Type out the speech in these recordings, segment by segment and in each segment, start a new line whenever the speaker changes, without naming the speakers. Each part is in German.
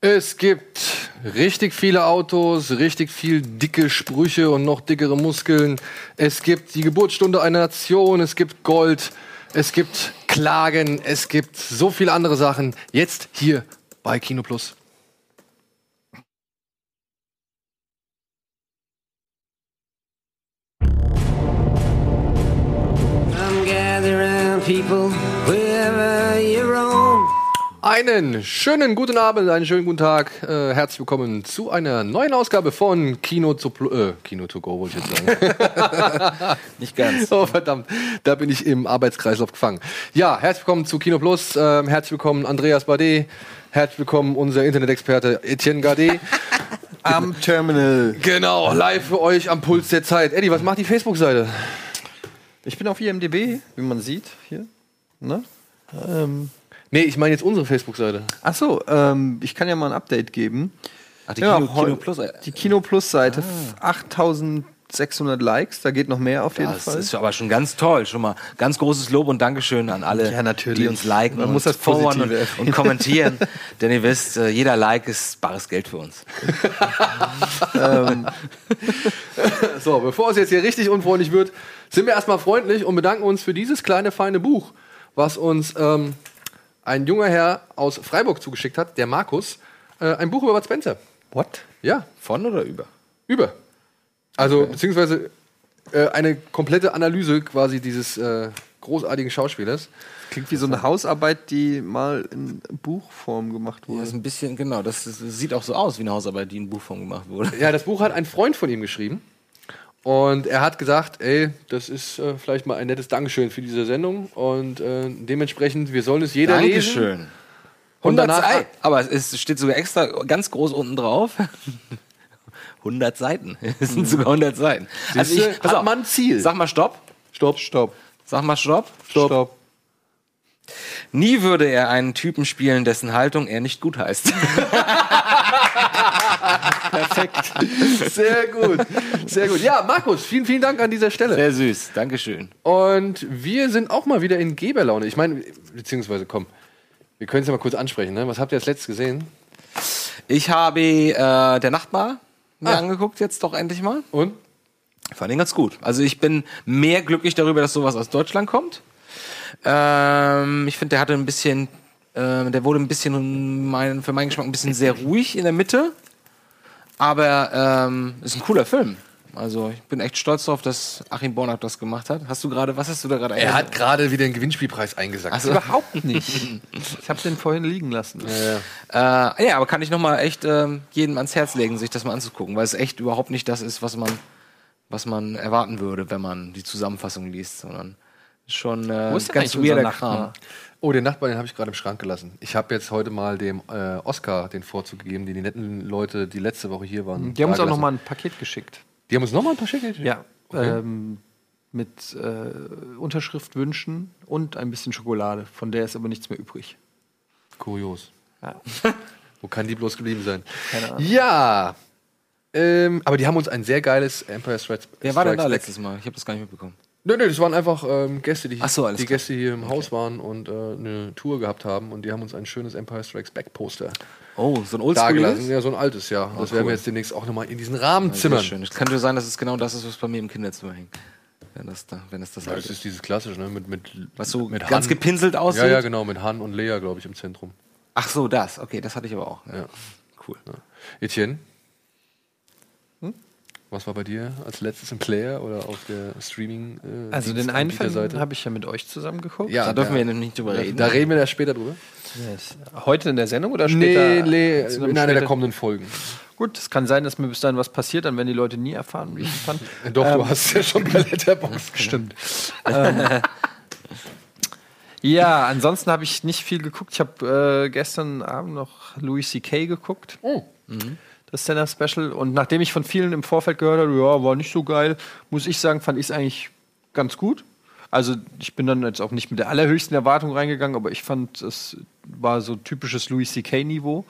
Es gibt richtig viele Autos, richtig viel dicke Sprüche und noch dickere Muskeln. Es gibt die Geburtsstunde einer Nation, es gibt Gold, es gibt Klagen, es gibt so viele andere Sachen. Jetzt hier bei Kino Plus.
Come gather round, people, wherever you roam.
Einen schönen guten Abend, einen schönen guten Tag. Äh, herzlich willkommen zu einer neuen Ausgabe von Kino zu Plu äh, Kino to Go, wollte ich jetzt sagen.
Nicht ganz.
Oh, verdammt, da bin ich im Arbeitskreislauf gefangen. Ja, herzlich willkommen zu Kino Plus. Ähm, herzlich willkommen Andreas Bade. Herzlich willkommen unser Internet-Experte Etienne Gade.
Am Terminal.
genau, live für euch am Puls der Zeit. Eddie, was macht die Facebook-Seite?
Ich bin auf IMDb, wie man sieht hier. Ne? Ähm,
Nee, ich meine jetzt unsere Facebook-Seite.
ach so, ähm, ich kann ja mal ein Update geben.
Ach, die
Ja,
Kino,
heu-
Kino Plus. äh, ah.
Die Kino Plus Seite, 8600 Likes, da geht noch mehr auf jeden
Das
Fall.
ist aber schon ganz toll. Schon mal ganz großes Lob und Dankeschön an alle,
Ja, natürlich.
die uns liken
Man
und
muss das
forwarden
Positive
und,
erwähnen.
und kommentieren. Denn ihr wisst, äh, jeder Like ist bares Geld für uns.
So, bevor es jetzt hier richtig unfreundlich wird, sind wir erstmal freundlich und bedanken uns für dieses kleine, feine Buch, was uns ähm, ein junger Herr aus Freiburg zugeschickt hat, der Markus. Äh, ein Buch über Bud Spencer.
What?
Ja,
Von oder über?
über. Also, beziehungsweise äh, eine komplette Analyse quasi dieses äh, großartigen Schauspielers.
Klingt wie so eine Hausarbeit, die mal in Buchform gemacht
Das ist
wurde.
ein bisschen, genau, das, ist, das sieht auch so aus wie eine Hausarbeit, die in Buchform gemacht wurde.
Ja, das Buch hat ein Freund von ihm geschrieben. Und er hat gesagt, ey, das ist äh, vielleicht mal ein nettes Dankeschön für diese Sendung. Und äh, dementsprechend, wir sollen es jeder lesen. Und
Und
danach-
danach, aber es ist, steht sogar extra ganz groß unten drauf. 100 Seiten. Es sind sogar 100 Seiten.
Siehste,
Also pass
hat
auf.
man ein Ziel.
Sag mal Stopp.
Stopp, stopp,
Sag mal Stopp.
stopp.
Nie würde er einen Typen spielen, dessen Haltung er nicht gut heißt.
Sehr gut, sehr gut. Ja, Markus, vielen, vielen Dank an dieser Stelle.
Sehr süß, Dankeschön.
Und wir sind auch mal wieder in Geberlaune. Ich meine, beziehungsweise, komm, wir können es ja mal kurz ansprechen. Ne? Was habt ihr als letztes gesehen?
Ich habe äh, der Nachtbar mir
Ah.
angeguckt, jetzt doch endlich mal.
Und?
Fand ihn ganz gut. Also ich bin mehr glücklich darüber, dass sowas aus Deutschland kommt. Ähm, ich finde, der hatte ein bisschen, äh, der wurde ein bisschen mein, für meinen Geschmack ein bisschen sehr ruhig in der Mitte. Aber ähm, ist ein cooler Film. Also ich bin echt stolz darauf, dass Achim Bornack das gemacht hat. Hast du gerade, was hast du da gerade
Er hat gerade wieder den Gewinnspielpreis eingesackt.
also,
Überhaupt nicht. Ich habe den vorhin liegen lassen.
Äh, ja, aber kann ich nochmal echt ähm, jedem ans Herz legen, sich das mal anzugucken, weil es echt überhaupt nicht das ist, was man, was man erwarten würde, wenn man die Zusammenfassung liest, sondern schon äh,
Wo ist denn
ganz
eigentlich unser
weirder
Nachbar?
Kram.
Oh, den Nachbarn, den habe ich gerade im Schrank gelassen. Ich habe jetzt heute mal dem äh, Oscar den Vorzug gegeben, den die netten Leute, die letzte Woche hier waren.
Die haben uns auch
also.
dagelassen.
nochmal ein Paket geschickt.
Die haben uns nochmal ein paar Schicke geschickt?
Ja. Ähm, mit äh, Unterschrift wünschen und ein bisschen Schokolade. Von der ist aber nichts mehr übrig.
Kurios.
Ja.
Wo kann die bloß geblieben sein?
Keine Ahnung.
Ja. Ähm, aber die haben uns ein sehr geiles Empire Strikes
Wer war denn
Strikes
da
Back-
letztes Mal? Ich habe das gar nicht mitbekommen.
Nö, nö, das waren einfach ähm, Gäste, die,
Ach so, alles
die
klar.
Gäste hier im Haus waren und äh, eine Tour gehabt haben und die haben uns ein schönes Empire Strikes Back Poster
Oh, so ein
dagelassen.
Oldschool.
Ja, so ein altes, ja. das werden wir jetzt demnächst auch nochmal in diesen Rahmen
Sehr
zimmern.
schön. Es könnte sein, dass es genau das ist, was bei mir im Kinderzimmer hängt. Wenn das da, wenn es das
Ja,
halt
das ist dieses klassische, ne? Mit, mit,
Was so
mit
ganz
Han.
gepinselt aussieht.
Ja, ja, genau, mit Han und Lea, glaube ich, im Zentrum.
Ach so, das. Okay, das hatte ich aber auch. Ja. Cool.
Etienne?
Hm?
Was war bei dir als letztes im Player oder auf der Streaming? Äh,
Also den einen Film
Seite?
habe ich ja mit euch zusammen geguckt.
Ja,
Da dürfen wir nämlich nicht drüber
Da,
reden.
da reden wir ja später drüber.
Yes. Heute in der Sendung oder später?
nee,
Zu
in
einem
einer der
später-
kommenden Folgen.
Gut, es kann sein, dass mir bis dahin was passiert, dann werden die Leute nie erfahren, wie ich es fand.
Doch,
Ähm.
du hast ja schon bei Letterboxd
Stimmt. ähm, ja, ansonsten habe ich nicht viel geguckt. Ich habe äh, gestern Abend noch Louis C.K. geguckt. Mhm.
Oh.
Das Stand-Up-Special. Und nachdem ich von vielen im Vorfeld gehört habe, ja, war nicht so geil, muss ich sagen, fand ich es eigentlich ganz gut. Also ich bin dann jetzt auch nicht mit der allerhöchsten Erwartung reingegangen, aber ich fand, es war so typisches Louis C.K.-Niveau.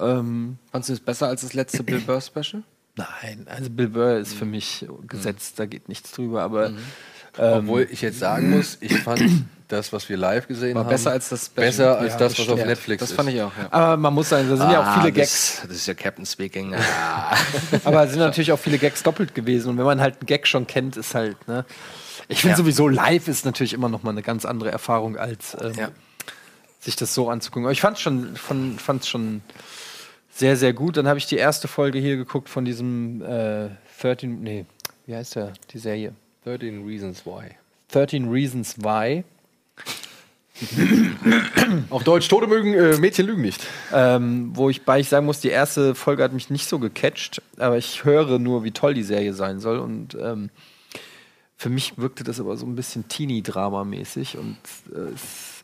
Ähm,
Fandst du es besser als das letzte Bill Burr Special?
nein, also Bill Burr ist für mich gesetzt, da geht nichts drüber, aber
Ähm.
Obwohl ich jetzt sagen muss, ich fand das, was wir live gesehen
War
haben.
besser als das Special.
Besser als
Ja,
das,
das
was auf
stimmt.
Netflix
Das
ist.
fand ich auch, ja.
Aber man muss sagen, da sind ja auch viele Gags.
Ah, Das, das ist ja Captain Speaking.
Aber es sind natürlich auch viele Gags doppelt gewesen. Und wenn man halt einen Gag schon kennt, ist halt, ne? Ich finde sowieso, live ist natürlich immer noch mal eine ganz andere Erfahrung, als ähm,
Ja.
sich das so anzugucken. Aber ich fand es schon, von, fand's schon sehr, sehr gut. Dann habe ich die erste Folge hier geguckt von diesem äh, 13, nee, wie heißt der, die Serie?
13 Reasons Why.
13 Reasons Why.
Auf Deutsch, Tote mögen, äh, Mädchen lügen nicht.
Ähm, wo ich bei ich sagen muss, die erste Folge hat mich nicht so gecatcht, aber ich höre nur, wie toll die Serie sein soll. Und ähm, für mich wirkte das aber so ein bisschen Teenie-Drama-mäßig und äh, es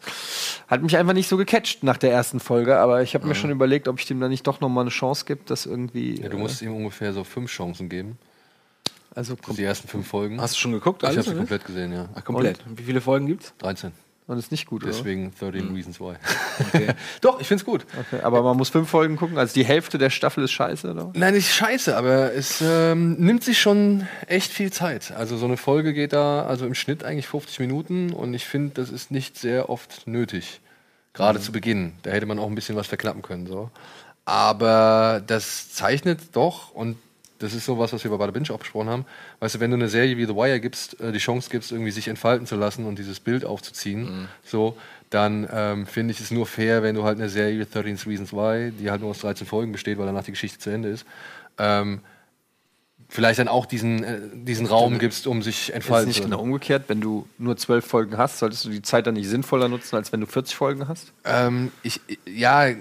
hat mich einfach nicht so gecatcht nach der ersten Folge. Aber ich habe mir schon überlegt, ob ich dem dann nicht doch nochmal eine Chance gebe, dass irgendwie.
Mhm. Ja, du musst ihm ungefähr so fünf Chancen geben.
äh, also
Das sind die ersten fünf Folgen.
Hast du schon geguckt?
ich habe sie
oder?
komplett gesehen, ja.
Ach, komplett. Wie viele Folgen gibt's?
13.
und ist nicht gut. Oder?
Deswegen
Hm.
13 Reasons Why. Doch, ich find's gut.
Okay, aber man muss fünf Folgen gucken, also die Hälfte der Staffel ist scheiße, oder?
Nein, nicht scheiße, aber es ähm, nimmt sich schon echt viel Zeit. Also so eine Folge geht da also im Schnitt eigentlich 50 Minuten und ich finde, das ist nicht sehr oft nötig.
Mhm.
Gerade zu Beginn. Da hätte man auch ein bisschen was verknappen können. So. Aber das zeichnet doch und das ist sowas, was wir bei Bada Binge auch besprochen haben. Weißt du, wenn du eine Serie wie The Wire gibst, äh, die Chance gibst, irgendwie sich entfalten zu lassen und dieses Bild aufzuziehen, so, dann ähm, finde ich es nur fair, wenn du halt eine Serie wie 13 Reasons Why, die halt nur aus 13 Folgen besteht, weil danach die Geschichte zu Ende ist, ähm, vielleicht dann auch diesen, äh, diesen Raum gibst, um sich
Ist
entfalten
nicht
zu
genau
lassen.
umgekehrt, wenn du nur zwölf Folgen hast, solltest du die Zeit dann nicht sinnvoller nutzen, als wenn du 40 Folgen hast?
Ähm, ich, ja, n-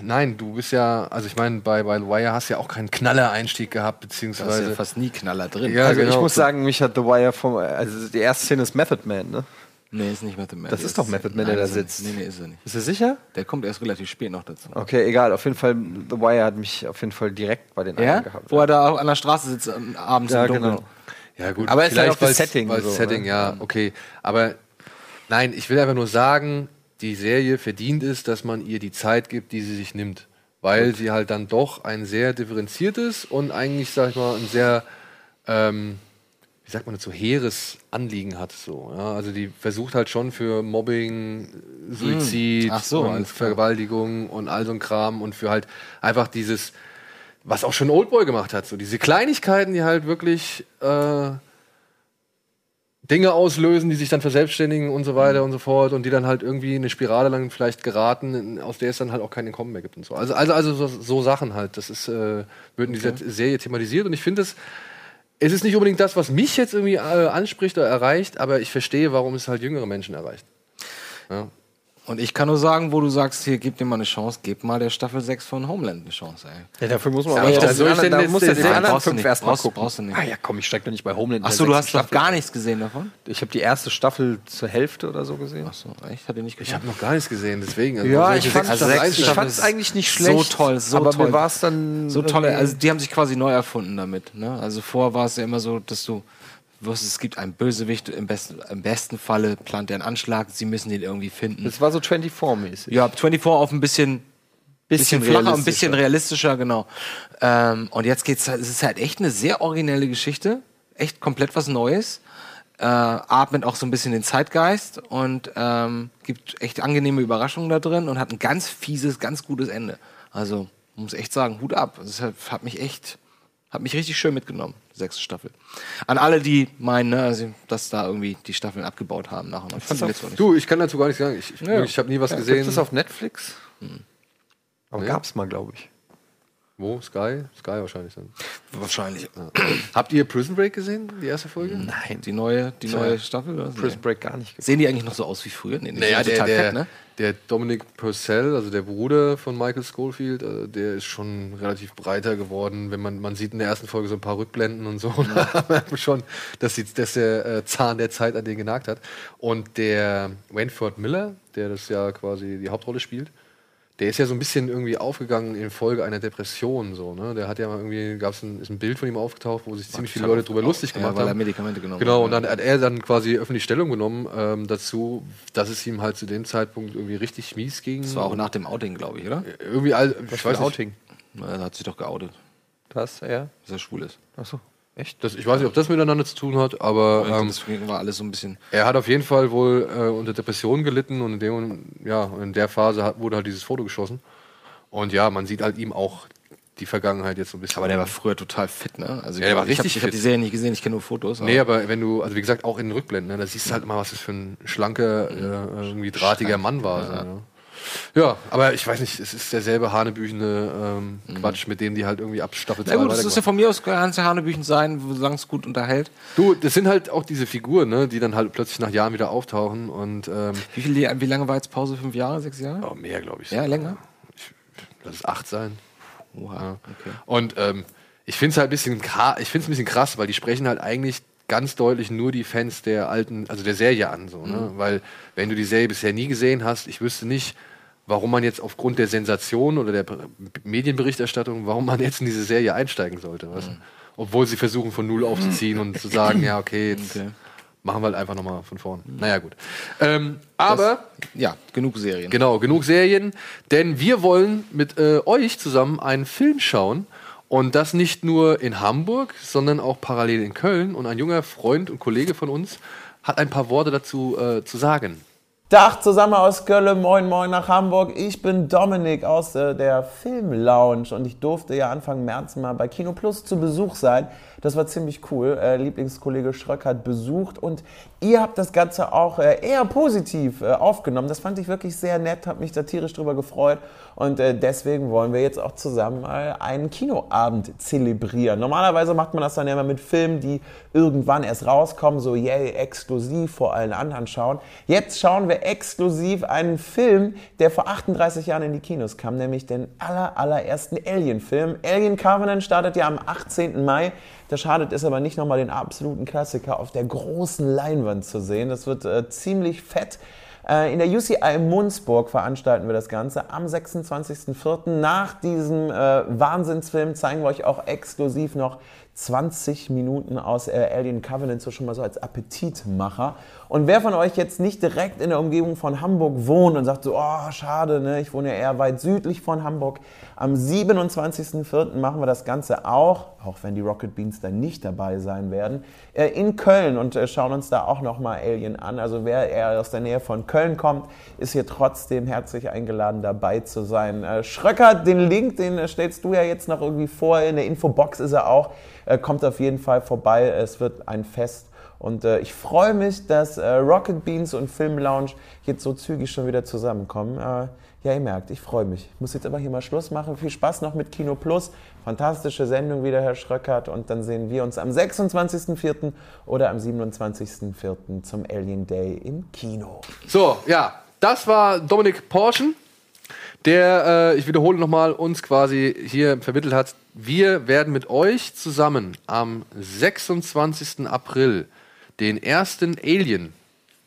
nein, du bist ja, also ich meine, bei, bei The Wire hast du ja auch keinen Knaller-Einstieg gehabt,
Da ist ja
beziehungsweise.
fast nie Knaller drin.
Ja.
also
genau.
ich muss sagen, mich hat The Wire vom, also die erste Szene ist Method Man, ne?
Nee, ist nicht Method Man.
Das ist doch Method Man, der da
ist er
sitzt.
nicht. Nee, nee, ist er nicht.
Ist du sicher?
Der kommt erst relativ spät noch dazu.
Okay, egal. Auf jeden Fall, The Wire hat mich auf jeden Fall direkt bei den
Ja?
anderen gehabt.
Wo er da an der Straße sitzt, am- abends
Ja,
im Dunkeln.
genau.
Ja, gut.
Aber es ist halt
vielleicht
auch das
weil's-
Setting
weil's
so,
Setting,
ne?
ja, okay. Aber nein, ich will einfach nur sagen, die Serie verdient es, dass man ihr die Zeit gibt, die sie sich nimmt. Weil sie halt dann doch ein sehr differenziertes und eigentlich, sag ich mal, ein sehr, ähm, wie sagt man dazu, hehres Anliegen hat. So, ja? Also die versucht halt schon für Mobbing,
Hm.
Suizid,
Ach so,
und
alles klar.
Vergewaltigung und all so ein Kram und für halt einfach dieses, was auch schon Oldboy gemacht hat, so diese Kleinigkeiten, die halt wirklich äh, Dinge auslösen, die sich dann verselbstständigen und so
Mhm.
weiter und so fort und die dann halt irgendwie in eine Spirale lang vielleicht geraten, in- aus der es dann halt auch kein Entkommen mehr gibt und so. Also, also, also so, so Sachen halt, das ist, äh, wird in dieser Serie thematisiert und ich finde es, es ist nicht unbedingt das, was mich jetzt irgendwie äh, anspricht oder erreicht, aber ich verstehe, warum es halt jüngere Menschen erreicht.
Und ich kann nur sagen, wo du sagst, hier, gib dir mal eine Chance, gib mal der Staffel 6 von Homeland eine Chance, ey.
Ja, dafür muss man
aber
auch
das-
den
soll ich
anderen-
denn
da
jetzt
muss ja
den-
den
Nein,
anderen
brauchst du
fünf
nicht,
erstmal
brauchst-
gucken.
brauchst du nicht.
Ah ja, komm, ich steig doch nicht bei Homeland. in
Ach
der
so, du
sechsten
hast noch
Staffel.
gar nichts gesehen davon?
Ich habe die erste Staffel zur Hälfte oder so gesehen.
Ach so, echt? Hat dir nicht
Ich
gefallen?
habe noch gar nichts gesehen, deswegen. also
Ja,
solche
ich fand
sechs
also
Staffeln
sechs
einsteigen-
ich
Staffeln
fand's
ist
eigentlich nicht
so
schlecht.
toll, so
aber
toll.
mir war es dann
so tolle,
irgendwie-
also die haben sich quasi neu erfunden damit. Ne? Also vorher war es ja immer so, dass du wusstest, es gibt einen Bösewicht, im besten, im besten Falle plant er einen Anschlag, sie müssen den irgendwie finden.
es war so 24-mäßig.
Ja, 24 auf ein bisschen, bisschen, flacher, ein bisschen realistischer, genau. Ähm, und jetzt geht's halt, es ist halt echt eine sehr originelle Geschichte, echt komplett was Neues. Äh, atmet auch so ein bisschen den Zeitgeist und ähm, gibt echt angenehme Überraschungen da drin und hat ein ganz fieses, ganz gutes Ende. Also muss echt sagen, Hut ab. Das hat, hat mich echt, hat mich richtig schön mitgenommen, die sechste Staffel. An alle, die meinen, ne, also, dass da irgendwie die Staffeln abgebaut haben nachher. Ich fand jetzt auch nicht.
Du, ich kann dazu gar nichts sagen. Ich, ich,
Ja.
ich habe nie was
Ist
gesehen.
das auf Netflix? Aber
Nee.
gab's mal, glaube ich.
Wo? Sky? Sky wahrscheinlich dann.
Wahrscheinlich. also,
Habt ihr Prison Break gesehen, die erste Folge?
Nein.
Die neue, die neue Staffel? Oder? Nee.
Prison Break gar nicht.
Sehen die eigentlich noch so aus wie früher? Nee, die
Naja,
sind
der, der,
ne?
der Dominic Purcell, also der Bruder von Michael Schofield, äh, der ist schon relativ breiter geworden. Wenn man, man sieht in der ersten Folge so ein paar Rückblenden und so, da merkt man schon, dass, die, dass der äh, Zahn der Zeit an den genagt hat. Und der Wainford Miller, der das ja quasi die Hauptrolle spielt, der ist ja so ein bisschen irgendwie aufgegangen in Folge einer Depression. So, ne? Der hat ja mal irgendwie, gab's ein, ist ein Bild von ihm aufgetaucht, wo sich ziemlich viele Leute drüber lustig
Ja,
gemacht
weil er
haben.
Medikamente genommen
Genau,
hat,
und dann hat er dann quasi öffentlich Stellung genommen ähm, dazu, dass es ihm halt zu dem Zeitpunkt irgendwie richtig mies ging.
Das war auch nach dem Outing, glaube ich, oder?
irgendwie all, ich
für
weiß
ein
nicht.
Outing.
Na, Er hat sich doch geoutet,
Das, ja.
dass er schwul ist.
Achso. Echt?
Das, ich weiß nicht, ob das miteinander zu tun hat, aber ähm,
Deswegen war alles so ein bisschen.
er hat auf jeden Fall wohl äh, unter Depressionen gelitten und in, dem, ja, und in der Phase hat, wurde halt dieses Foto geschossen. Und ja, man sieht halt ihm auch die Vergangenheit jetzt so ein bisschen.
Aber der war früher total fit, ne? Also
Ja, der war
ich hab-
richtig
Ich habe die
fit.
Serie nicht gesehen, ich kenne nur Fotos.
Nee, aber wenn du, also wie gesagt, auch in den Rückblenden, ne, da siehst du halt mal, was das für ein schlanker, äh, irgendwie drahtiger Mann war. So, ne? Ja, aber ich weiß nicht, es ist derselbe hanebüchende ähm, Quatsch, mit dem die halt irgendwie ab Staffel 2
Mhm. Na gut, das ist ja
weitergemacht
von mir aus ganz Hanebüchen sein, solange es gut unterhält.
Du, das sind halt auch diese Figuren, ne, die dann halt plötzlich nach Jahren wieder auftauchen und ähm,
Wie, viel, wie lange war jetzt Pause? Fünf Jahre? Sechs Jahre?
oh, mehr, glaube ich.
Ja, länger?
Lass es acht sein.
Oha.
Ja. Und ähm, ich finde es halt ein bisschen, ka- ich find's ein bisschen krass, weil die sprechen halt eigentlich ganz deutlich nur die Fans der alten, also der Serie an. So, ne? Weil wenn du die Serie bisher nie gesehen hast, ich wüsste nicht, warum man jetzt aufgrund der Sensation oder der Ber- Medienberichterstattung, warum man jetzt in diese Serie einsteigen sollte. Weißt? du? Obwohl sie versuchen, von null aufzuziehen und zu sagen, ja, okay, jetzt
Okay.
machen wir halt einfach nochmal von vorne. Naja, gut. Ähm, aber...
Ja, genug Serien.
Genau, genug Serien, denn wir wollen mit äh, euch zusammen einen Film schauen und das nicht nur in Hamburg, sondern auch parallel in Köln und ein junger Freund und Kollege von uns hat ein paar Worte dazu äh, zu sagen.
Dach zusammen aus Köln, moin moin nach Hamburg. Ich bin Dominik aus äh, der Filmlounge und ich durfte ja Anfang März mal bei Kino Plus zu Besuch sein. Das war ziemlich cool. Äh, Lieblingskollege Schröck hat besucht und ihr habt das Ganze auch äh, eher positiv äh, aufgenommen. Das fand ich wirklich sehr nett, hab mich da tierisch drüber gefreut und äh, deswegen wollen wir jetzt auch zusammen mal einen Kinoabend zelebrieren. Normalerweise macht man das dann ja immer mit Filmen, die irgendwann erst rauskommen, so yay, exklusiv vor allen anderen schauen. Jetzt schauen wir exklusiv einen Film, der vor 38 Jahren in die Kinos kam, nämlich den aller, allerersten Alien-Film. Alien Covenant startet ja am 18. Mai. Da schadet es aber nicht nochmal den absoluten Klassiker auf der großen Leinwand zu sehen. Das wird äh, ziemlich fett. Äh, In der UCI Munzburg veranstalten wir das Ganze am 26.04. Nach diesem äh, Wahnsinnsfilm zeigen wir euch auch exklusiv noch 20 Minuten aus äh, Alien Covenant, so schon mal so als Appetitmacher. Und wer von euch jetzt nicht direkt in der Umgebung von Hamburg wohnt und sagt so, oh, schade, ne? ich wohne ja eher weit südlich von Hamburg, am 27.04. machen wir das Ganze auch, auch wenn die Rocket Beans dann nicht dabei sein werden, äh, in Köln und äh, schauen uns da auch nochmal Alien an. Also wer eher aus der Nähe von Köln kommt, ist hier trotzdem herzlich eingeladen, dabei zu sein. Äh, Schröcker, den Link, den äh, stellst du ja jetzt noch irgendwie vor, in der Infobox ist er auch. Äh, kommt auf jeden Fall vorbei, es wird ein Fest. Und äh, ich freue mich, dass äh, Rocket Beans und Film Lounge jetzt so zügig schon wieder zusammenkommen. Äh, ja, ihr merkt, ich freue mich. Ich muss jetzt aber hier mal Schluss machen. Viel Spaß noch mit Kino Plus. Fantastische Sendung wieder, Herr Schröckert. Und dann sehen wir uns am 26.04. oder am 27.04. zum Alien Day im Kino.
So, ja, das war Dominik Porschen, der, äh, ich wiederhole nochmal, uns quasi hier vermittelt hat. Wir werden mit euch zusammen am 26. April den ersten Alien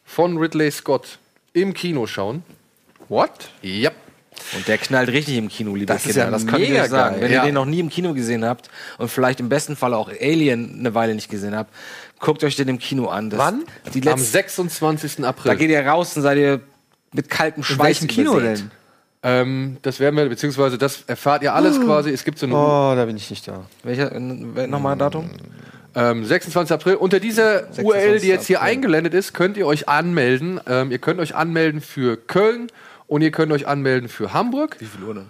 von Ridley Scott im Kino schauen. What? Ja.
Und der knallt richtig im Kino, liebe
Das ist
Kinder.
ja
das kann ich
mega
euch sagen.
geil,
Wenn
ja.
ihr den noch nie im Kino gesehen habt und vielleicht im besten Fall auch Alien eine Weile nicht gesehen habt, guckt euch den im Kino an. Das- Die
Am
letzte,
26.
da
April.
geht ihr raus und seid ihr mit kaltem Schweiß
welchem Kino
übersät.
denn?
Ähm, das werden wir, beziehungsweise das erfahrt ihr alles quasi. Es gibt so eine
Oh, da bin ich nicht da.
Welcher, äh, nochmal ein Datum?
Ähm, 26. April. Unter dieser URL, die jetzt hier eingeblendet ist, könnt ihr euch anmelden. Ähm, ihr könnt euch anmelden für Köln und ihr könnt euch anmelden für Hamburg.
Wie viel Uhr denn?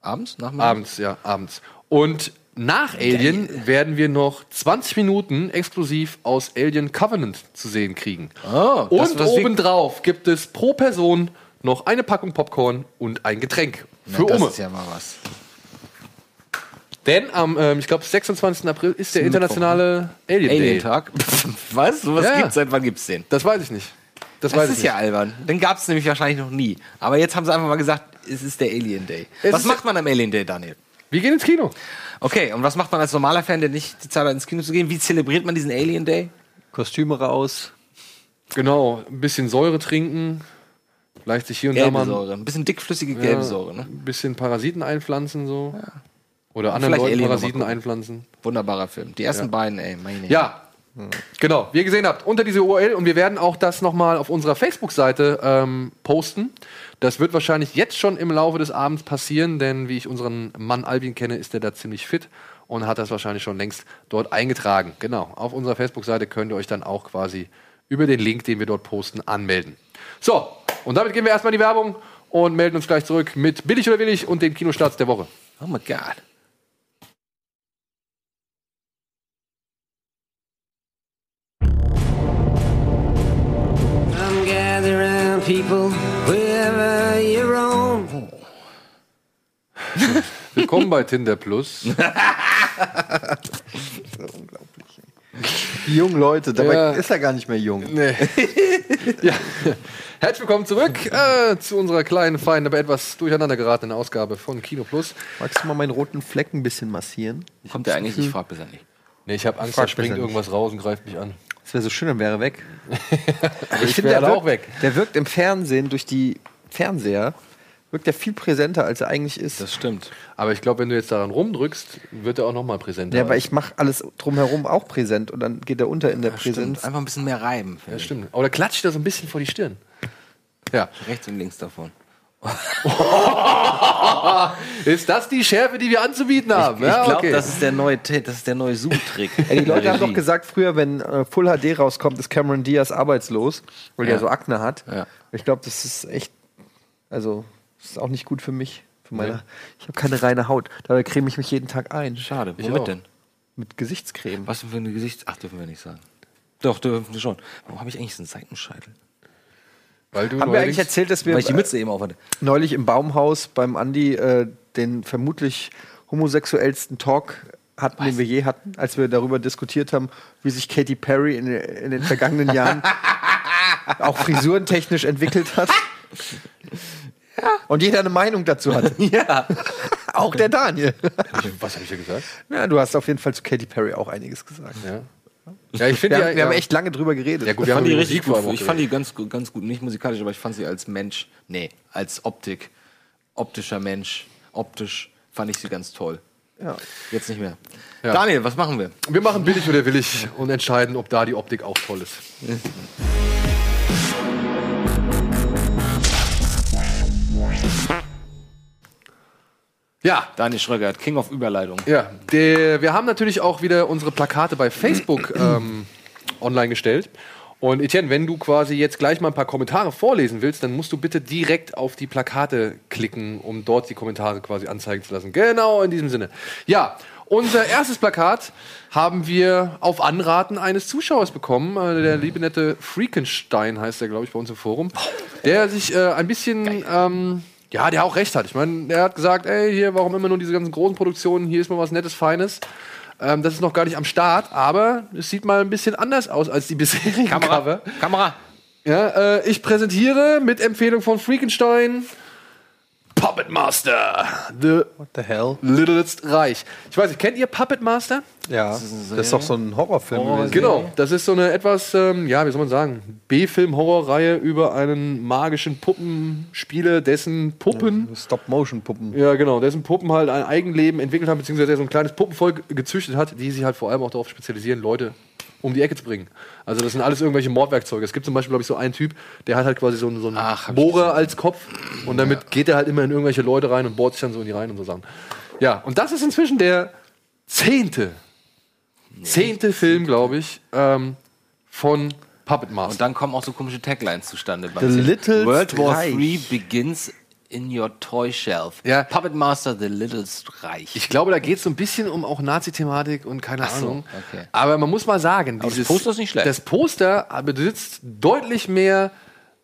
Abends? Nachmittags?
Abends, ja, abends. Und nach Alien werden wir noch 20 Minuten exklusiv aus Alien Covenant zu sehen kriegen.
Oh, das,
und
was wir-
obendrauf gibt es pro Person noch eine Packung Popcorn und ein Getränk.
Na,
Für
das
Ome.
ist ja mal was.
Denn am, ähm, ich glaube, 26. April ist der internationale Alien, Day.
Alien-Tag? was? So was
Ja.
gibt's? Seit wann gibt's den?
Das weiß ich nicht. Das,
Das
weiß ich
ist
nicht.
ja albern. Den gab es nämlich wahrscheinlich noch nie. Aber jetzt haben sie einfach mal gesagt, es ist der Alien Day.
Es
was
ist-
macht man am Alien Day, Daniel?
Wir gehen ins Kino.
Okay, und was macht man als normaler Fan, der nicht die Zeit hat, ins Kino zu gehen? Wie zelebriert man diesen Alien Day?
Kostüme raus.
Genau, ein bisschen Säure trinken, vielleicht sich hier und da
Gelbe
mal
Säure. Ein bisschen dickflüssige gelbe Säure. Ne?
ein bisschen Parasiten einpflanzen so. Oder anderen
Vielleicht
Leuten
Alien noch mal
Parasiten
gucken.
einpflanzen.
Wunderbarer Film. Die ersten beiden, ey, meine
Ja, Genau, wie ihr gesehen habt, unter diese URL und wir werden auch das nochmal auf unserer Facebook-Seite ähm, posten. Das wird wahrscheinlich jetzt schon im Laufe des Abends passieren, denn wie ich unseren Mann Albin kenne, ist der da ziemlich fit und hat das wahrscheinlich schon längst dort eingetragen. Genau, auf unserer Facebook-Seite könnt ihr euch dann auch quasi über den Link, den wir dort posten, anmelden. So, und damit gehen wir erstmal in die Werbung und melden uns gleich zurück mit Billig oder Willig und den Kinostarts der Woche.
Oh my God.
Come gather round, people, wherever you roam.
Willkommen bei Tinder Plus.
Die jungen Leute, dabei
Ja.
ist er gar nicht mehr jung.
Nee. ja. Herzlich willkommen zurück äh, zu unserer kleinen, feinen, aber etwas durcheinander geratenen Ausgabe von Kino Plus.
Magst du mal meinen roten Fleck ein bisschen massieren?
Kommt der eigentlich? Ich frag bisher nicht.
Nee, ich habe Angst,
Frag
da springt
bitte nicht.
irgendwas raus und greift mich an.
Das wäre so schön, dann wäre er weg.
Ich
find,
wäre
der wirkt,
auch weg.
Der wirkt im Fernsehen durch die Fernseher, wirkt er viel präsenter, als er eigentlich ist.
Das stimmt.
Aber ich glaube, wenn du jetzt daran rumdrückst, wird er auch nochmal präsenter.
ja, aber ich mache alles drumherum auch präsent und dann geht er unter in der Präsenz.
Stimmt. Einfach ein bisschen mehr reiben.
Ja, stimmt. Oder klatscht er so ein bisschen vor die Stirn. Ja.
Rechts und links davon.
Ist das die Schärfe, die wir anzubieten haben?
ich
ja,
glaube,
okay.
das ist der neue, T- das ist der neue Zoom-Trick.
Ey, die Leute haben
Äh, Regie.
doch gesagt, früher, wenn äh, Full HD rauskommt, ist Cameron Diaz arbeitslos, weil
Ja.
der so Akne hat.
Ja.
Ich glaube, das ist echt, also, das ist auch nicht gut für mich. Für meine, Ich habe keine reine Haut. Dabei creme ich mich jeden Tag ein.
Schade.
Ich auch.
Womit denn?
Mit Gesichtscreme.
Was für ein Gesicht? Ach, dürfen wir nicht sagen. Doch, dürfen wir schon. Warum habe ich eigentlich so einen Seitenscheitel?
Weil du
Haben wir eigentlich
neuerdings-
erzählt, dass wir
Weil ich die
äh,
Mütze eben aufhatte.
neulich im Baumhaus beim Andi äh, den vermutlich homosexuellsten Talk hatten, den wir je hatten, als wir darüber diskutiert haben, wie sich Katy Perry in, in den vergangenen Jahren auch frisurentechnisch entwickelt hat. Und jeder eine Meinung dazu hat.
Ja.
Auch der Daniel.
Was habe ich ja gesagt?
Ja, du hast auf jeden Fall zu Katy Perry auch einiges gesagt.
Ja, ja ich
Wir,
finde
haben,
ja,
wir
ja.
haben echt lange drüber geredet.
Ja, gut,
Ich
wir haben
fand die
über
richtig
Musik vor
gut.
allem auch
Ich fand die ganz, gut- ganz gut. Nicht musikalisch, aber ich fand sie als Mensch. Nee, als Optik. Optischer Mensch. Optisch fand ich sie ganz toll.
Ja.
Jetzt nicht mehr.
Ja.
Daniel, was machen wir?
Wir machen billig oder willig und entscheiden, ob da die Optik auch toll ist. Ja,
Daniel Schröckert, King of Überleitung.
ja. Der, wir haben natürlich auch wieder unsere Plakate bei Facebook ähm, online gestellt. Und Etienne, wenn du quasi jetzt gleich mal ein paar Kommentare vorlesen willst, dann musst du bitte direkt auf die Plakate klicken, um dort die Kommentare quasi anzeigen zu lassen. Genau in diesem Sinne. Ja, unser erstes Plakat haben wir auf Anraten eines Zuschauers bekommen. Äh, Der liebe nette Freakenstein heißt er, glaube ich, bei uns im Forum. Der sich äh, ein bisschen, ähm, ja, der auch recht hat. Ich meine, er hat gesagt, ey, hier, warum immer nur diese ganzen großen Produktionen, hier ist mal was Nettes, Feines. Ähm, das ist noch gar nicht am Start, aber es sieht mal ein bisschen anders aus als die bisherigen Cover.
Kamera.
Ja, äh, ich präsentiere mit Empfehlung von Freakenstein Puppet Master, The
What the hell?
Littlest Reich. Ich weiß nicht, kennt ihr Puppet Master?
Ja. Das ist, doch so ein Horrorfilm.
Also
gewesen.
Genau, das ist so eine etwas, ähm, ja, wie soll man sagen, B-Film-Horrorreihe über einen magischen Puppenspieler, dessen Puppen
Stop-Motion-Puppen.
Ja, genau. Dessen Puppen halt ein Eigenleben entwickelt haben, beziehungsweise der so ein kleines Puppenvolk gezüchtet hat, die sich halt vor allem auch darauf spezialisieren, Leute um die Ecke zu bringen. Also das sind alles irgendwelche Mordwerkzeuge. Es gibt zum Beispiel, glaube ich, so einen Typ, der hat halt quasi so einen, so einen
Ach, hab ich
Bohrer als Kopf und damit geht er halt immer in irgendwelche Leute rein und bohrt sich dann so in die Reihen und so Sachen. Ja, und das ist inzwischen der zehnte, zehnte Film, glaube ich, ähm, von Puppet
Und
Master.
dann kommen auch so komische Taglines zustande.
The Littlest
World War
Reich.
III begins in your toy shelf.
Ja.
Puppet Master, The Littlest Reich.
Ich glaube, da geht es so ein bisschen um auch Nazi-Thematik und keine
so,
Ahnung.
okay.
Aber man muss mal sagen,
das Poster ist nicht schlecht.
Das Poster besitzt deutlich mehr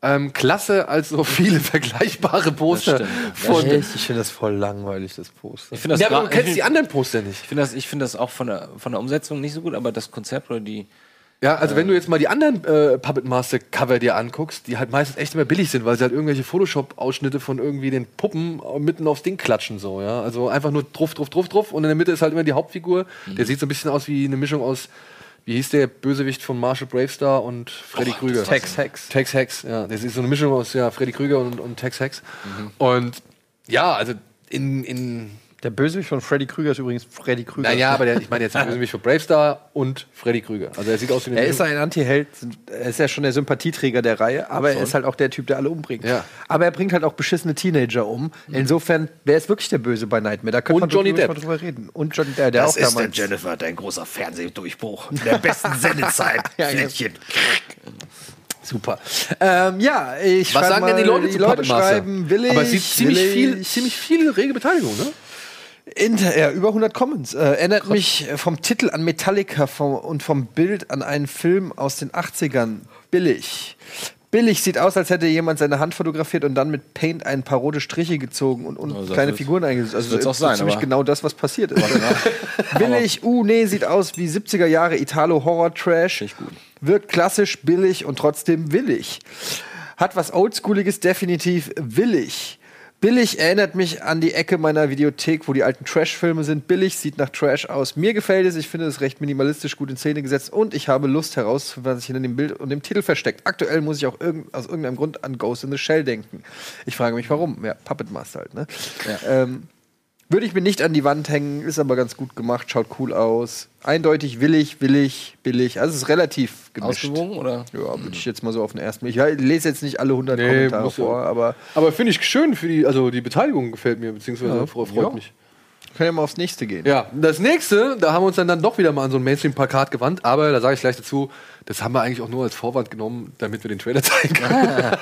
ähm, Klasse als so viele vergleichbare Poster.
stimmt, ja.
von, ja,
Ich finde das voll langweilig, das Poster.
finde
aber
gra-
du kennst
ich
die
find-
anderen Poster nicht.
ich finde das, ich find das auch von der, von der Umsetzung nicht so gut, aber das Konzept oder die.
Ja, also wenn du jetzt mal die anderen äh, Puppet Master Cover dir anguckst, die halt meistens echt immer billig sind, weil sie halt irgendwelche Photoshop Ausschnitte von irgendwie den Puppen mitten aufs Ding klatschen so, ja. Also einfach nur drauf, drauf, drauf, drauf und in der Mitte ist halt immer die Hauptfigur.
Mhm.
Der sieht so ein bisschen aus wie eine Mischung aus wie hieß der Bösewicht von Marshall Bravestar und Freddy Krüger?
Tex Hex.
Tex Hex, ja. Das ist so eine
Mhm.
Mischung aus ja, Freddy Krüger und, und Tex Hex. Und ja, also in, in
Der Bösewicht von Freddy Krüger ist übrigens Freddy Krüger.
Naja, aber der, ich meine jetzt böse mich für Bravestar und Freddy Krüger. Also er sieht aus wie
Er ist ein Anti-Held, er ist ja schon der Sympathieträger der Reihe, aber er ist halt auch der Typ, der alle umbringt.
Ja. Mhm.
Aber er bringt halt auch beschissene Teenager um. Insofern, wer ist wirklich der Böse bei Nightmare? Da
Und
könnte man
Johnny
wirklich
Depp.
mal drüber reden. Und Johnny Depp, der auch damals.
Jennifer, dein großer Fernsehdurchbruch. In der besten Sendezeit. Flittchen.
Super. Ähm, ja, ich
Was
schreib
sagen
mal,
denn die Leute zu Puppet Master?
schreiben, will ich,
aber es sieht ziemlich
will
viel,
ich.
ziemlich viel rege Beteiligung, ne?
Inter ja, über 100 Comments. Äh, erinnert mich äh, vom Titel an Metallica vom, und vom Bild an einen Film aus den 80ern. Billig. Billig sieht aus, als hätte jemand seine Hand fotografiert und dann mit Paint ein paar rote Striche gezogen und, und
das
kleine
ist-
Figuren eingesetzt. Also
wird's auch
so
sein,
ziemlich
aber-
genau das, was passiert ist. billig, uh, nee, sieht aus wie 70er Jahre Italo-Horror-Trash. Wirkt klassisch, billig und trotzdem willig. Hat was Oldschooliges, definitiv willig. Billig erinnert mich an die Ecke meiner Videothek, wo die alten Trash-Filme sind. Billig sieht nach Trash aus. Mir gefällt es, ich finde es recht minimalistisch gut in Szene gesetzt und ich habe Lust herauszufinden, was sich hinter dem Bild und dem Titel versteckt. Aktuell muss ich auch irgend, aus irgendeinem Grund an Ghost in the Shell denken. Ich frage mich warum. Ja, Puppet Master halt, ne? Ähm, würde ich mir nicht an die Wand hängen, ist aber ganz gut gemacht, schaut cool aus. Eindeutig willig, willig, billig. Also es ist relativ gemischt.
Ausgewogen oder?
Ja, würde ich jetzt mal so auf den ersten Blick. Ich halt, lese jetzt nicht alle 100 Kommentare
muss-
vor, aber
Aber finde ich schön für die, also die Beteiligung gefällt mir, beziehungsweise ne, fre- freut
Ja.
mich.
können ja mal aufs nächste gehen.
Ja, das nächste, da haben wir uns dann, dann doch wieder mal an so ein Mainstream-Plakat gewandt, aber da sage ich gleich dazu, das haben wir eigentlich auch nur als Vorwand genommen, damit wir den Trailer zeigen können.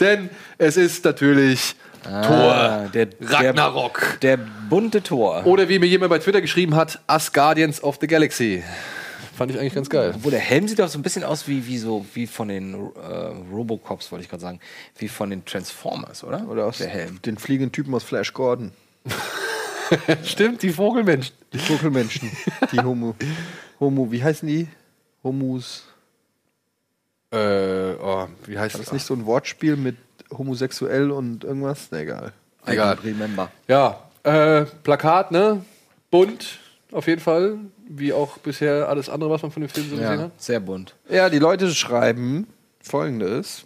Denn es ist natürlich Thor,
Ah, der- der-
Ragnarok.
Der bunte Tor.
Oder wie mir jemand bei Twitter geschrieben hat, Us Guardians of the Galaxy. Fand ich eigentlich ganz geil.
Obwohl der Helm sieht doch so ein bisschen aus wie, wie so wie von den äh, Robocops, wollte ich gerade sagen, wie von den Transformers, oder?
Oder aus
der Helm.
den fliegenden Typen aus Flash Gordon.
Stimmt, die Vogelmenschen.
Die Dunkelmenschen. die Homo. Homo, wie heißen die? Homus.
Äh, oh, wie heißt
War
das?
das nicht so ein Wortspiel mit homosexuell und irgendwas? Na, egal.
Egal.
Remember.
Ja, äh, Plakat, ne? Bunt, auf jeden Fall. Wie auch bisher alles andere, was man von dem Film so gesehen
Ja,
hat.
sehr bunt.
Ja, die Leute schreiben folgendes.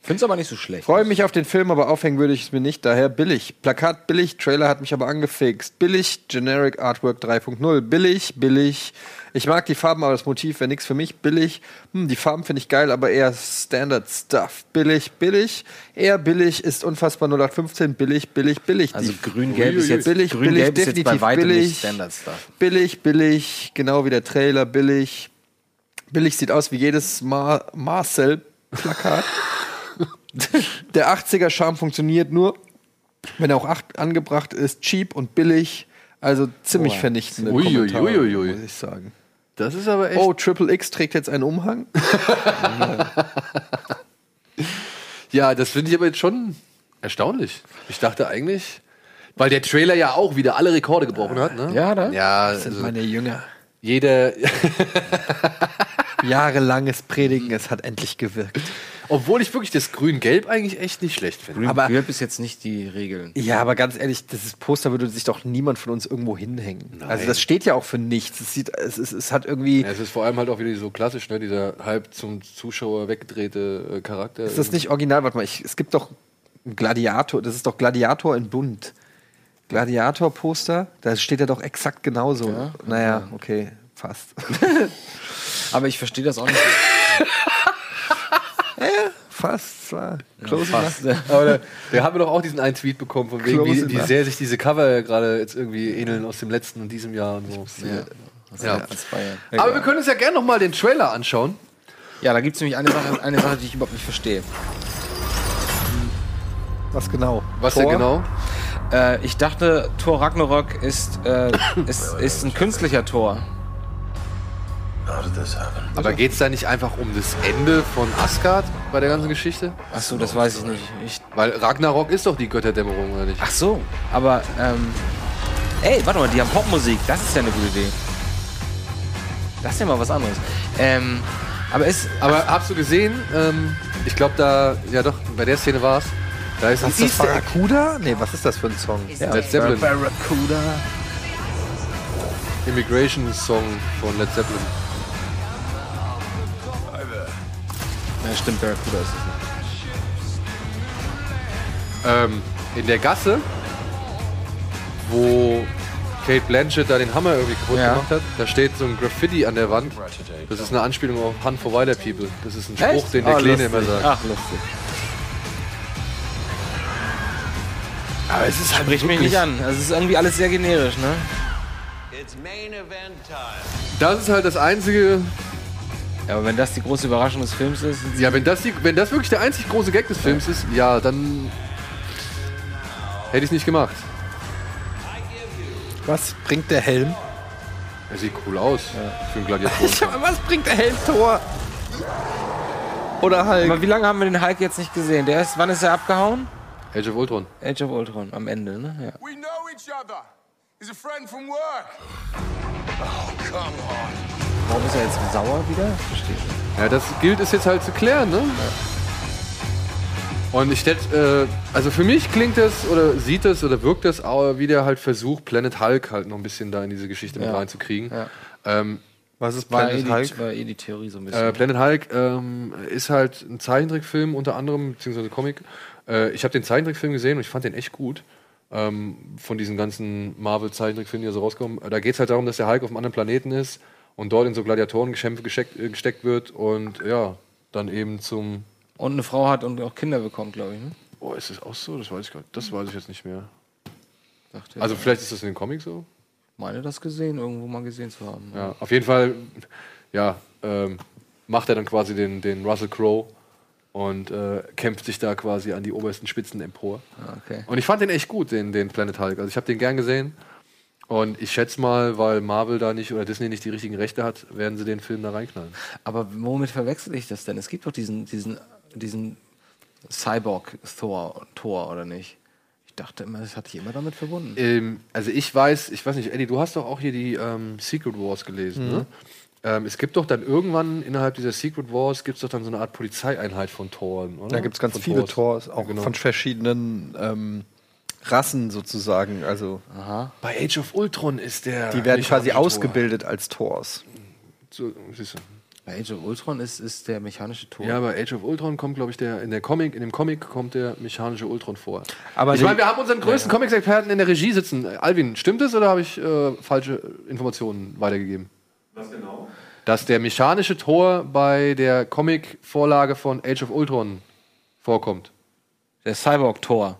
Find's aber nicht so schlecht.
Freue mich auf den Film, aber aufhängen würde ich es mir nicht, daher billig. Plakat billig, Trailer hat mich aber angefixt. Billig, Generic Artwork 3.0. Billig, billig. Ich mag die Farben, aber das Motiv wäre nichts für mich. Billig. Hm, die Farben finde ich geil, aber eher Standard Stuff. Billig, billig. Eher billig ist unfassbar 0815. Billig, billig, billig.
Also
Die-
grün-gelb ist jetzt,
billig,
grün
billig,
-gelb ist jetzt bei
definitiv
weitem
billig.
nicht Standard-Stuff.
Billig, billig, genau wie der Trailer, billig. Billig sieht aus wie jedes Mar Marcel-Plakat. der 80er-Charme funktioniert nur, wenn er auch acht angebracht ist, cheap und billig. Also ziemlich vernichtende
Ui, ui,
Kommentare,
ui, ui.
muss ich sagen.
Das ist aber echt.
Oh, Triple X trägt jetzt einen Umhang.
Ja, das finde ich aber jetzt schon erstaunlich. Ich dachte eigentlich, weil der Trailer ja auch wieder alle Rekorde gebrochen hat, ne?
Ja, da?
Ja,
Das sind
also
meine Jünger.
jeder,
Jahrelanges Predigen, es hat endlich gewirkt.
obwohl ich wirklich das Grün-Gelb eigentlich echt nicht schlecht finde.
Aber-
Gelb ist jetzt nicht die Regeln.
Ja, aber ganz ehrlich, dieses Poster würde sich doch niemand von uns irgendwo hinhängen. Also das steht ja auch für nichts. Es, sieht, es, es, es hat irgendwie.
Ja, es ist vor allem halt auch wieder so klassisch, ne? Dieser halb zum Zuschauer weggedrehte äh, Charakter.
Ist das nicht original? Warte mal, ich, es gibt doch einen Gladiator. Das ist doch Gladiator in Bunt. Gladiator-Poster, da steht er doch exakt genauso. Naja, okay, fast.
Aber ich verstehe das auch nicht.
fast, zwar. Close
fast.
enough.
Aber da, da haben wir doch auch diesen einen Tweet bekommen, von wegen,
Close
wie, wie
enough.
sehr sich diese Cover gerade jetzt irgendwie ähneln aus dem letzten und diesem Jahr und so. Ja. Ja.
Das war ja.
Aber wir können uns ja gerne nochmal den Trailer anschauen.
ja, da gibt's nämlich eine Sache, eine Sache, die ich überhaupt nicht verstehe.
Was genau?
Was denn
Thor?
genau?
Äh, ich dachte, Tor Ragnarok ist, äh, ist, ist ein künstlicher Tor.
Aber geht es da nicht einfach um das Ende von Asgard bei der ganzen Geschichte?
Achso, das weiß ich nicht. Ich,
Weil Ragnarok ist doch die Götterdämmerung, oder nicht?
ach so, aber ähm, ey, warte mal, die haben Popmusik. Das ist ja eine gute Idee. Das ist ja mal was anderes. Ähm, aber ist
Aber hast du gesehen, ähm, ich glaube da, ja doch, bei der Szene war es, da ist ein
Ist das
Easter Egg.
Barracuda? Nee, was ist das für ein Song?
Led Zeppelin. Immigration Song von Led Zeppelin.
ja, stimmt, Barracuda ist es.
Ähm, in der Gasse wo Kate Blanchett da den Hammer irgendwie kaputt
Ja.
gemacht hat. Da steht so ein Graffiti an der Wand. Das ist eine Anspielung auf Hand for Wilder People. Das ist ein Spruch, den der
Ah,
Kleine
lustig.
immer sagt.
Ach, lustig. Aber es ist halt Sprich mich nicht an. Also es ist irgendwie alles sehr generisch, ne?
Das ist halt das einzige.
Ja, aber wenn das die große Überraschung des Films ist,
Ja, wenn das, die, wenn das wirklich der einzig große Gag des Films ist, ja, dann hätte ich es nicht gemacht.
Was bringt der Helm?
Er sieht cool aus für einen Gladiator.
Was bringt der Helm, Thor? Oder halt.
Aber wie lange haben wir den Hulk jetzt nicht gesehen? Der ist, wann ist er abgehauen?
Age of Ultron.
Age of Ultron, am Ende, ne? Ja.
We know each other. He's a friend from work. Oh, come on.
Warum ist er jetzt sauer wieder? Verstehe.
Ja, das gilt es jetzt halt zu klären, ne? Und ich hätte, äh, also für mich klingt das oder sieht das oder wirkt das auch wie der halt Versuch, Planet Hulk halt noch ein bisschen da in diese Geschichte mit reinzukriegen. Ähm,
Was ist
War, eh
Planet Hulk?
die, war eh die Theorie so ein bisschen.
äh, Planet Hulk ähm, ist halt ein Zeichentrickfilm unter anderem, beziehungsweise Comic. Äh, ich habe den Zeichentrickfilm gesehen und ich fand den echt gut. Ähm, von diesen ganzen Marvel-Zeichentrickfilmen, die da so rauskommen. Äh, Da geht es halt darum, dass der Hulk auf einem anderen Planeten ist und dort in so Gladiatorengeschämpfe gesteckt, äh, gesteckt wird und ja, dann eben zum
und eine Frau hat und auch Kinder bekommt, glaube ich. Ne?
Boah, ist das auch so? Das weiß ich gar nicht. Das weiß ich jetzt nicht mehr.
Dachte,
Also vielleicht ist das in den Comics so.
ich meine das gesehen, irgendwo mal gesehen zu haben.
Ja, auf jeden Fall, ja, ähm, macht er dann quasi den, den Russell Crowe und äh, kämpft sich da quasi an die obersten Spitzen empor.
Ah, Okay.
Und ich fand den echt gut, den, den Planet Hulk. Also ich habe den gern gesehen. Und ich schätze mal, weil Marvel da nicht oder Disney nicht die richtigen Rechte hat, werden sie den Film da reinknallen.
Aber womit verwechsel ich das denn? Es gibt doch diesen, diesen, diesen Cyborg-Thor, Thor, oder nicht? Ich dachte immer, das hatte ich immer damit verbunden.
Ähm, also ich weiß, ich weiß nicht, Eddie, du hast doch auch hier die ähm, Secret Wars gelesen,
Mhm.
ne? Ähm, es gibt doch dann irgendwann innerhalb dieser Secret Wars gibt es doch dann so eine Art Polizeieinheit von Toren, oder?
Da gibt es ganz
von
viele
Thors.
Tors, auch
Ja, genau.
von verschiedenen ähm, Rassen sozusagen. Also
Bei Age of Ultron ist der.
die werden
nicht
quasi
Tor.
ausgebildet als Tors.
So, siehst du.
Bei Age of Ultron ist, ist der mechanische Thor.
Ja, bei Age of Ultron kommt, glaube ich, der in der Comic, in dem Comic kommt der mechanische Ultron vor.
Aber
ich
die-
meine, wir haben unseren größten Comics-Experten in der Regie sitzen. Äh, Alvin, stimmt es oder habe ich äh, falsche Informationen weitergegeben? Dass der mechanische Tor bei der Comic-Vorlage von Age of Ultron vorkommt.
Der Cyborg-Thor.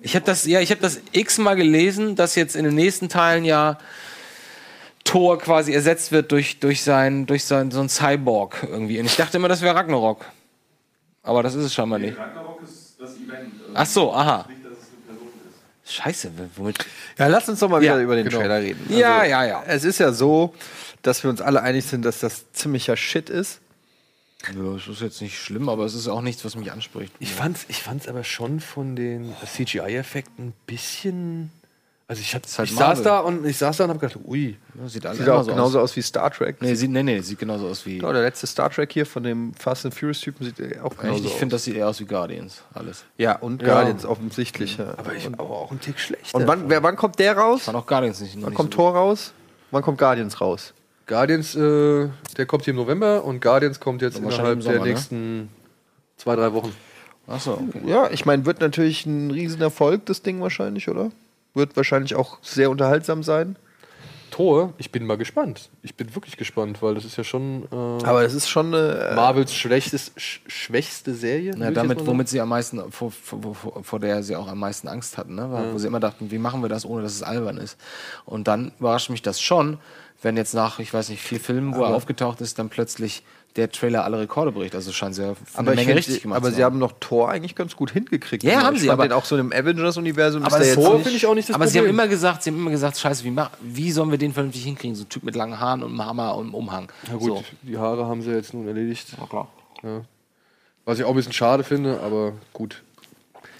Ich habe das, ja, ich habe das x-mal gelesen, dass jetzt in den nächsten Teilen ja Thor quasi ersetzt wird durch, durch, sein, durch sein, so ein Cyborg irgendwie. Und ich dachte immer, das wäre Ragnarok. Aber das ist es scheinbar nicht. Ach so, aha. Scheiße, womit?
Ja, lass uns doch mal wieder
Ja,
über den
genau.
Trailer reden. Also,
Ja, ja, ja.
Es ist ja so, dass wir uns alle einig sind, dass das ziemlicher Shit ist.
Ja, es ist jetzt nicht schlimm, aber es ist auch nichts, was mich anspricht.
Ich fand's, ich fand's aber schon von den CGI-Effekten ein bisschen. Also ich, hab,
halt
ich saß
Marvel.
da und ich saß da und habe gedacht, ui,
Ja, Ne, sieht alles
Sieht auch
genauso aus.
genauso aus wie Star Trek.
Nee, sieht, nee, nee, sieht genauso aus wie.
Ja, der letzte Star Trek hier von dem Fast and Furious Typen sieht äh, auch genauso
Echt? Ich
aus.
finde, das sieht eher aus wie Guardians. Alles.
ja, und Guardians offensichtlich. Ja.
aber ich aber auch ein Tick schlecht.
und wann, wer, wann kommt der raus?
War noch Guardians nicht. Noch
Wann
nicht
kommt
so
Thor raus? Wann kommt Guardians raus?
Guardians, äh, der kommt hier im November und Guardians kommt jetzt
Wahrscheinlich
innerhalb
im Sommer,
der
ne?
nächsten zwei, drei Wochen.
gut. Ach so, okay.
Ja, ich meine, wird natürlich ein Riesenerfolg, das Ding wahrscheinlich, oder? Wird wahrscheinlich auch sehr unterhaltsam sein.
Tor, ich bin mal gespannt. Ich bin wirklich gespannt, weil das ist ja schon äh,
Aber es ist schon eine.
Marvels schlechtes, sch schwächste Serie.
äh, Na,
würd ich
damit,
jetzt mal
womit sie am meisten, vor, vor, vor, vor der sie auch am meisten Angst hatten, ne? Weil- wo sie immer dachten, wie machen wir das, ohne dass es albern ist. Und dann überrascht mich das schon, wenn jetzt nach, ich weiß nicht, vier Filmen, wo er aufgetaucht ist, dann plötzlich der Trailer alle Rekorde bricht. Also scheinen sie ja
aber
eine
ich
Menge
find,
richtig gemacht
aber
zu
sie haben noch Thor eigentlich ganz gut hingekriegt. Also
Ja,
Ich
haben sie,
fand
aber-
den auch so im Avengers-Universum
sagen.
der
Tor
nicht-
finde ich auch nicht das
aber sie haben
Problem.
immer gesagt, sie haben immer gesagt, scheiße, wie, mach, wie sollen wir den vernünftig hinkriegen? So ein Typ mit langen Haaren und einem Hammer und einem Umhang.
Na gut,
so.
die Haare haben sie jetzt nun erledigt. Ja. Was ich auch ein bisschen schade finde, aber gut.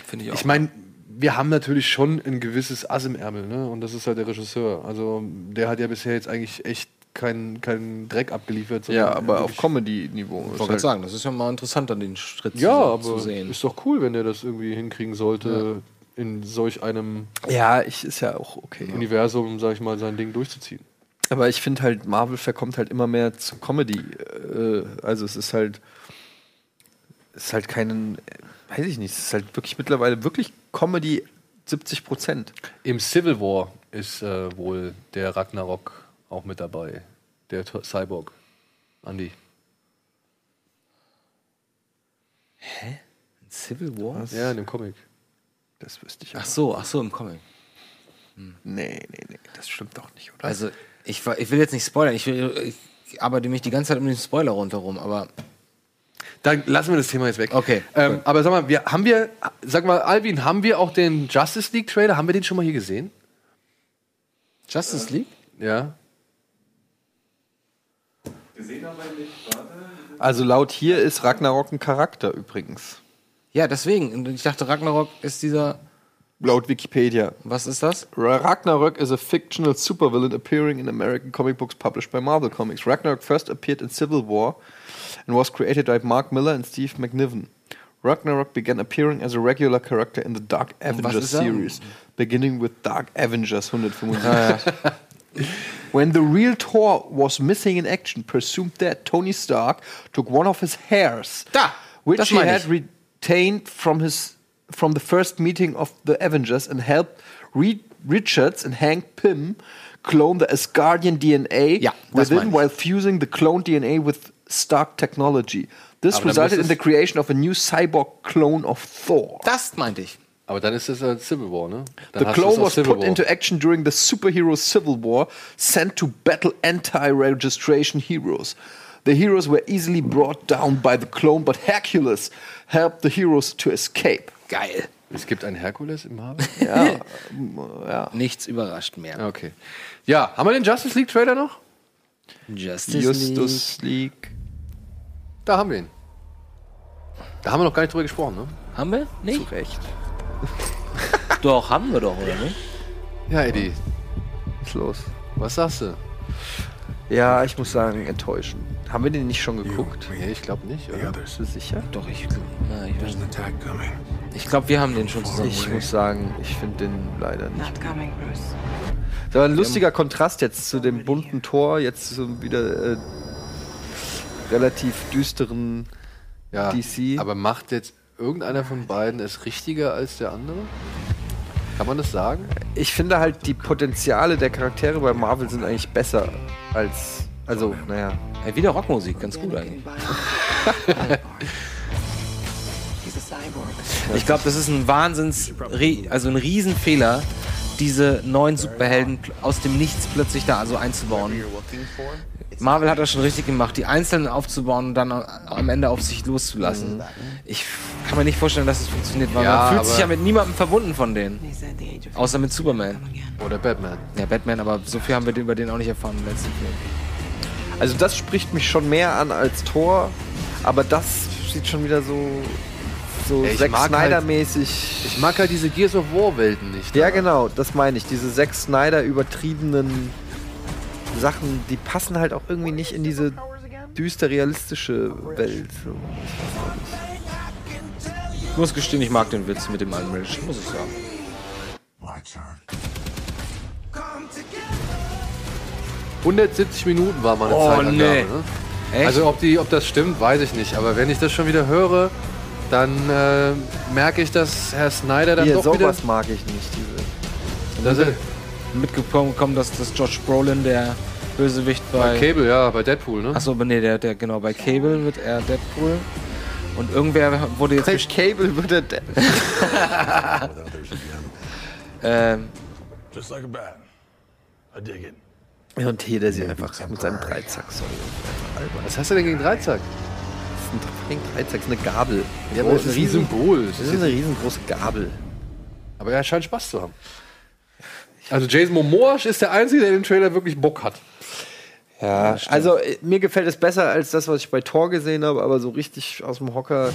Finde ich auch.
Ich meine, wir haben natürlich schon ein gewisses Ass im Ärmel, ne? Und das ist halt der Regisseur. Also der hat ja bisher jetzt eigentlich echt keinen keinen Dreck abgeliefert. sondern
Ja, aber auf
wirklich-
Comedy-Niveau.
ich
ist
wollte gerade
halt-
sagen, das ist ja mal interessant, an den Schritt
ja,
zu,
aber
zu sehen.
ist doch cool, wenn der das irgendwie hinkriegen sollte, in solch einem
Ja, ich, ist ja auch okay.
Universum, sag ich mal, sein Ding durchzuziehen.
Aber ich finde halt, Marvel verkommt halt immer mehr zu Comedy. Äh, also es ist halt, es ist halt keinen,
weiß ich nicht, es ist halt wirklich mittlerweile wirklich Comedy 70 Prozent.
Im Civil War ist äh, wohl der Ragnarok auch mit dabei. Der T- Cyborg. Andy.
Civil War?
Ja, in dem Comic.
Das wüsste ich
Ach so, ach so, im Comic.
Nee, nee, nee, das stimmt doch nicht, oder?
Also, ich, wa- ich will jetzt nicht spoilern. Ich, will, ich arbeite mich die ganze Zeit um den Spoiler rundherum, aber
Dann lassen wir das Thema jetzt weg.
Okay,
Ähm, aber sag mal, wir, haben wir, sag mal, Alvin, haben wir auch den Justice League Trailer? Haben wir den schon mal hier gesehen?
Justice League?
Ja.
Also laut hier ist Ragnarok ein Charakter übrigens.
Ja, deswegen. Und Ich dachte, Ragnarok ist dieser.
Laut Wikipedia.
Was ist das?
Ragnarok is a fictional supervillain appearing in American comic books published by Marvel Comics. Ragnarok first appeared in Civil War and was created by Mark Miller and Steve McNiven. Ragnarok began appearing as a regular character in the Dark Avengers
ist er?
series, beginning with Dark Avengers 175.
Ah,
When the real Thor was missing in action, presumed dead, Tony Stark took one of his hairs,
Da,
which
das
he
meine
had
ich.
retained from his from the first meeting of the Avengers, and helped Reed Richards and Hank Pym clone the Asgardian DNA
Ja, das meine
within
ich.
while fusing the cloned DNA with Stark technology. This
Aber dann
resulted
muss
in the
es-
creation of a new cyborg clone of Thor.
Das meinte ich.
Aber dann ist das äh, Civil War, ne? Dann
The
hast du
clone
es auf
was put into action during the superhero civil war, sent to battle anti-registration heroes. The heroes were easily brought down by the clone, but Hercules helped the heroes to escape.
Geil.
es gibt einen Herkules im Marvel?
Nichts überrascht mehr.
okay. Ja, haben wir den Justice League Trailer noch?
Justice League.
Justus League.
Da haben wir ihn. Da haben wir noch gar nicht drüber gesprochen, ne?
Haben wir? Nicht? Zu Recht. doch, haben wir doch, oder nicht?
Ja, Eddie,
Ist los.
was sagst du?
Ja, ich muss sagen, enttäuschend. Haben wir den nicht schon geguckt?
Nee, ich glaube nicht, oder?
Bist du sicher?
Doch, ich. Na, ich weiß nicht.
Attack coming.
ich glaube, wir haben den schon zusammen.
Ich muss sagen, ich finde den leider nicht.
Not coming, Bruce.
Da war ein lustiger Kontrast jetzt zu dem bunten Tor, jetzt so wieder äh, relativ düsteren
Ja.
DC.
Aber macht jetzt irgendeiner von beiden es richtiger als der andere? Kann man das sagen?
ich finde halt, die Potenziale der Charaktere bei Marvel sind eigentlich besser als. Also, naja.
Ey, wieder Rockmusik, ganz gut eigentlich.
He's a cyborg.
Ich glaube, das ist ein Wahnsinns, re- also ein Riesenfehler, diese neuen Superhelden pl- aus dem Nichts plötzlich da also einzubauen. Marvel hat das schon richtig gemacht, die Einzelnen aufzubauen und dann a- am Ende auf sich loszulassen. Ich f- kann mir nicht vorstellen, dass es funktioniert, weil
Ja,
man fühlt sich
aber-
ja mit niemandem verbunden von denen.
He's at the age of
Außer mit Superman.
again.
Oder Batman?
Ja, Batman, aber so viel haben wir über den auch nicht erfahren im letzten Film.
Also, das spricht mich schon mehr an als Tor, aber das sieht schon wieder so. So
Ey, ich
Zack
mag halt-
Snyder-mäßig.
Ich mag halt diese Gears of War Welten nicht.
Ja, genau, das meine ich. Diese Zack Snyder übertriebenen Sachen, die passen halt auch irgendwie nicht in diese düster realistische Welt. So.
Ich muss gestehen, ich mag den Witz mit dem Unreach, muss ich sagen.
My turn.
170 Minuten war meine
Oh,
Zeitangabe.
nee.
Ne?
Echt?
Also ob, die, ob das stimmt, weiß ich nicht. Aber wenn ich das schon wieder höre, dann äh, merke ich, dass Herr Snyder dann
Hier,
doch wieder...
sowas mag ich nicht. Diese.
Dass er,
mitgekommen, dass das Josh Brolin, der Bösewicht bei.
bei Cable, ja, bei Deadpool, ne?
Achso, aber nee, der, der, genau, bei Cable wird er Deadpool. Und irgendwer wurde jetzt.
Selbst Cable wird der De-
Ähm,
Just like a bat. I dig it.
Ja, Und hier, der sieht einfach mit seinem Dreizack so.
Was hast du denn gegen Dreizack?
Das ist ein fucking Dreizack, ist eine Gabel.
Ja,
Oh,
aber es ist ein
riesen-
Symbol. Es
Das
ist
ist
jetzt,
eine riesengroße Gabel.
aber er scheint Spaß zu haben. Also Jason Momoa ist der Einzige, der im Trailer wirklich Bock hat.
Ja, also äh, mir gefällt es besser als das, was ich bei Tor gesehen habe, aber so richtig aus dem Hocker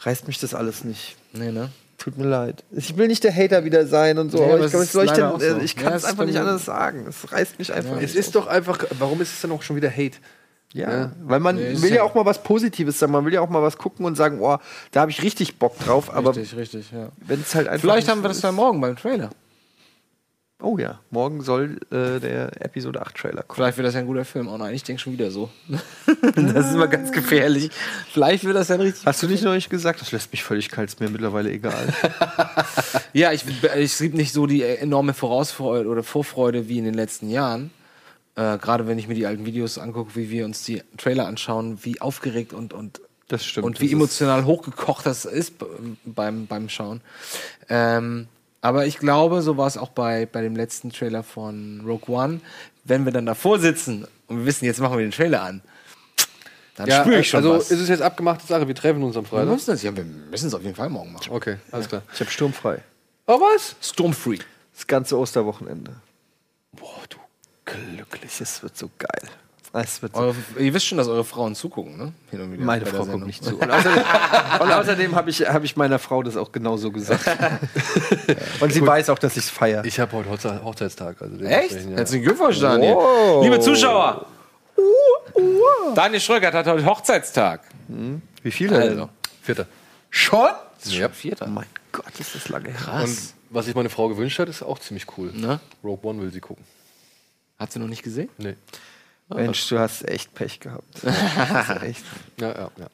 reißt mich das alles nicht.
nee, ne?
Tut mir leid. Ich will nicht der Hater wieder sein und so,
Nee,
aber,
aber
ich, glaub,
es
ich, leuchte-
ist leider auch so.
äh, ich kann
Ja,
es
es ist
einfach
bei
nicht
mir-
anders sagen. Es reißt mich einfach.
Es ist doch einfach, warum ist es dann auch schon wieder Hate?
ja.
ja.
weil man
Nee, ist
will
ja-
ja auch mal was Positives sagen, man will ja auch mal was gucken und sagen, oh, da habe ich richtig Bock drauf, aber
richtig, richtig, ja.
wenn es halt einfach
Vielleicht
nicht
haben wir
so
das
ist-
dann morgen beim Trailer.
Oh ja, morgen soll äh, der Episode 8 Trailer kommen.
Vielleicht wird das ja ein guter Film. Oh nein, ich denke schon wieder so. das ist immer ganz gefährlich. Vielleicht wird das ja ein richtig.
Hast du nicht neulich gesagt? Das lässt mich völlig kalt, ist mir mittlerweile egal.
Ja, ich, ich schrieb nicht so die enorme Vorausfreude oder Vorfreude wie in den letzten Jahren. Äh, Gerade wenn ich mir die alten Videos angucke, wie wir uns die Trailer anschauen, wie aufgeregt und, und
Das stimmt.
und wie
das ist-
emotional hochgekocht das ist b- beim, beim Schauen. Ähm, aber ich glaube, so war es auch bei, bei dem letzten Trailer von Rogue One. Wenn wir dann davor sitzen und wir wissen, jetzt machen wir den Trailer an, dann
Ja,
spüre ich schon
also
was.
ist es jetzt abgemachte Sache, wir treffen uns am
wir
Freitag.
müssen es ja, wir müssen es auf jeden Fall morgen machen.
Okay, alles klar.
Ich habe sturmfrei.
Oh was?
Sturmfree.
Das ganze Osterwochenende. Boah, du glücklich, es wird so geil. Es wird so
Eure, ihr wisst schon, dass eure Frauen zugucken, ne? Hin und wieder
Meine
bei der
Frau
Sendung.
guckt nicht zu. Und außerdem, und außerdem habe ich, hab ich meiner Frau das auch genauso gesagt. und sie weiß auch, dass ich es feiere.
Ich habe heute Hochze- Hochzeitstag. Also
Echt?
dementsprechend, Ja.
Herzlichen Glückwunsch, Daniel.
Wow.
Liebe Zuschauer, Uh, Daniel Schröckert hat heute Hochzeitstag.
Wie viele?
Also.
Äh, Vierter.
Schon?
Das ist schon Vierter.
Oh Mein Gott, ist das lange her.
Krass.
Was sich meine Frau gewünscht hat, ist auch ziemlich cool.
Ne?
Rogue One will sie gucken.
Hat sie noch nicht gesehen?
Nee.
Mensch, du hast echt Pech gehabt. Das ist echt.
Ja, ja, ja.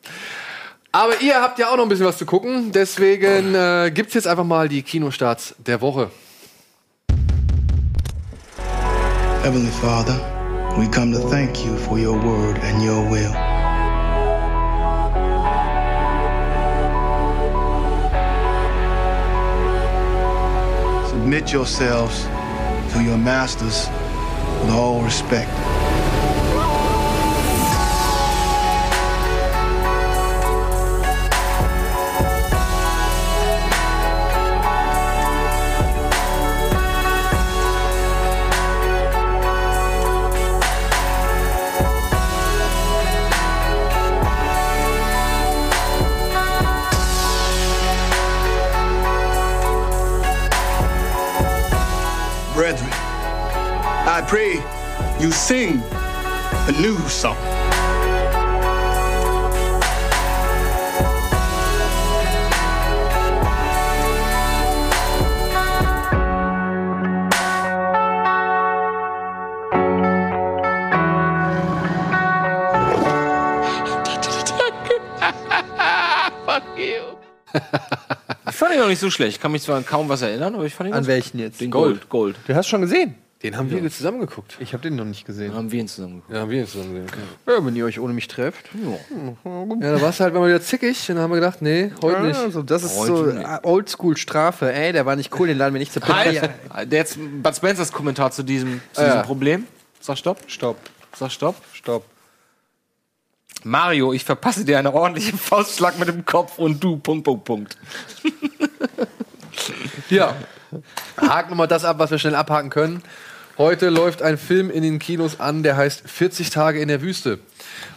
Aber ihr habt ja auch noch ein bisschen was zu gucken. Deswegen äh, gibt es jetzt einfach mal die Kinostarts der Woche.
Heavenly Father, we come to thank you for your word and your will. Submit yourselves to your masters with all respect. Brethren, I pray you sing a new song.
Ich fand ihn noch nicht so schlecht. Ich kann mich zwar an kaum was erinnern, aber ich fand ihn
An
ganz
welchen jetzt?
Den Gold. Gold.
Du hast schon gesehen.
Den haben wir jetzt zusammen geguckt.
Ich habe den noch nicht
Dann
gesehen.
haben wir ihn zusammen geguckt.
Ja, haben wir jetzt zusammen gesehen. Okay.
Ja, wenn ihr euch ohne mich trefft.
Ja, da warst du halt mal wieder zickig und dann haben wir gedacht, nee, heute
Ja,
nicht.
also das ist so äh, Oldschool-Strafe. Ey, der war nicht cool, den laden wir nicht zur
Halt!
Party.
Der jetzt Bud Spencers Kommentar zu diesem, zu diesem Problem. Sag stopp.
Stopp,
Sag stopp.
stopp.
Mario, ich verpasse dir einen ordentlichen Faustschlag mit dem Kopf und du. Punkt, Punkt, Punkt.
Ja. Haken wir mal das ab, was wir schnell abhaken können. Heute läuft ein Film in den Kinos an, der heißt 40 Tage in der Wüste.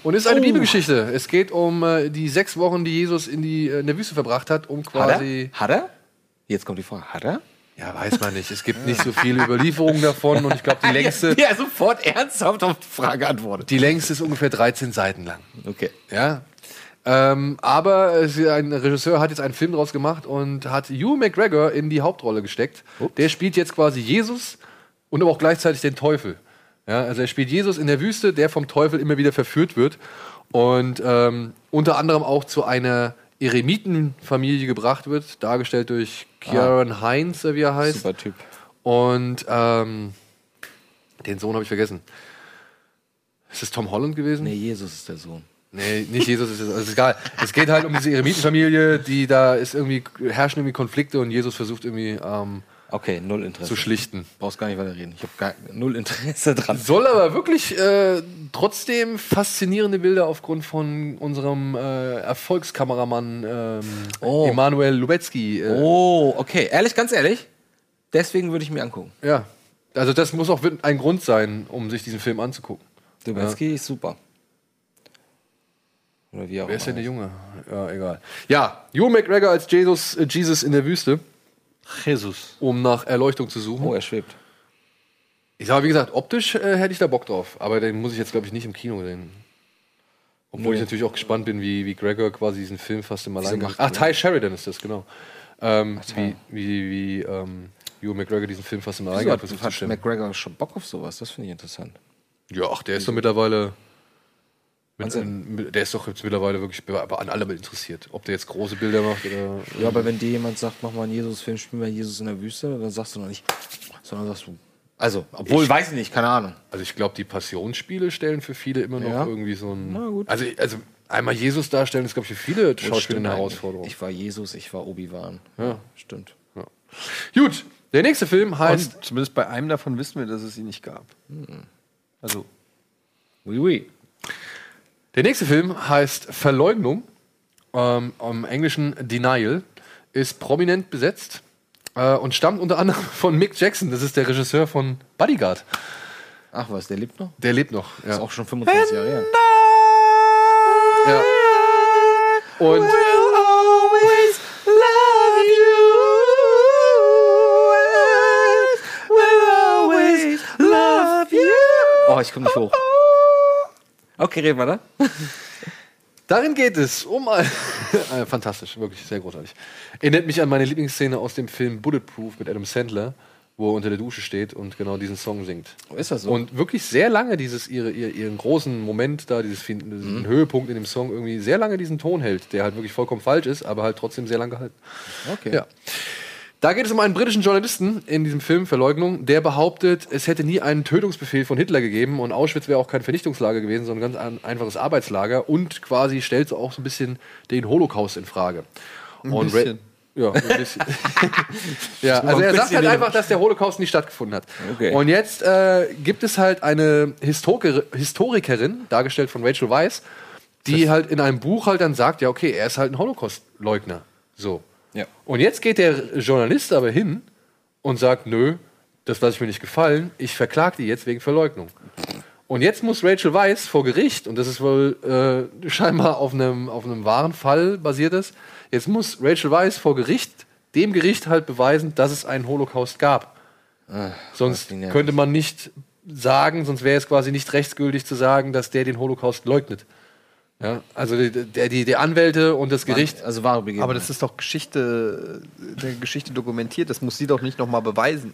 Und
Oh.
ist eine Bibelgeschichte. Es geht um äh, die sechs Wochen, die Jesus in, die, äh, in der Wüste verbracht hat, um
Hat
quasi.
er? Hat er? Jetzt kommt die Frage. Hat er?
Ja, weiß man nicht. Es gibt nicht so viele Überlieferungen davon und ich glaube, die längste,
Ja, sofort ernsthaft auf die Frage antwortet.
die längste ist ungefähr 13 Seiten lang.
Okay.
Ja. Ähm, aber es, ein Regisseur hat jetzt einen Film draus gemacht und hat Hugh McGregor in die Hauptrolle gesteckt. Der spielt jetzt quasi Jesus und aber auch gleichzeitig den Teufel. Ja, also er spielt Jesus in der Wüste, der vom Teufel immer wieder verführt wird und ähm, unter anderem auch zu einer Eremitenfamilie gebracht wird, dargestellt durch Kieran Heinz, wie er heißt.
Ah. Super Typ.
Und ähm, den Sohn habe ich vergessen. Ist es Tom Holland gewesen?
Nee, Jesus ist der Sohn.
Nee, nicht Jesus ist es. Also ist egal. Es geht halt um diese Eremitenfamilie, die da ist irgendwie, herrschen irgendwie Konflikte und Jesus versucht irgendwie ähm,
Okay, null Interesse.
zu schlichten.
Brauchst gar nicht weiter reden. Ich habe gar null Interesse dran.
Soll aber wirklich äh, trotzdem faszinierende Bilder aufgrund von unserem äh, Erfolgskameramann ähm,
Oh.
Emanuel Lubetzky. Äh,
Oh, okay. Ehrlich, ganz ehrlich. Deswegen würde ich mir angucken.
Ja. Also das muss auch ein Grund sein, um sich diesen Film anzugucken.
Dubinsky ist super. Oder wie auch
Wer ist denn
immer.
der Junge? Ja, egal. Ja, Hugh McGregor als Jesus, äh, Jesus in der Wüste,
Jesus.
um nach Erleuchtung zu suchen.
Oh, er schwebt.
Ich sage, wie gesagt, optisch äh, hätte ich da Bock drauf. Aber den muss ich jetzt, glaube ich, nicht im Kino sehen. Obwohl ich natürlich auch gespannt bin, wie, wie Gregor quasi diesen
ne?
Film fast im Allein macht.
macht
Ach, Ty Sheridan ist das, genau. Ähm, wie wie, wie ähm, Ewan McGregor diesen Film fast im
Wieso
Allgemeinen
hat,
versucht zu
hat
stimmen.
McGregor schon Bock auf sowas? Das finde ich interessant.
Ja, ach, der ist doch mittlerweile. Mit,
Also-
mit, der ist doch jetzt mittlerweile wirklich be- aber an allem interessiert. Ob der jetzt große Bilder macht oder.
Ja, aber wenn dir jemand sagt, mach mal einen Jesus-Film, spiel mal Jesus in der Wüste, dann sagst du noch nicht, sondern sagst du. Also, obwohl,
Ich-
weiß ich nicht, keine Ahnung.
Also ich glaube, die Passionsspiele stellen für viele immer noch
Ja.
irgendwie so ein.
Na gut.
Also, also einmal Jesus darstellen ist, glaube ich, für viele Schauspieler
Stimmt
eine
eigentlich.
Herausforderung.
Ich war Jesus, ich war Obi-Wan. Ja. Stimmt.
Gut, der nächste Film heißt.
Und zumindest bei einem davon wissen wir, dass es ihn nicht gab. Also,
Oui, oui.
Der nächste Film heißt Verleugnung, ähm, im Englischen Denial, ist prominent besetzt äh, und stammt unter anderem von Mick Jackson. Das ist der Regisseur von Bodyguard.
Ach was, der lebt noch?
Der lebt noch.
Ist
Ja.
auch schon 25 Jahre her.
Ja. Und
Oh, ich komme nicht hoch. Okay, reden wir da.
darin geht es um ein. äh, fantastisch, wirklich sehr großartig. Erinnert mich an meine Lieblingsszene aus dem Film Bulletproof mit Adam Sandler, wo er unter der Dusche steht und genau diesen Song singt.
Ist das so?
Und wirklich sehr lange dieses ihre, ihr- ihren großen Moment da, dieses, fin- diesen Höhepunkt in dem Song irgendwie sehr lange diesen Ton hält, der halt wirklich vollkommen falsch ist, aber halt trotzdem sehr lange gehalten.
okay.
Ja. Da geht es um einen britischen Journalisten in diesem Film Verleugnung, der behauptet, es hätte nie einen Tötungsbefehl von Hitler gegeben und Auschwitz wäre auch kein Vernichtungslager gewesen, sondern ganz ein einfaches Arbeitslager und quasi stellt so auch so ein bisschen den Holocaust in Frage. Ein
bisschen.
Ja, ein bisschen. ja, also er sagt halt einfach, dass der Holocaust nie stattgefunden hat.
Okay.
Und jetzt äh, gibt es halt eine Historiker, Historikerin, dargestellt von Rachel Weisz, die halt in einem Buch halt dann sagt, ja okay, er ist halt ein Holocaust-Leugner. So.
Ja.
Und jetzt geht der Journalist aber hin und sagt, nö, das lasse ich mir nicht gefallen, ich verklage die jetzt wegen Verleugnung. Und jetzt muss Rachel Weiss vor Gericht, und das ist wohl äh, scheinbar auf einem, auf einem wahren Fall basiertes, jetzt muss Rachel Weiss vor Gericht, dem Gericht halt beweisen, dass es einen Holocaust gab. sonst
die nervig.
könnte man nicht sagen, sonst wäre es quasi nicht rechtsgültig zu sagen, dass der den Holocaust leugnet. Ja, also die, der, die, die Anwälte und das Gericht
Also wahre Begebenheit.
aber das ist doch Geschichte, der Geschichte dokumentiert. Das muss sie doch nicht nochmal beweisen.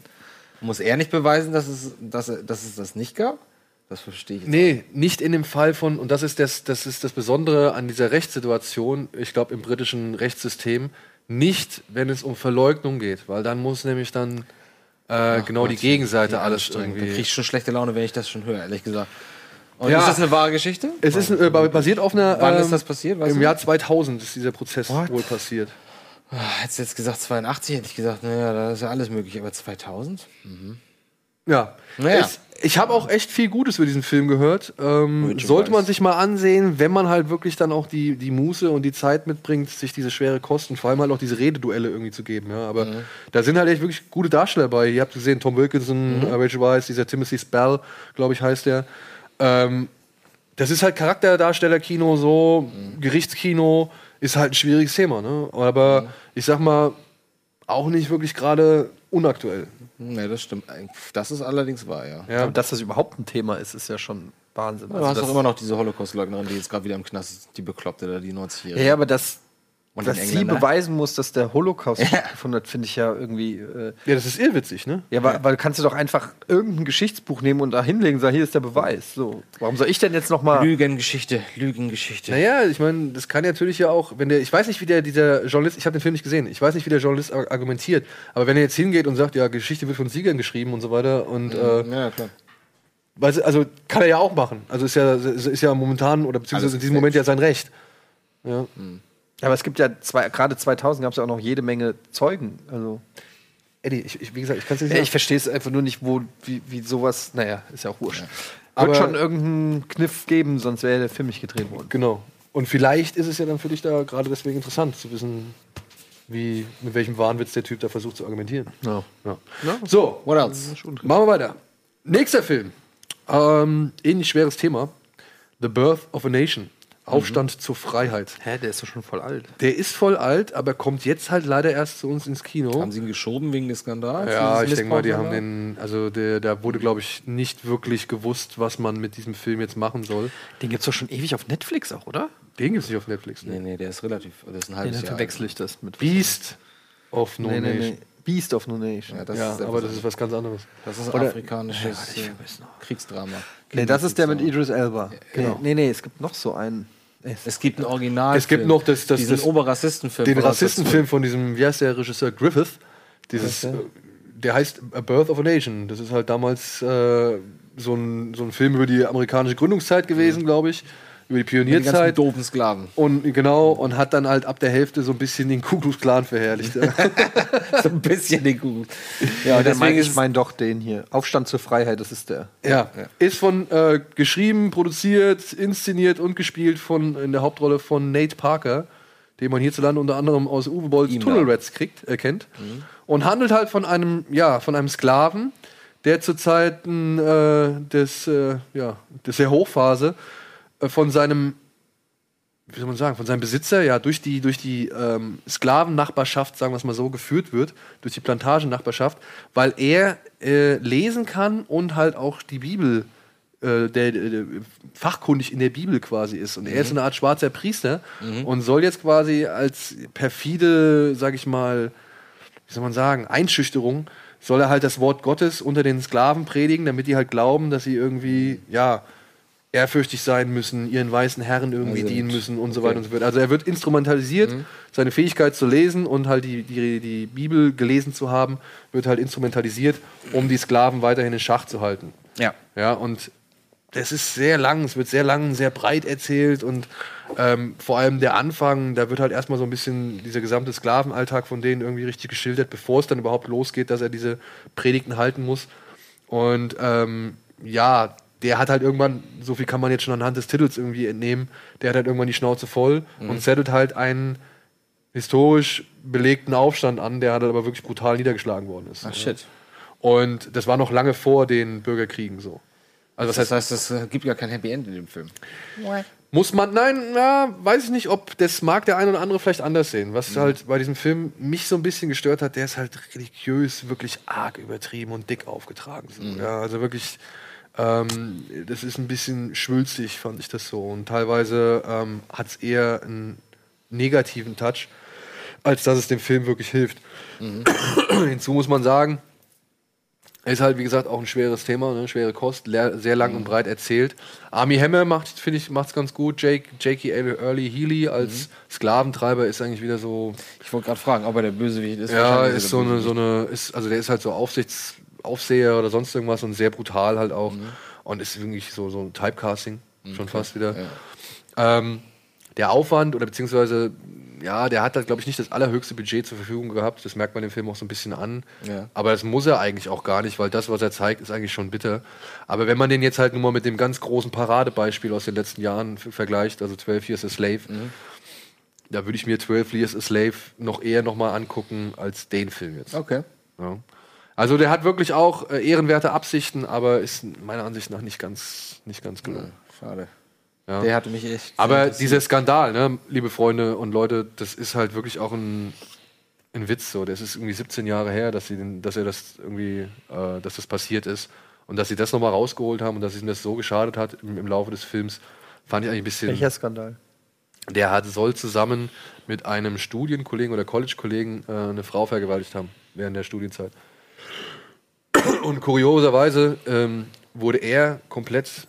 Muss er nicht beweisen, dass es, dass, er, dass es das nicht gab? Das verstehe ich. jetzt
Nee, nicht in dem Fall von, und das ist das, das ist das Besondere an dieser Rechtssituation, ich glaube, im britischen Rechtssystem, nicht, wenn es um Verleugnung geht, weil dann muss nämlich dann äh, genau die Gegenseite alles
anstrengend. Dann krieg
irgendwie.
ich schon schlechte Laune, wenn ich das schon höre, ehrlich gesagt. Und
Ja.
ist das eine wahre Geschichte?
Es ist äh, ba- basiert auf einer. ähm,
Wann ist das passiert? Weißt
Im
du?
Jahr 2000 ist dieser Prozess wohl passiert.
Ah, Hättest du jetzt gesagt 82, hätte ich gesagt, naja, da ist ja alles möglich. Aber 2000?
Ja.
Naja.
Es, ich habe auch echt viel Gutes über diesen Film gehört. Ähm, sollte man sich mal ansehen, wenn man halt wirklich dann auch die, die Muße und die Zeit mitbringt, sich diese schwere Kosten, vor allem halt auch diese Rededuelle irgendwie zu geben. Ja? Aber da sind halt echt wirklich gute Darsteller bei. Ihr habt gesehen, Tom Wilkinson, äh, Rachel Weisz, dieser Timothy Spell, glaube ich, heißt der. Ähm, das ist halt Charakterdarstellerkino, so Gerichtskino ist halt ein schwieriges Thema. Ne? Aber ich sag mal, auch nicht wirklich gerade unaktuell.
Hm, Nee, das stimmt. Äh, Das ist allerdings wahr, ja. also
Ja.
Aber dass das überhaupt ein Thema ist, ist ja schon Wahnsinn. Also
Du hast
das,
doch immer noch diese Holocaust-Leugnerin, die jetzt gerade wieder im Knast ist, die Bekloppte da, die 90-Jährige.
ja, ja, aber das.
Und
Dass
den
sie
ne?
Engländer.
beweisen muss, dass der Holocaust stattgefunden hat, finde ich ja irgendwie. Äh,
Ja, das ist irrwitzig, ne?
ja, weil, weil kannst du doch einfach irgendein Geschichtsbuch nehmen und da hinlegen und sagen, hier ist der Beweis. So, warum soll ich denn jetzt nochmal.
Lügengeschichte, Lügengeschichte.
Naja, ich meine, das kann natürlich ja auch, wenn der, ich weiß nicht, wie der dieser Journalist, ich habe den Film nicht gesehen, ich weiß nicht, wie der Journalist ar- argumentiert, aber wenn er jetzt hingeht und sagt, ja, Geschichte wird von Siegern geschrieben und so weiter und äh,
Mhm.
Ja, klar.
weiß- also kann er ja auch machen. Also ist ja ist ja momentan oder beziehungsweise in diesem Moment ja sein Recht. Ja.
Mhm. Aber es gibt ja zwei, gerade 2000 gab es ja auch noch jede Menge Zeugen. Also.
Eddie, ich, ich, wie gesagt, ich kann es nicht
Ja,
sagen.
ich verstehe es einfach nur nicht, wo, wie, wie sowas, naja, ist ja auch wurscht.
Aber-
Wird schon irgendeinen Kniff geben, sonst wäre der Film nicht gedreht worden.
genau. Und vielleicht ist es ja dann für dich da gerade deswegen interessant zu wissen, wie mit welchem Wahnwitz der Typ da versucht zu argumentieren.
Ja.
Ja. So,
What else?
Machen wir weiter. Nächster Film. Ähm, ähnlich schweres Thema. The Birth of a Nation.
Mhm.
Aufstand zur Freiheit.
Hä, der ist doch schon voll alt.
Der ist voll alt, aber kommt jetzt halt leider erst zu uns ins Kino.
Haben sie ihn geschoben wegen des Skandals?
Ja, ich
Dieses
denke mal, die haben
Missbrauchsskandal?
den, also der, da wurde, glaube ich, nicht wirklich gewusst, was man mit diesem Film jetzt machen soll.
Den gibt's doch schon ewig auf Netflix auch, oder?
Den gibt es nicht auf Netflix. Ne?
Nee, nee, der ist relativ. Das ist ein
Nee,
halbes
dann
Jahr.
verwechsel ich das mit.
Beast of No
Nee, nee,
Nation.
nee.
Beast of No Nation.
Ja, das ist etwas
aber das ist was ganz anderes.
Das ist
Oder-
afrikanisches äh, Kriegsdrama.
Nee, das ist der mit Idris Elba. Genau. Nee, nee, es gibt noch so einen.
Es gibt ein Original.
Es gibt noch das- das-
diesen
das-
Oberrassistenfilm.
Den
von
Rassistenfilm von diesem, wie heißt der Regisseur, Griffith, dieses, äh, der heißt A Birth of a Nation. Das ist halt damals äh, so, ein, so ein Film über die amerikanische Gründungszeit gewesen, glaube ich, über die
Die ganzen
Pionierzeit.
doofen Sklaven.
Und genau, und hat dann halt ab der Hälfte so ein bisschen den Ku Klux Klan verherrlicht.
so ein bisschen den Kugel. Ja, und
der mein,
deswegen ist
ich
es-
meine doch den hier. Aufstand zur Freiheit, das ist der.
Ja. Ist von äh, geschrieben, produziert, inszeniert und gespielt von in der Hauptrolle von Nate Parker, den man hierzulande unter anderem aus Uwe Bolls Tunnel Rats kriegt, äh, kennt. Und handelt halt von einem, ja, von einem Sklaven, der zu Zeiten äh, des, äh, ja, des der Hochphase äh, von seinem wie soll man sagen, von seinem Besitzer ja durch die, durch die ähm, Sklavennachbarschaft, sagen wir es mal so, geführt wird, durch die Plantagennachbarschaft, weil er äh, lesen kann und halt auch die Bibel, äh, der, der fachkundig in der Bibel quasi ist. Und er ist so eine Art schwarzer Priester und soll jetzt quasi als perfide, sag ich mal, wie soll man sagen, Einschüchterung, soll er halt das Wort Gottes unter den Sklaven predigen, damit die halt glauben, dass sie irgendwie, ja, ehrfürchtig sein müssen, ihren weißen Herren irgendwie dienen müssen und so weiter und so fort. Also er wird instrumentalisiert, seine Fähigkeit zu lesen und halt die, die, die Bibel gelesen zu haben, wird halt instrumentalisiert, um die Sklaven weiterhin in Schach zu halten.
Ja.
Ja, und das ist sehr lang, es wird sehr lang, sehr breit erzählt und ähm, vor allem der Anfang, da wird halt erstmal so ein bisschen dieser gesamte Sklavenalltag von denen irgendwie richtig geschildert, bevor es dann überhaupt losgeht, dass er diese Predigten halten muss. Und ähm, ja, der hat halt irgendwann, so viel kann man jetzt schon anhand des Titels irgendwie entnehmen, der hat halt irgendwann die Schnauze voll und zettelt halt einen historisch belegten Aufstand an, der halt aber wirklich brutal niedergeschlagen worden ist.
Ach, shit.
Und das war noch lange vor den Bürgerkriegen so. Also das heißt,
Das heißt, es äh, gibt gar kein Happy End in dem Film.
muss man, nein, na, weiß ich nicht, ob das mag der eine oder andere vielleicht anders sehen. Was halt bei diesem Film mich so ein bisschen gestört hat, der ist halt religiös wirklich arg übertrieben und dick aufgetragen. So. Ja, also wirklich, ähm, das ist ein bisschen schwülstig, fand ich das so. Und teilweise ähm, hat es eher einen negativen Touch, als dass es dem Film wirklich hilft. Hinzu muss man sagen, ist halt, wie gesagt, auch ein schweres Thema, ne? schwere Kost, leer- sehr lang und breit erzählt. Army Hammer macht, finde ich, macht's ganz gut. Jake, Jakey Early Healy als Sklaventreiber ist eigentlich wieder so,
Ich wollte gerade fragen, ob er der Bösewicht ist.
ja,
Wahrscheinlich
ist
er
so eine, so eine, ist, also der ist halt so Aufsichts, Aufseher oder sonst irgendwas und sehr brutal halt auch
Mhm.
und ist wirklich so, so ein Typecasting, schon fast wieder. Ähm, der Aufwand oder beziehungsweise, ja, der hat da, glaube ich, nicht das allerhöchste Budget zur Verfügung gehabt. Das merkt man dem Film auch so ein bisschen an.
Ja.
Aber das muss er eigentlich auch gar nicht, weil das, was er zeigt, ist eigentlich schon bitter. Aber wenn man den jetzt halt nur mal mit dem ganz großen Paradebeispiel aus den letzten Jahren f- vergleicht, also 12 Years a Slave,
Mhm.
da würde ich mir 12 Years a Slave noch eher nochmal angucken als den Film jetzt.
Okay.
Ja. Also der hat wirklich auch äh, ehrenwerte Absichten, aber ist meiner Ansicht nach nicht ganz, nicht ganz gelungen.
Schade.
Ja.
Der hatte mich echt.
Aber dieser Skandal, ne, liebe Freunde und Leute, das ist halt wirklich auch ein, ein Witz so. Das ist irgendwie 17 Jahre her, dass sie den, dass er das irgendwie, äh, dass das passiert ist. Und dass sie das nochmal rausgeholt haben und dass ihm das so geschadet hat im, im Laufe des Films, fand ich eigentlich ein bisschen.
Skandal?
Der hat, soll zusammen mit einem Studienkollegen oder College-Kollegen äh, eine Frau vergewaltigt haben während der Studienzeit. Und kurioserweise ähm, wurde er komplett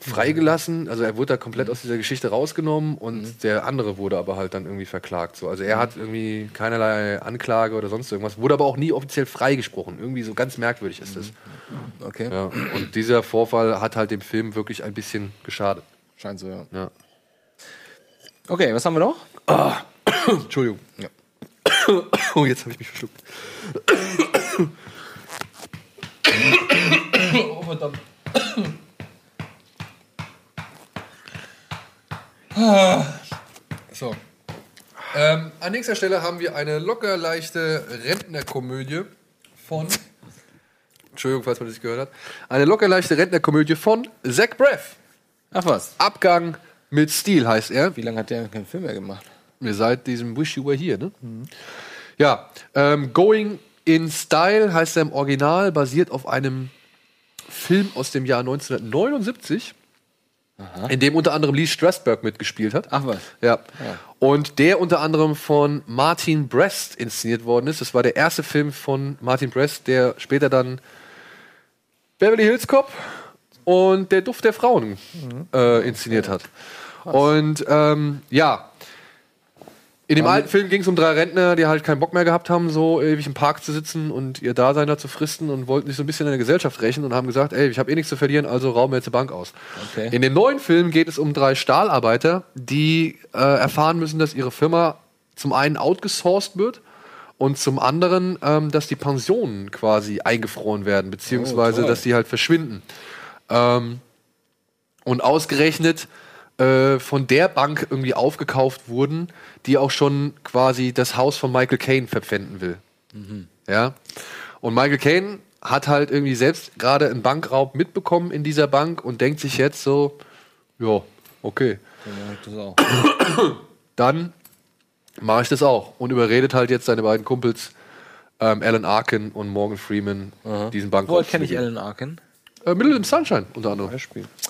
freigelassen. Also er wurde da komplett aus dieser Geschichte rausgenommen und der andere wurde aber halt dann irgendwie verklagt. So. Also er hat irgendwie keinerlei Anklage oder sonst irgendwas, wurde aber auch nie offiziell freigesprochen. Irgendwie so ganz merkwürdig ist das.
Okay.
Ja. Und dieser Vorfall hat halt dem Film wirklich ein bisschen geschadet.
Scheint so, ja.
Ja.
Okay, was haben wir noch?
Entschuldigung.
Ja.
Oh, jetzt habe ich mich verschluckt. Oh, So. Ähm, an nächster Stelle haben wir eine locker leichte Rentnerkomödie von. Entschuldigung, falls man das nicht gehört hat. Eine locker leichte Rentnerkomödie von Zach Braff.
Ach was.
Abgang mit Stil heißt er.
Wie lange hat der keinen Film mehr gemacht?
Mir seit diesem Wish You Were Here, ne? Ja, ähm, Going in Style heißt er im Original, basiert auf einem Film aus dem Jahr 1979 in dem unter anderem Lee Strasberg mitgespielt hat.
Ach was.
Ja. Und der unter anderem von Martin Brest inszeniert worden ist. Das war der erste Film von Martin Brest, der später dann Beverly Hills Cop und der Duft der Frauen äh, inszeniert hat. Und ähm, ja, in dem alten Film ging es um drei Rentner, die halt keinen Bock mehr gehabt haben, so ewig im Park zu sitzen und ihr Dasein da zu fristen und wollten sich so ein bisschen in der Gesellschaft rächen und haben gesagt, ey, ich habe eh nichts zu verlieren, also rauben wir jetzt die Bank aus.
Okay.
In dem neuen Film geht es um drei Stahlarbeiter, die äh, erfahren müssen, dass ihre Firma zum einen outgesourced wird und zum anderen, ähm, dass die Pensionen quasi eingefroren werden, beziehungsweise, dass die halt verschwinden. Ähm, und ausgerechnet äh, von der Bank irgendwie aufgekauft wurden, die auch schon quasi das Haus von Michael Caine verpfänden will.
Mhm.
Ja. Und Michael Caine hat halt irgendwie selbst gerade einen Bankraub mitbekommen in dieser Bank und denkt sich jetzt so, ja, okay,
Das auch.
dann mache ich das auch. Und überredet halt jetzt seine beiden Kumpels, ähm, Alan Arkin und Morgan Freeman, diesen Bankraub.
Woher kenne
zu
ich
begehen.
Alan Arkin?
Äh, Middle im Sunshine unter anderem.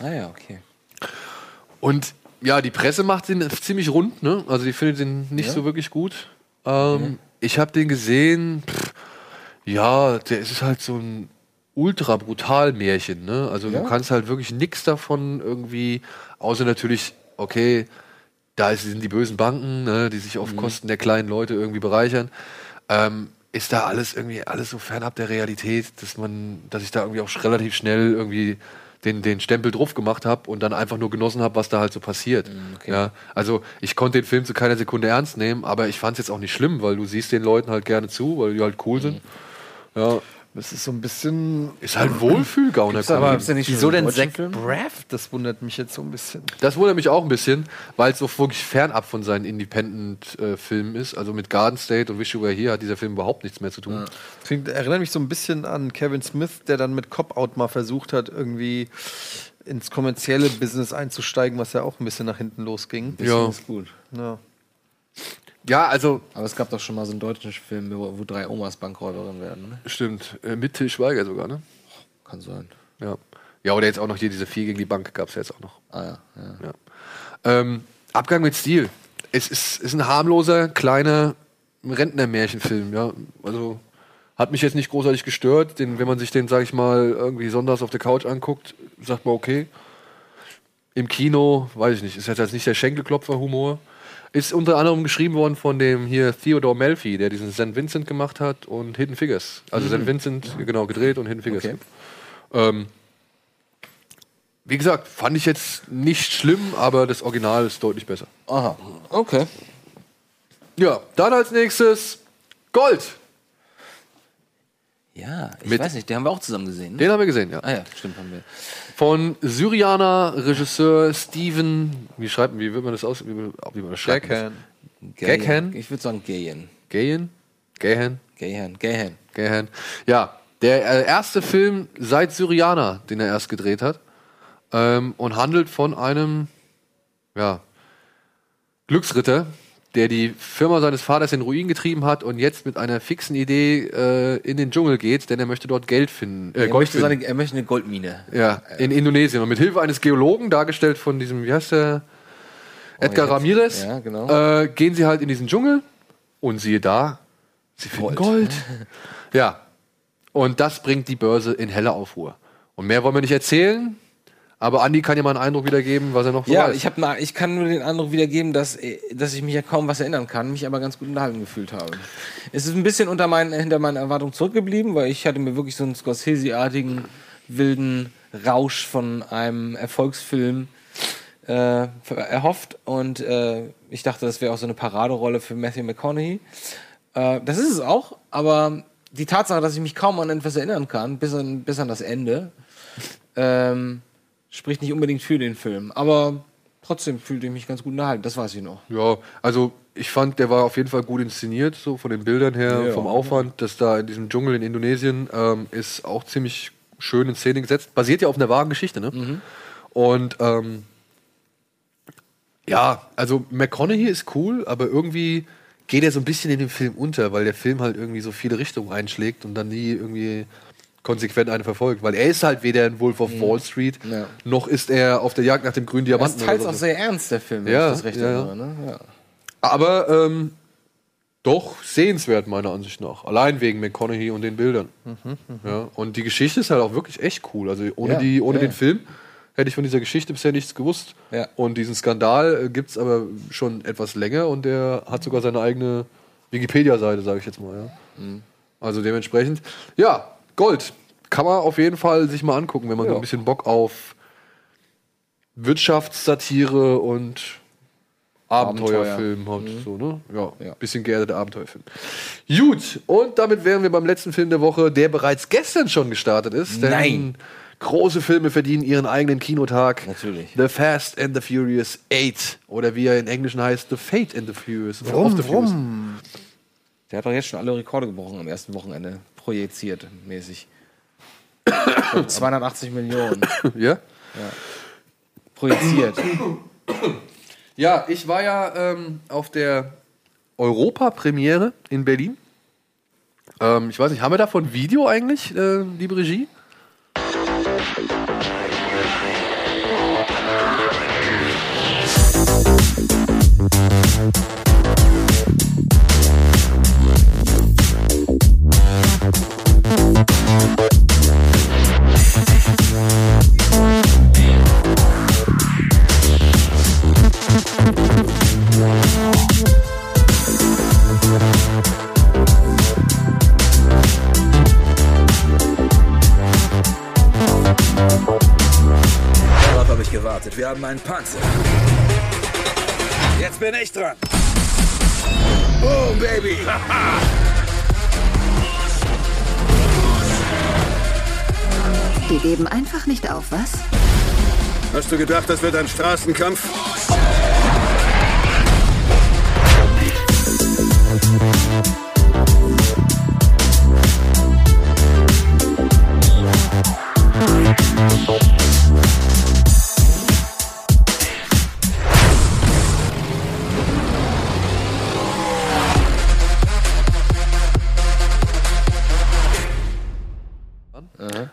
Ah ja, okay.
Und ja, die Presse macht den ziemlich rund, ne? Also die findet den nicht so wirklich gut. Ähm, Ich habe den gesehen, pff, ja, der ist halt so ein ultra brutal Märchen, ne? Also du kannst halt wirklich nichts davon irgendwie, außer natürlich, okay, da ist- sind die bösen Banken, ne, die sich auf Kosten der kleinen Leute irgendwie bereichern. Ähm, ist da alles irgendwie alles so fernab der Realität, dass man, dass ich da irgendwie auch sch- relativ schnell irgendwie den, den Stempel drauf gemacht habe und dann einfach nur genossen habe, was da halt so passiert. Ja, also ich konnte den Film zu keiner Sekunde ernst nehmen, aber ich fand es jetzt auch nicht schlimm, weil du siehst den Leuten halt gerne zu, weil die halt cool sind. Ja,
Das ist so ein bisschen.
ist halt Wohlfühlgauner.
Aber
Gibt's denn nicht
wieso
schon einen
denn
deutschen
Zack Braff? Das wundert mich jetzt so ein bisschen.
Das wundert mich auch ein bisschen, weil es so wirklich fernab von seinen Independent-Filmen ist. Also mit Garden State und Wish You Were Here hat dieser Film überhaupt nichts mehr zu tun.
Klingt, erinnert mich so ein bisschen an Kevin Smith, der dann mit Cop-Out mal versucht hat, irgendwie ins kommerzielle Business einzusteigen, was ja auch ein bisschen nach hinten losging.
Ja.
Ist gut.
Ja.
Ja, also
Aber es gab doch schon mal so einen deutschen Film, wo, wo drei Omas Bankräuberin werden. Ne?
stimmt. Äh, mit Till Schweiger sogar, ne?
Kann sein.
Ja. Ja, oder jetzt auch noch hier diese vier gegen die Bank gab es ja jetzt auch noch.
Ah ja. ja.
Ja. Ähm, Abgang mit Stil. Es ist, ist ein harmloser, kleiner Rentner-Märchenfilm, ja. Also hat mich jetzt nicht großartig gestört. Den, wenn man sich den, sag ich mal, irgendwie sonntags auf der Couch anguckt, sagt man okay. Im Kino, weiß ich nicht, ist jetzt nicht der Schenkelklopfer-Humor. Ist unter anderem geschrieben worden von dem hier Theodore Melfi, der diesen St. Vincent gemacht hat und Hidden Figures. Also St. Vincent, genau, gedreht und Hidden Figures.
Okay.
Ähm, wie gesagt, fand ich jetzt nicht schlimm, aber das Original ist deutlich besser.
Aha. Okay.
Ja, dann als nächstes Gold.
Ja, ich
Mit-
weiß nicht, den haben wir auch zusammen gesehen. Ne?
Den haben wir gesehen, ja.
Ah ja, stimmt, haben wir.
Von Syrianer Regisseur Steven, wie schreibt wie wird man das aus? Wie, wie man das schreibt?
Beckham.
Gahan?
Ich würde sagen Gayen.
Gahan? Gahan?
Gayen, Gayen.
Gahan. Ja, der äh, erste Film seit Syrianer, den er erst gedreht hat. Ähm, und handelt von einem, ja, Glücksritter, der die Firma seines Vaters in Ruin getrieben hat und jetzt mit einer fixen Idee äh, in den Dschungel geht, denn er möchte dort Geld finden. Äh,
Er,
Gold
möchte
finden.
seine, er möchte eine Goldmine.
Ja, in Indonesien. Und mit Hilfe eines Geologen, dargestellt von diesem, wie heißt der? Edgar
Oh, jetzt-
Ramirez,
ja, genau.
äh, gehen sie halt in diesen Dschungel und siehe da, sie finden Gold. ja. Und das bringt die Börse in helle Aufruhr. Und mehr wollen wir nicht erzählen, aber Andi kann ja mal einen Eindruck wiedergeben, was er noch so
Ja,
weiß.
ich, hab, na- ich kann nur den Eindruck wiedergeben, dass, äh, dass ich mich ja kaum was erinnern kann, mich aber ganz gut unterhalten gefühlt habe. Es ist ein bisschen unter meinen, hinter meinen Erwartungen zurückgeblieben, weil ich hatte mir wirklich so einen Scorsese-artigen, wilden Rausch von einem Erfolgsfilm äh, erhofft und äh, ich dachte, das wäre auch so eine Paraderolle für Matthew McConaughey. Äh, das ist es auch, aber die Tatsache, dass ich mich kaum an etwas erinnern kann, bis an, bis an das Ende, ähm, spricht nicht unbedingt für den Film. Aber trotzdem fühlte ich mich ganz gut unterhalten, das weiß ich noch.
Ja, also ich fand, der war auf jeden Fall gut inszeniert, so von den Bildern her,
Ja.
vom Aufwand, dass da in diesem Dschungel in Indonesien ähm, ist auch ziemlich schön in Szene gesetzt. Basiert ja auf einer wahren Geschichte, ne?
Mhm.
Und ähm, ja, also McConaughey ist cool, aber irgendwie geht er so ein bisschen in dem Film unter, weil der Film halt irgendwie so viele Richtungen einschlägt und dann nie irgendwie konsequent einen verfolgt, weil er ist halt weder ein Wolf of Wall Street,
Mhm. Ja.
noch ist er auf der Jagd nach dem grünen
Das
Diamanten.
ist teils
oder
auch
so.
sehr ernst, der Film, wenn
Ja,
ich das recht
ja, ja.
erinnere. Ne? Ja.
Aber ähm, doch sehenswert meiner Ansicht nach. Allein wegen McConaughey und den Bildern.
Mhm,
ja, und die Geschichte ist halt auch wirklich echt cool. Also ohne,
Ja,
die, ohne
ja,
den
ja.
Film hätte ich von dieser Geschichte bisher nichts gewusst.
Ja.
Und diesen Skandal äh, gibt es aber schon etwas länger und der hat sogar seine eigene Wikipedia-Seite, sage ich jetzt mal. Ja. Also dementsprechend, ja, Gold. Kann man auf jeden Fall sich mal angucken, wenn man so ein bisschen Bock auf Wirtschaftssatire und Abenteuerfilm hat. So, ne? Ja,
Mhm. Ja.
bisschen geerdeter Abenteuerfilm. Gut, und damit wären wir beim letzten Film der Woche, der bereits gestern schon gestartet ist. Denn
Nein.
Große Filme verdienen ihren eigenen Kinotag.
Natürlich.
The Fast and the Furious 8. Oder wie er in Englischen heißt, The Fate and the Furious. Of the Furious.
Der hat doch jetzt schon alle Rekorde gebrochen am ersten Wochenende, projiziert mäßig. 280 Millionen
Ja?
projiziert.
ja, ich war ja ähm, auf der Europapremiere in Berlin. Ähm, ich weiß nicht, haben wir davon ein Video eigentlich, äh, liebe Regie?
Darauf habe ich gewartet. Wir haben einen Panzer. Jetzt bin ich dran. Boom, Baby!
Die geben einfach nicht auf, was?
Hast du gedacht, das wird ein Straßenkampf?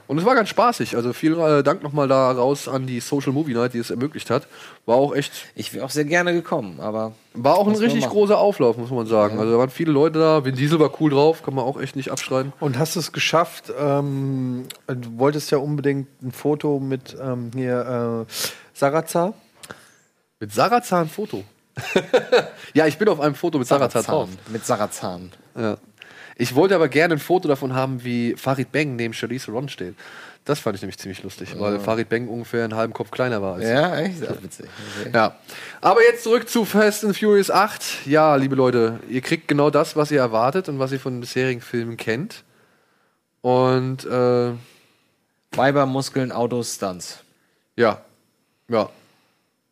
Und es war ganz spaßig. Also vielen äh, Dank nochmal da raus an die Social Movie Night, die es ermöglicht hat. War auch echt.
Ich wäre auch sehr gerne gekommen, aber.
War auch ein
muss man
richtig
machen.
großer Auflauf, muss man sagen. Also da waren viele Leute da. Vin Diesel war cool drauf, kann man auch echt nicht abschreiben.
Und hast es geschafft, ähm, du wolltest ja unbedingt ein Foto mit ähm, hier äh, Sarazar.
Mit Sarazar ein Foto. ja, ich bin auf einem Foto mit Sarazar drauf.
Mit Sarazan.
Ja. Ich wollte aber gerne ein Foto davon haben, wie Farid Beng neben Charlize Ron steht. Das fand ich nämlich ziemlich lustig, weil Farid Beng ungefähr einen halben Kopf kleiner war als ich.
Ja, echt? Das ist witzig. Okay.
Ja. Aber jetzt zurück zu Fast and Furious 8. Ja, liebe Leute, ihr kriegt genau das, was ihr erwartet und was ihr von den bisherigen Filmen kennt. Und äh,
Weiber, Muskeln, Autos, Stunts.
ja. Ja.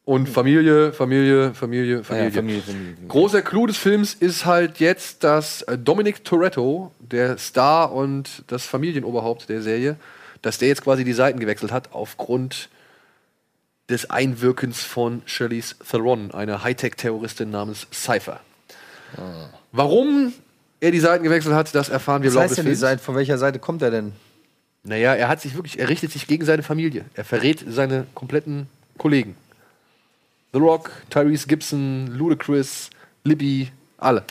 Und Familie, Familie, Familie, Familie.
Familie.
Großer Clou des Films ist halt jetzt, dass äh, Dominic Toretto, der Star und das Familienoberhaupt der Serie, dass der jetzt quasi die Seiten gewechselt hat aufgrund des Einwirkens von Charlize Theron, einer Hightech-Terroristin namens Cypher. Warum er die Seiten gewechselt hat, das erfahren wir
Ah. Was
im Laufe
heißt
des
denn die
Films.
Seite? Von welcher Seite kommt er denn?
Naja, er hat sich wirklich, er richtet sich gegen seine Familie. Er verrät seine kompletten Kollegen. The Rock, Tyrese Gibson, Ludacris, Libby, alle.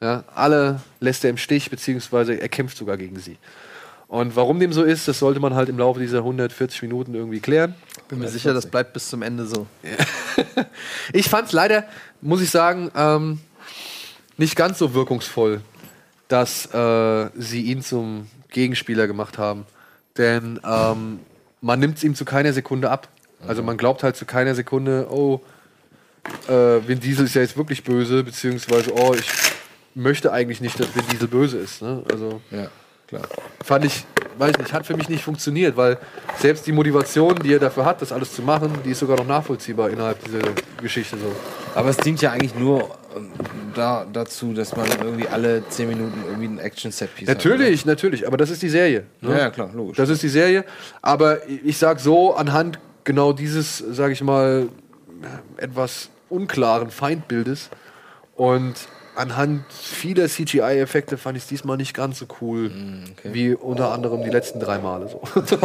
Ja, alle lässt er im Stich, beziehungsweise er kämpft sogar gegen sie. Und warum dem so ist, das sollte man halt im Laufe dieser 140 Minuten irgendwie klären.
Bin mir sicher, das bleibt bis zum Ende so.
Ich fand es leider, muss ich sagen, ähm, nicht ganz so wirkungsvoll, dass äh, sie ihn zum Gegenspieler gemacht haben. Denn ähm, man nimmt es ihm zu keiner Sekunde ab. Also man glaubt halt zu keiner Sekunde, oh, äh, Vin Diesel ist ja jetzt wirklich böse, beziehungsweise, oh, ich möchte eigentlich nicht, dass Vin Diesel böse ist. Ne? Also
Ja, klar.
fand ich, weiß nicht, hat für mich nicht funktioniert, weil selbst die Motivation, die er dafür hat, das alles zu machen, die ist sogar noch nachvollziehbar innerhalb dieser Geschichte so.
Aber es dient ja eigentlich nur ähm, da, dazu, dass man irgendwie alle 10 Minuten irgendwie ein Action-Set-Piece
Natürlich, natürlich, aber das ist die Serie. ne?
hat. Natürlich. Ja, ja, klar, logisch.
Das ist die Serie. Aber ich sag so, anhand genau dieses, sage ich mal, etwas unklaren Feindbildes und anhand vieler CGI-Effekte fand ich es diesmal nicht ganz so cool,
Mhm.
wie unter anderem die letzten drei Male so.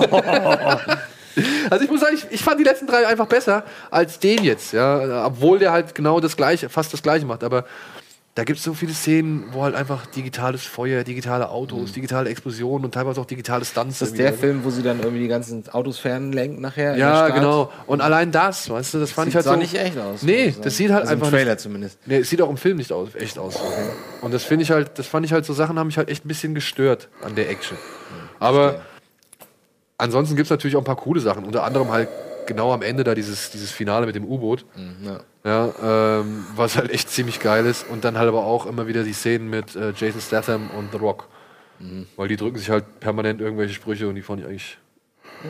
Also ich muss sagen, ich, ich fand die letzten drei einfach besser als den jetzt, ja. Obwohl der halt genau das gleiche, fast das gleiche macht. Aber da gibt es so viele Szenen, wo halt einfach digitales Feuer, digitale Autos, digitale Explosionen und teilweise auch digitale Stunts.
Mhm. Das ist
irgendwie
der
drin.
Film, wo sie dann irgendwie die ganzen Autos fernlenkt nachher. in
Ja,
der Stadt.
genau. Und allein das, weißt du, das fand
Sieht
ich halt
zwar
so.
nicht echt aus, muss
Nee,
ich sagen.
das sieht halt
Also im
einfach.
Trailer
nicht,
zumindest.
Nee, es sieht auch im Film nicht aus, echt aus. Und das finde ich halt, das fand ich halt so Sachen, haben mich halt echt ein bisschen gestört an der Action. Aber ansonsten gibt es natürlich auch ein paar coole Sachen. Unter anderem halt genau am Ende da dieses, dieses Finale mit dem U-Boot.
Mhm, Ja.
Ja, ähm, was halt echt ziemlich geil ist. Und dann halt aber auch immer wieder die Szenen mit äh, Jason Statham und The Rock. Weil die drücken sich halt permanent irgendwelche Sprüche und die fand ich eigentlich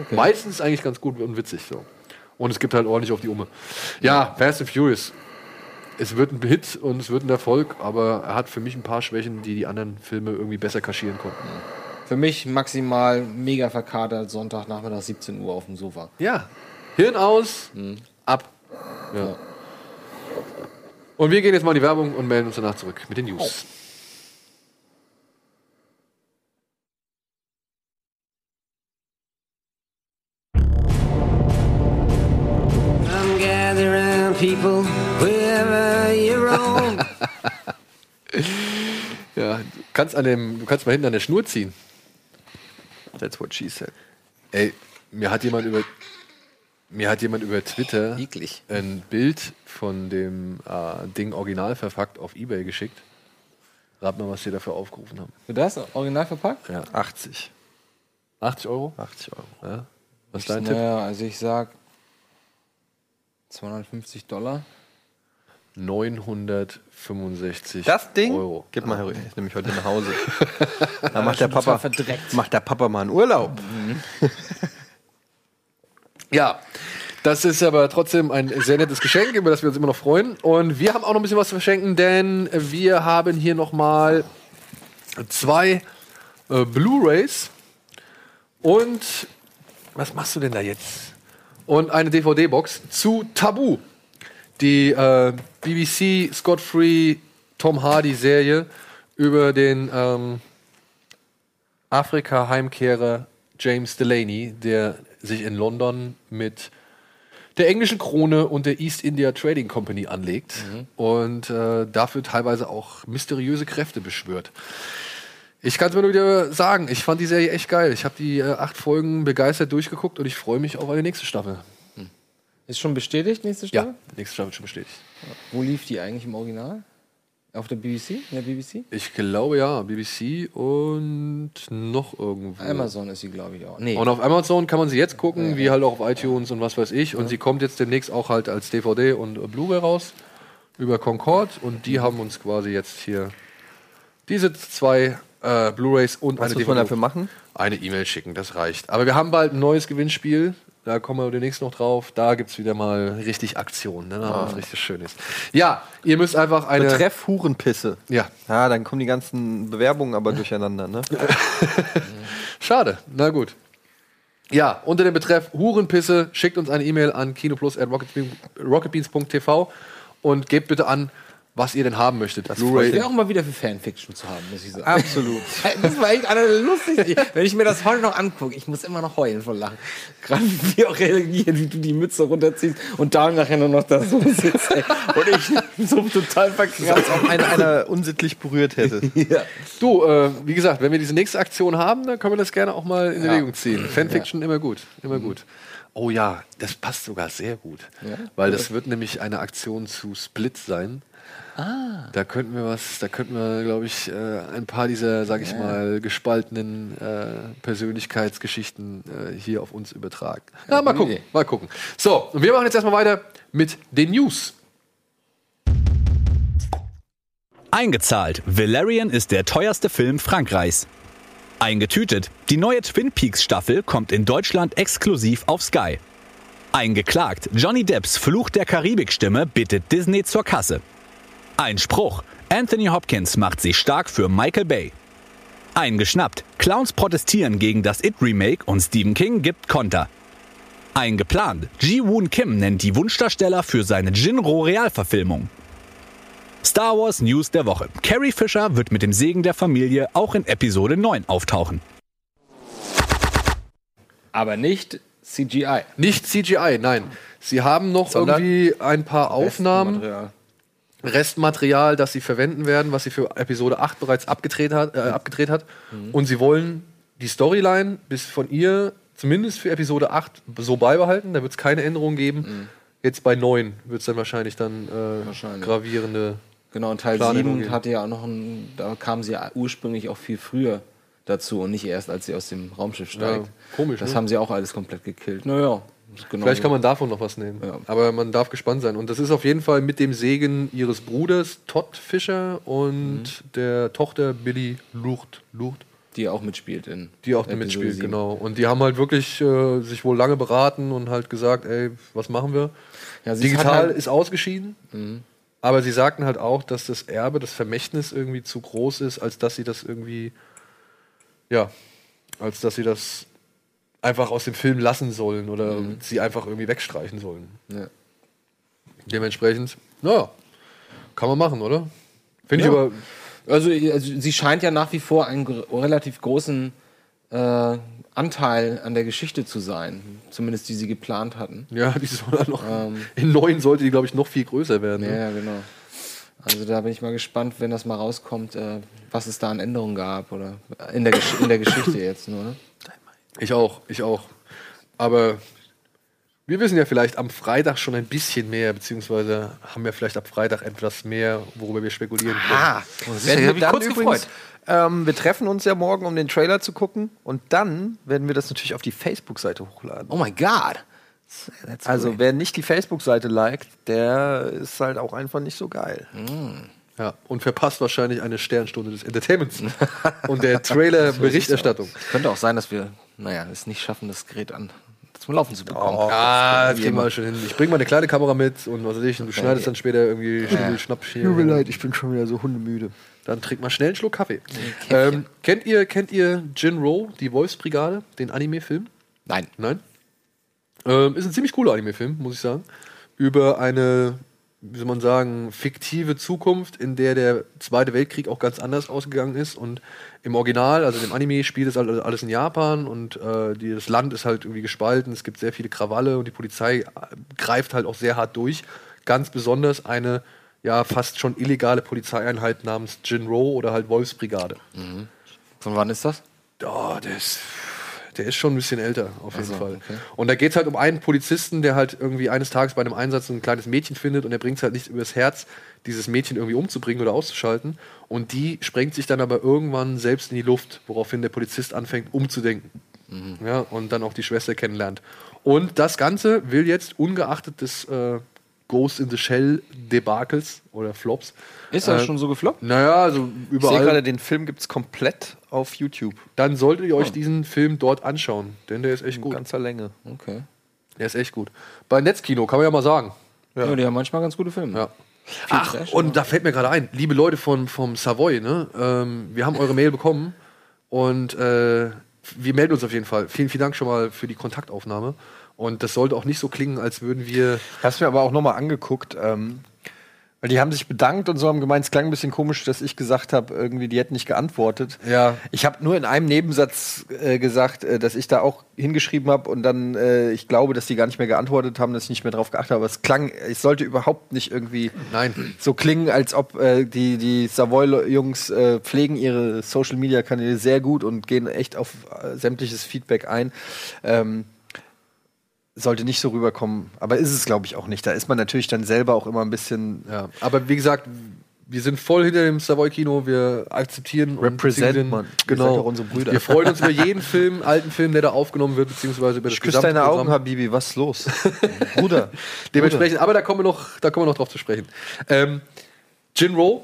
Okay.
meistens eigentlich ganz gut und witzig. So. Und es gibt halt ordentlich auf die Umme. Ja, Fast and Furious. Es wird ein Hit und es wird ein Erfolg, aber er hat für mich ein paar Schwächen, die die anderen Filme irgendwie besser kaschieren konnten.
Für mich maximal mega verkatert, Sonntagnachmittag 17 Uhr auf dem Sofa.
Ja. Hirn aus, ab. Ja. Und wir gehen jetzt mal in die Werbung und melden uns danach zurück mit den News.
Come gather round, people, wherever you roam.
Oh. Ja, du kannst, an dem, du kannst mal hinten an der Schnur ziehen. That's what she said. Ey, mir hat jemand über, mir hat jemand über Twitter ein Bild von dem äh, Ding original verpackt auf Ebay geschickt. Rat mal, was sie dafür aufgerufen haben.
Für das? Original verpackt?
Ja. 80. 80 Euro? 80 Euro. Ja. Was ist dein Tipp?
Naja, also ich sag 250 Dollar.
965
Das Ding?
Euro.
Gib mal her, ich nehme mich heute nach Hause.
Ja,
Da macht der
schon zwar
Papa,
verdreckt.
macht der Papa mal einen Urlaub.
Ja, das ist aber trotzdem ein sehr nettes Geschenk, über das wir uns immer noch freuen. Und wir haben auch noch ein bisschen was zu verschenken, denn wir haben hier nochmal zwei äh, Blu-Rays und was machst du denn da jetzt? Und eine DVD-Box zu Tabu. Die äh, BBC Scott-Free Tom Hardy-Serie über den ähm, Afrika-Heimkehrer James Delaney, der sich in London mit der englischen Krone und der East India Trading Company anlegt und äh, dafür teilweise auch mysteriöse Kräfte beschwört. Ich kann es mir nur wieder sagen, ich fand die Serie echt geil. Ich habe die äh, acht Folgen begeistert durchgeguckt und ich freue mich auf eine nächste Staffel.
Ist schon bestätigt, nächste
Ja,
Staffel?
nächste Staffel ist schon bestätigt.
Wo lief die eigentlich im Original? Auf der BBC? In der BBC?
Ich glaube ja, BBC und noch irgendwo.
Amazon ist sie, glaube ich, auch. Nee.
Und auf Amazon kann man sie jetzt gucken, wie halt auch auf iTunes und was weiß ich. Und sie kommt jetzt demnächst auch halt als DVD und äh, Blu-ray raus über Concord. Und die haben uns quasi jetzt hier diese zwei äh, Blu-rays und
Was
eine
muss man
DVD
dafür machen?
Eine E-Mail schicken, das reicht. Aber wir haben bald ein neues Gewinnspiel. Da kommen wir demnächst noch drauf. Da gibt es wieder mal richtig Aktion, ne? Ah, was richtig schön ist. Ja, ihr müsst einfach eine.
Betreff Hurenpisse.
Ja.
Ja, dann kommen die ganzen Bewerbungen aber durcheinander, ne?
Schade, na gut. Ja, unter dem Betreff Hurenpisse schickt uns eine E-Mail an kinoplus.rocketbeans.tv und gebt bitte an, was ihr denn haben möchtet.
Ich
Blu-ray.
wäre auch mal wieder für Fanfiction zu haben, muss ich sagen.
Absolut.
Das war echt einer der lustigsten. Wenn ich mir das heute noch angucke, ich muss immer noch heulen vor Lachen. Gerade wie wir auch reagieren, wie du die Mütze runterziehst und da nachher nur noch da so sitzt. Ey. Und ich so total verkratzt.
Als ob einer, einer unsittlich berührt hätte.
Ja.
Du, äh, wie gesagt, wenn wir diese nächste Aktion haben, dann können wir das gerne auch mal in Erwägung ziehen. Fanfiction immer gut, immer gut. Oh ja, das passt sogar sehr gut,
Ja?
weil das wird nämlich eine Aktion zu Split sein.
Ah.
Da könnten wir was, da könnten wir, glaube ich, äh, ein paar dieser, sage ich mal, gespaltenen äh, Persönlichkeitsgeschichten äh, hier auf uns übertragen. Na, mal
gute
gucken,
Idee.
mal gucken. So, und wir machen jetzt erstmal weiter mit den News.
Eingezahlt. Valerian ist der teuerste Film Frankreichs. Eingetütet. Die neue Twin Peaks Staffel kommt in Deutschland exklusiv auf Sky. Eingeklagt. Johnny Depps Fluch der Karibik-Stimme bittet Disney zur Kasse. Einspruch. Anthony Hopkins macht sich stark für Michael Bay. Eingeschnappt. Clowns protestieren gegen das It-Remake und Stephen King gibt Konter. Eingeplant. Ji-Woon Kim nennt die Wunschdarsteller für seine Jinro-Realverfilmung. Star Wars News der Woche. Carrie Fisher wird mit dem Segen der Familie auch in Episode 9 auftauchen.
Aber nicht CGI.
Nicht CGI, nein. Sie haben noch
Sondern
irgendwie ein paar Aufnahmen,
Restmaterial.
Restmaterial, das sie verwenden werden, was sie für Episode 8 bereits abgedreht hat. Äh, abgedreht hat. Und sie wollen die Storyline bis von ihr zumindest für Episode 8 so beibehalten. Da wird es keine Änderungen geben. Jetzt bei 9 wird es dann wahrscheinlich dann äh, gravierende.
Genau, und Teil
Planänderungen
7
geben.
hatte ja auch noch ein, da kam sie ja ursprünglich auch viel früher dazu und nicht erst, als sie aus dem Raumschiff steigt.
Ja, komisch,
Das
ne?
haben sie auch alles komplett gekillt. Naja, genau.
Vielleicht kann man davon noch was nehmen. Aber man darf gespannt sein. Und das ist auf jeden Fall mit dem Segen ihres Bruders Todd Fischer und der Tochter Billy Lucht. Lucht.
Die auch mitspielt in.
Die auch
Episode
mitspielt,
sieben.
genau. Und die haben halt wirklich äh, sich wohl lange beraten und halt gesagt, ey, was machen wir?
Ja, sie hat
Digital
halt-
ist ausgeschieden,
Mhm.
aber sie sagten halt auch, dass das Erbe, das Vermächtnis irgendwie zu groß ist, als dass sie das irgendwie, ja, als dass sie das einfach aus dem Film lassen sollen oder
Mhm.
sie einfach irgendwie wegstreichen sollen.
Ja.
Dementsprechend, naja, kann man machen, oder? Finde
Ja.
ich aber
Also, also sie scheint ja nach wie vor einen gr- relativ großen äh, Anteil an der Geschichte zu sein, zumindest die sie geplant hatten.
Ja, die soll dann noch.
Ähm.
in neun sollte die, glaube ich, noch viel größer werden.
Ja,
Ne?
ja, genau. Also da bin ich mal gespannt, wenn das mal rauskommt, äh, was es da an Änderungen gab oder in der, Gesch in der Geschichte jetzt nur. Ne?
Ich auch, ich auch. Aber wir wissen ja vielleicht am Freitag schon ein bisschen mehr, beziehungsweise haben wir vielleicht ab Freitag etwas mehr, worüber wir spekulieren können.
Ah,
Wenn
werden
wir
wir dann
dann
übrigens, ähm, wir treffen uns ja morgen, um den Trailer zu gucken. Und dann werden wir das natürlich auf die Facebook-Seite hochladen.
Oh my God.
Also, wer nicht die Facebook-Seite liked, der ist halt auch einfach nicht so geil.
Ja, und verpasst wahrscheinlich eine Sternstunde des Entertainments und der Trailer-Berichterstattung.
Könnte auch sein, dass wir, naja, es nicht schaffen, das Gerät an zum Laufen zu bekommen.
ah, das kriegen wir schon hin. Ich bring mal eine kleine Kamera mit und was weiß ich, und du schneidest dann später irgendwie Schnibbel, Schnapp hier.
Tut mir leid, ich bin schon wieder so hundemüde.
Dann trink mal schnell einen Schluck Kaffee. Ähm, kennt ihr, kennt ihr Jinro, die Wolfsbrigade, den Anime-Film?
Nein.
Nein? Ähm, ist ein ziemlich cooler Anime-Film, muss ich sagen. Über eine, wie soll man sagen, fiktive Zukunft, in der der Zweite Weltkrieg auch ganz anders ausgegangen ist. Und im Original, also im Anime, spielt es halt alles in Japan und äh, die, das Land ist halt irgendwie gespalten. Es gibt sehr viele Krawalle und die Polizei äh, greift halt auch sehr hart durch. Ganz besonders eine ja fast schon illegale Polizeieinheit namens Jinro oder halt Wolfsbrigade.
Von wann ist das?
Oh, der ist, der ist schon ein bisschen älter, auf jeden
Also,
so,
Fall.
okay.
Und da geht es halt um einen Polizisten, der halt irgendwie eines Tages bei einem Einsatz ein kleines Mädchen findet und er bringt es halt nicht übers Herz, dieses Mädchen irgendwie umzubringen oder auszuschalten. Und die sprengt sich dann aber irgendwann selbst in die Luft, woraufhin der Polizist anfängt, umzudenken.
Mhm.
Ja, und dann auch die Schwester kennenlernt. Und das Ganze will jetzt, ungeachtet des äh, Ghost in the Shell-Debakels oder Flops.
Ist das
äh,
schon so gefloppt?
Naja, also
Ich sehe
überall.
gerade, den Film gibt es komplett auf YouTube.
Dann solltet ihr euch
Oh.
diesen Film dort anschauen, denn der ist echt gut.
Ganzer Länge.
Okay.
Der ist echt gut. Bei Netzkino kann man ja mal sagen.
Ja. die haben manchmal ganz gute Filme.
Ja. Ach, und da fällt mir gerade ein, liebe Leute von, vom Savoy, ne? ähm, wir haben eure Mail bekommen und äh, wir melden uns auf jeden Fall. Vielen, vielen Dank schon mal für die Kontaktaufnahme. Und das sollte auch nicht so klingen, als würden wir.
Ich hab's mir aber auch nochmal angeguckt. Ähm, weil die haben sich bedankt und so haben gemeint, es klang ein bisschen komisch, dass ich gesagt habe, irgendwie, die hätten nicht geantwortet.
Ja.
Ich habe nur in einem Nebensatz äh, gesagt, äh, dass ich da auch hingeschrieben habe und dann, äh, ich glaube, dass die gar nicht mehr geantwortet haben, dass ich nicht mehr drauf geachtet habe. Aber es klang, es sollte überhaupt nicht irgendwie
Nein.
so klingen, als ob äh, die, die Savoy-Jungs äh, pflegen ihre Social-Media-Kanäle sehr gut und gehen echt auf äh, sämtliches Feedback ein. Ähm, sollte nicht so rüberkommen, aber ist es, glaube ich, auch nicht. Da ist man natürlich dann selber auch immer ein bisschen.
Ja. Aber wie gesagt, wir sind voll hinter dem Savoy-Kino, wir akzeptieren und
Represent,
ziehen den-
Mann. Ihr
Genau.
seid doch unsere Brüder.
Wir freuen uns über jeden Film, alten Film, der da aufgenommen wird, beziehungsweise über das
Ich küsse deine
Gesamtprogramm.
Augen, Habibi, was ist los? Bruder.
Dementsprechend, aber da kommen wir noch, da kommen wir noch drauf zu sprechen. Ähm, Jinro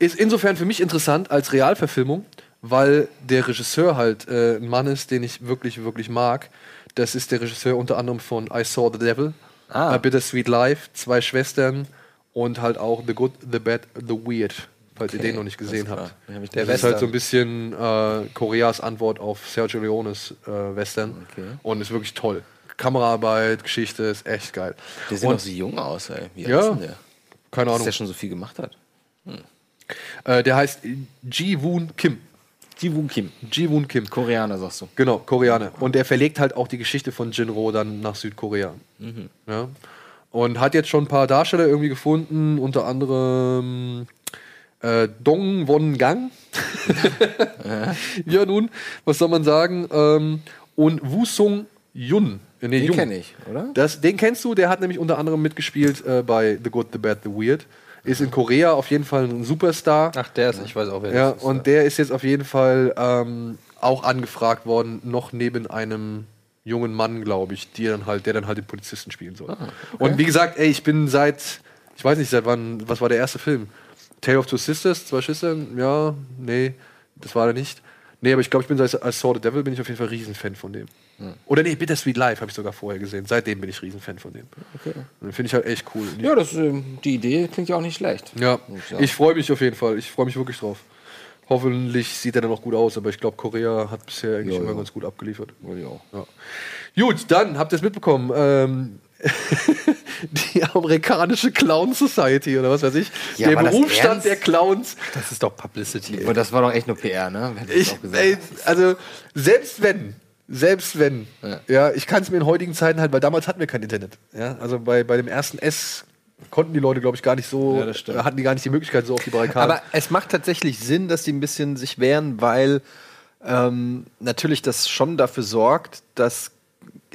ist insofern für mich interessant als Realverfilmung, weil der Regisseur halt äh, ein Mann ist, den ich wirklich, wirklich mag. Das ist der Regisseur unter anderem von I Saw the Devil,
Ah.
A Bittersweet Life, Zwei Schwestern und halt auch The Good, The Bad, The Weird, falls ihr
Okay,
den noch nicht gesehen
alles klar.
habt.
Den hab ich nicht
Der
gesehen.
ist halt so ein bisschen äh, Koreas Antwort auf Sergio Leones äh, Western
Okay.
und ist wirklich toll. Kameraarbeit, Geschichte, ist echt geil.
Der sieht
Und-
doch so jung aus, ey. Wie alt
ja,
ist denn der?
keine
Dass
Ahnung.
der schon so viel gemacht hat.
Äh, der heißt Ji-Woon Kim.
Ji-Woon Kim.
Ji-Woon Kim.
Koreaner, sagst du.
Genau, Koreaner. Und der verlegt halt auch die Geschichte von Jinro dann nach Südkorea.
Mhm.
Ja? Und hat jetzt schon ein paar Darsteller irgendwie gefunden, unter anderem äh, Dong Won Gang. ja. nun, was soll man sagen? Ähm, und Woo Sung Yun. Äh, nee,
Den
Jung.
kenne ich, oder?
Das, den kennst du, der hat nämlich unter anderem mitgespielt äh, bei The Good, The Bad, The Weird. Ist in Korea auf jeden Fall ein Superstar.
Ach, der ist, ich weiß auch, wer
Ja,
das ist. äh,
und der ist jetzt auf jeden Fall ähm, auch angefragt worden, noch neben einem jungen Mann, glaube ich, die dann halt, der dann halt den Polizisten spielen soll.
Ah,
Und wie gesagt, ey, ich bin seit, ich weiß nicht, seit wann, was war der erste Film? Tale of Two Sisters, zwei Schüchtern, ja, nee, das war er nicht. Nee, aber ich glaube, ich bin seit I Saw the Devil bin ich auf jeden Fall Riesenfan von dem. Oder nee, Bittersweet Life habe ich sogar vorher gesehen. Seitdem bin ich Riesenfan von dem.
Okay.
Den finde ich halt echt cool. Und die-
Ja, das, ähm, die Idee klingt ja auch nicht schlecht.
ja,
Muss ich sagen.
ich freue mich auf jeden Fall. Ich freue mich wirklich drauf. Hoffentlich sieht er dann auch gut aus, aber ich glaube, Korea hat bisher eigentlich
Ja,
immer
ja.
ganz gut abgeliefert.
Ja.
Ja. Gut, dann habt ihr es mitbekommen. Ähm, die amerikanische Clown Society oder was weiß ich.
Ja,
der
war das
Berufsstand
ernst?
der Clowns.
Das ist doch Publicity.
Aber das war doch echt nur PR, ne? Wer hat das
Ich,
auch gesagt?
ey, also, selbst wenn, selbst wenn, ja, ich kann es mir in heutigen Zeiten halt, weil damals hatten wir kein Internet. Ja? Also bei, bei dem ersten S konnten die Leute, glaube ich, gar nicht so, äh,
Ja, das stimmt.
hatten die gar nicht die Möglichkeit, so auf die Barrikaden.
Aber es macht tatsächlich Sinn, dass die ein bisschen sich wehren, weil ähm, natürlich das schon dafür sorgt, dass.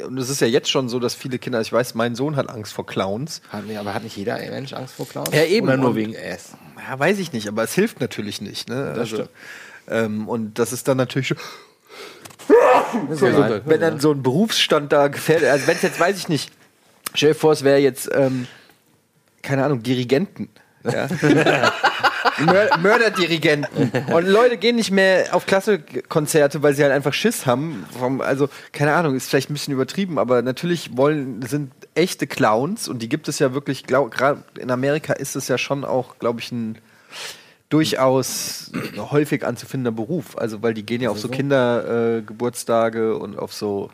Und es ist ja jetzt schon so, dass viele Kinder, ich weiß, mein Sohn hat Angst vor Clowns.
Hat, nee, aber hat nicht jeder Mensch Angst vor Clowns?
Ja, eben.
Oder nur
Und-
wegen S?
Ja, weiß ich nicht, aber es hilft natürlich nicht. Ne?
Das stimmt.
Ähm, und das ist dann natürlich schon.
Gesundheit.
Wenn dann so ein Berufsstand da gefährdet, also wenn es jetzt, weiß ich nicht, stell dir vor, es wäre jetzt, ähm, keine Ahnung, Dirigenten. Ja? Mör Mörderdirigenten. Und Leute gehen nicht mehr auf Klassekonzerte, weil sie halt einfach Schiss haben. Vom, also, keine Ahnung, ist vielleicht ein bisschen übertrieben, aber natürlich wollen, sind echte Clowns und die gibt es ja wirklich, gerade in Amerika ist es ja schon auch, glaube ich, ein durchaus häufig anzufindender Beruf. Also, weil die gehen ja auf so Kindergeburtstage äh, Geburtstage und auf so,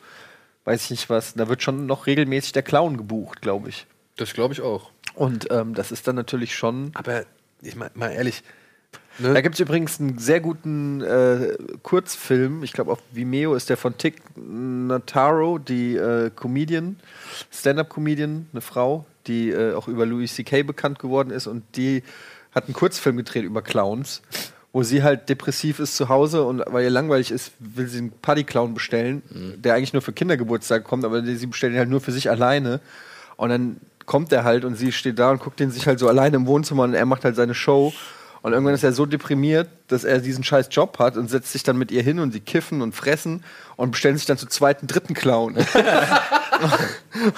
weiß ich nicht was, da wird schon noch regelmäßig der Clown gebucht, glaube ich.
Das glaube ich auch.
Und ähm, das ist dann natürlich schon.
Aber ich meine, mal ehrlich.
Da gibt es übrigens einen sehr guten äh, Kurzfilm, ich glaube auf Vimeo ist der von Tick Nataro, die äh, Comedian, Stand-up-Comedian, eine Frau, die äh, auch über Louis C.K. bekannt geworden ist und die hat einen Kurzfilm gedreht über Clowns, wo sie halt depressiv ist zu Hause und weil ihr langweilig ist, will sie einen Party-Clown bestellen, der eigentlich nur für Kindergeburtstage kommt, aber die- sie bestellt ihn halt nur für sich alleine und dann kommt er halt und sie steht da und guckt ihn sich halt so alleine im Wohnzimmer und er macht halt seine Show und irgendwann ist er so deprimiert, dass er diesen scheiß Job hat und setzt sich dann mit ihr hin und sie kiffen und fressen und bestellen sich dann zu zweiten, dritten Clown.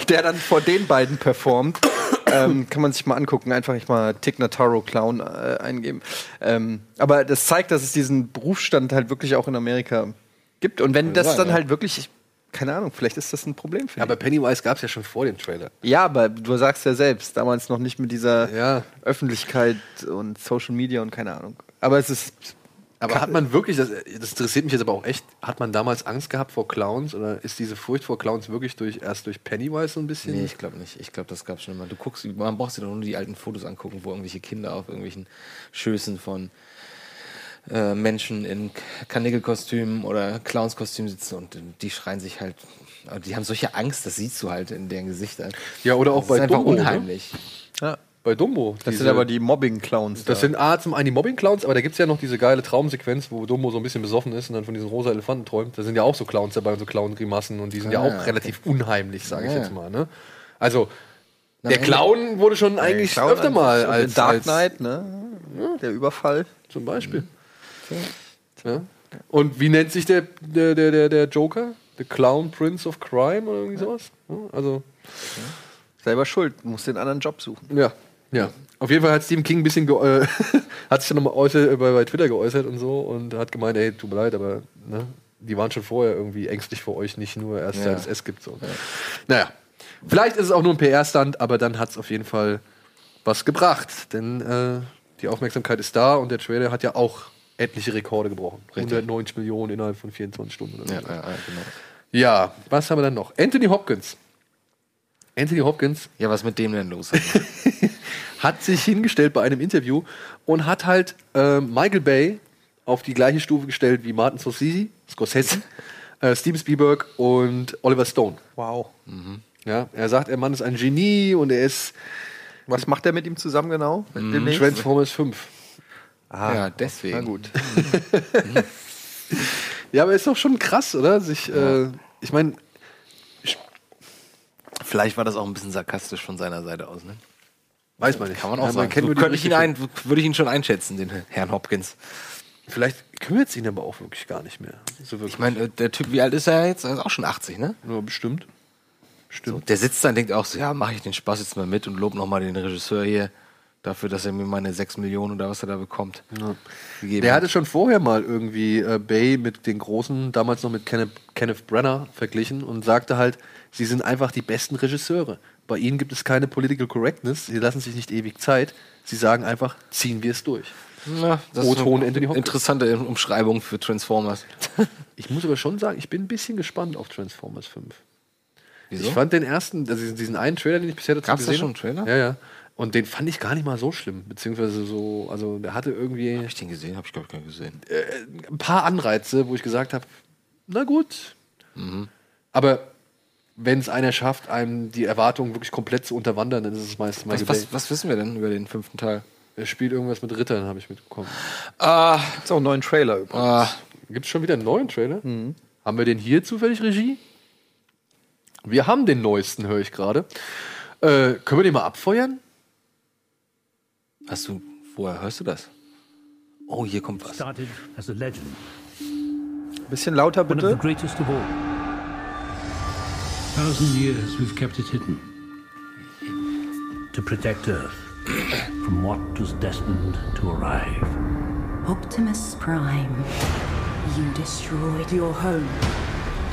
der dann vor den beiden performt. Ähm, kann man sich mal angucken, einfach ich mal Tick Notaro Clown äh, eingeben. Ähm, aber das zeigt, dass es diesen Berufsstand halt wirklich auch in Amerika gibt. Und wenn
Kann
das
sein,
dann
ja.
halt wirklich, keine Ahnung, vielleicht ist das ein Problem für die.
Aber Pennywise gab es ja schon vor dem Trailer.
Ja, aber du sagst ja selbst, damals noch nicht mit dieser
Ja.
Öffentlichkeit und Social Media und keine Ahnung. Aber es ist.
Aber hat man wirklich, das, das interessiert mich jetzt aber auch echt, hat man damals Angst gehabt vor Clowns oder ist diese Furcht vor Clowns wirklich durch, erst durch Pennywise so ein bisschen?
Nee, ich glaube nicht. Ich glaube, das gab's schon immer. Du guckst, man braucht sich doch nur die alten Fotos angucken, wo irgendwelche Kinder auf irgendwelchen Schößen von äh, Menschen in Karnickelkostümen oder Clownskostümen sitzen und die schreien sich halt. Aber die haben solche Angst, das siehst du halt in deren Gesichtern.
Ja, oder auch
das
bei
ist einfach
Dumbo, ne?
unheimlich.
Ja.
Bei Dumbo.
Das
diese-
sind aber die Mobbing-Clowns.
Das
da.
sind A, zum einen die Mobbing-Clowns, aber da gibt es ja noch diese geile Traumsequenz, wo Dumbo so ein bisschen besoffen ist und dann von diesen rosa Elefanten träumt. Da sind ja auch so Clowns dabei, so Clown-Grimassen und die sind ja
Ah,
auch
okay.
relativ unheimlich, sage ich
Ja.
jetzt mal. Ne? Also,
Na,
der
Ende-
Clown wurde schon eigentlich öfter mal
so
als.
Dark
als-
Knight, ne? Der Überfall.
Zum Beispiel. Ja? Und wie nennt sich der, der, der, der, der Joker? The Clown Prince of Crime oder irgendwie sowas? Ja, Also,
Selber schuld, muss den anderen Job suchen.
ja. ja. Auf jeden Fall hat Stephen King ein bisschen ge- äh, hat sich dann nochmal äußer- äh, bei, bei Twitter geäußert und so und hat gemeint, ey, tut mir leid, aber ne, die waren schon vorher irgendwie ängstlich vor euch, nicht nur erst
Ja.
seit es es gibt. So. Naja. Vielleicht ist es auch nur ein PR-Stand, aber dann hat es auf jeden Fall was gebracht. Denn äh, die Aufmerksamkeit ist da und der Trailer hat ja auch etliche Rekorde gebrochen. 190 Millionen innerhalb von 24 Stunden. Oder so.
Ja, ja, ja, genau.
Ja, was haben wir dann noch? Anthony Hopkins Anthony Hopkins.
Ja, was mit dem denn los?
hat sich hingestellt bei einem Interview und hat halt äh, Michael Bay auf die gleiche Stufe gestellt wie Martin Scorsese, Scorsese äh, Steven Spielberg und Oliver Stone.
Wow.
Mhm.
Ja, er sagt, der Mann ist ein Genie und er ist.
Was macht er mit ihm zusammen genau?
Mhm.
Demnächst?
Transformers 5.
Ah, ja, deswegen.
Na gut.
Ja, aber ist doch schon krass, oder? Sich, äh, ich meine,
Vielleicht war das auch ein bisschen sarkastisch von seiner Seite aus, ne?
weiß man nicht.
Kann man auch
ja,
sagen.
kennt
So
nur die
könnte ich ihn
Geschichte.
ein, würde ich ihn schon einschätzen, den Herrn Hopkins.
Vielleicht kümmert es ihn aber auch wirklich gar nicht mehr. So wirklich.
Ich meine, äh, der Typ, wie alt ist er jetzt? Er ist auch schon 80, ne?
Nur bestimmt.
So,
Stimmt.
der sitzt da und denkt auch so, ja, mache ich den Spaß jetzt mal mit und lob nochmal den Regisseur hier dafür, dass er mir meine 6 Millionen oder was er da bekommt. gegeben
Der hatte schon vorher mal irgendwie äh, Bay mit den Großen, damals noch mit Kenneth, Kenneth Brenner, verglichen und sagte halt, sie sind einfach die besten Regisseure. Bei ihnen gibt es keine Political Correctness, sie lassen sich nicht ewig Zeit. Sie sagen einfach, ziehen wir es durch.
Na, das ist
O-Ton
eine
Anthony Hopkins.
interessante Umschreibung für Transformers.
Ich muss aber schon sagen, ich bin ein bisschen gespannt auf Transformers 5.
Wieso?
Ich fand den ersten, also diesen- diesen einen Trailer, den ich bisher dazu
Gab's da
gesehen
schon
hab-
einen Trailer?
Ja, ja. Und den fand ich gar nicht mal so schlimm, beziehungsweise so, also der hatte irgendwie
Hab ich den gesehen? Hab ich, glaube ich, gar nicht gesehen.
ein paar Anreize, wo ich gesagt habe, na gut.
Mhm.
Aber wenn es einer schafft, einem die Erwartungen wirklich komplett zu unterwandern, dann ist es meistens mal
Was, was, was wissen wir denn über den fünften Teil?
Er spielt irgendwas mit Rittern, habe ich mitbekommen.
Ah,
Gibt's auch einen neuen Trailer übrigens.
ah, Mhm.
Gibt es schon wieder einen neuen Trailer? Haben wir den hier zufällig, Regie? Wir haben den neuesten, höre ich gerade. Äh, können wir den mal abfeuern?
hast du, woher hörst du das? Oh, hier kommt was.
started as a legend,
Bisschen lauter
one of the
bitte.
greatest of all. Thousand years we've kept it hidden to protect Earth from what was destined to arrive.
Optimus Prime, you destroyed your home.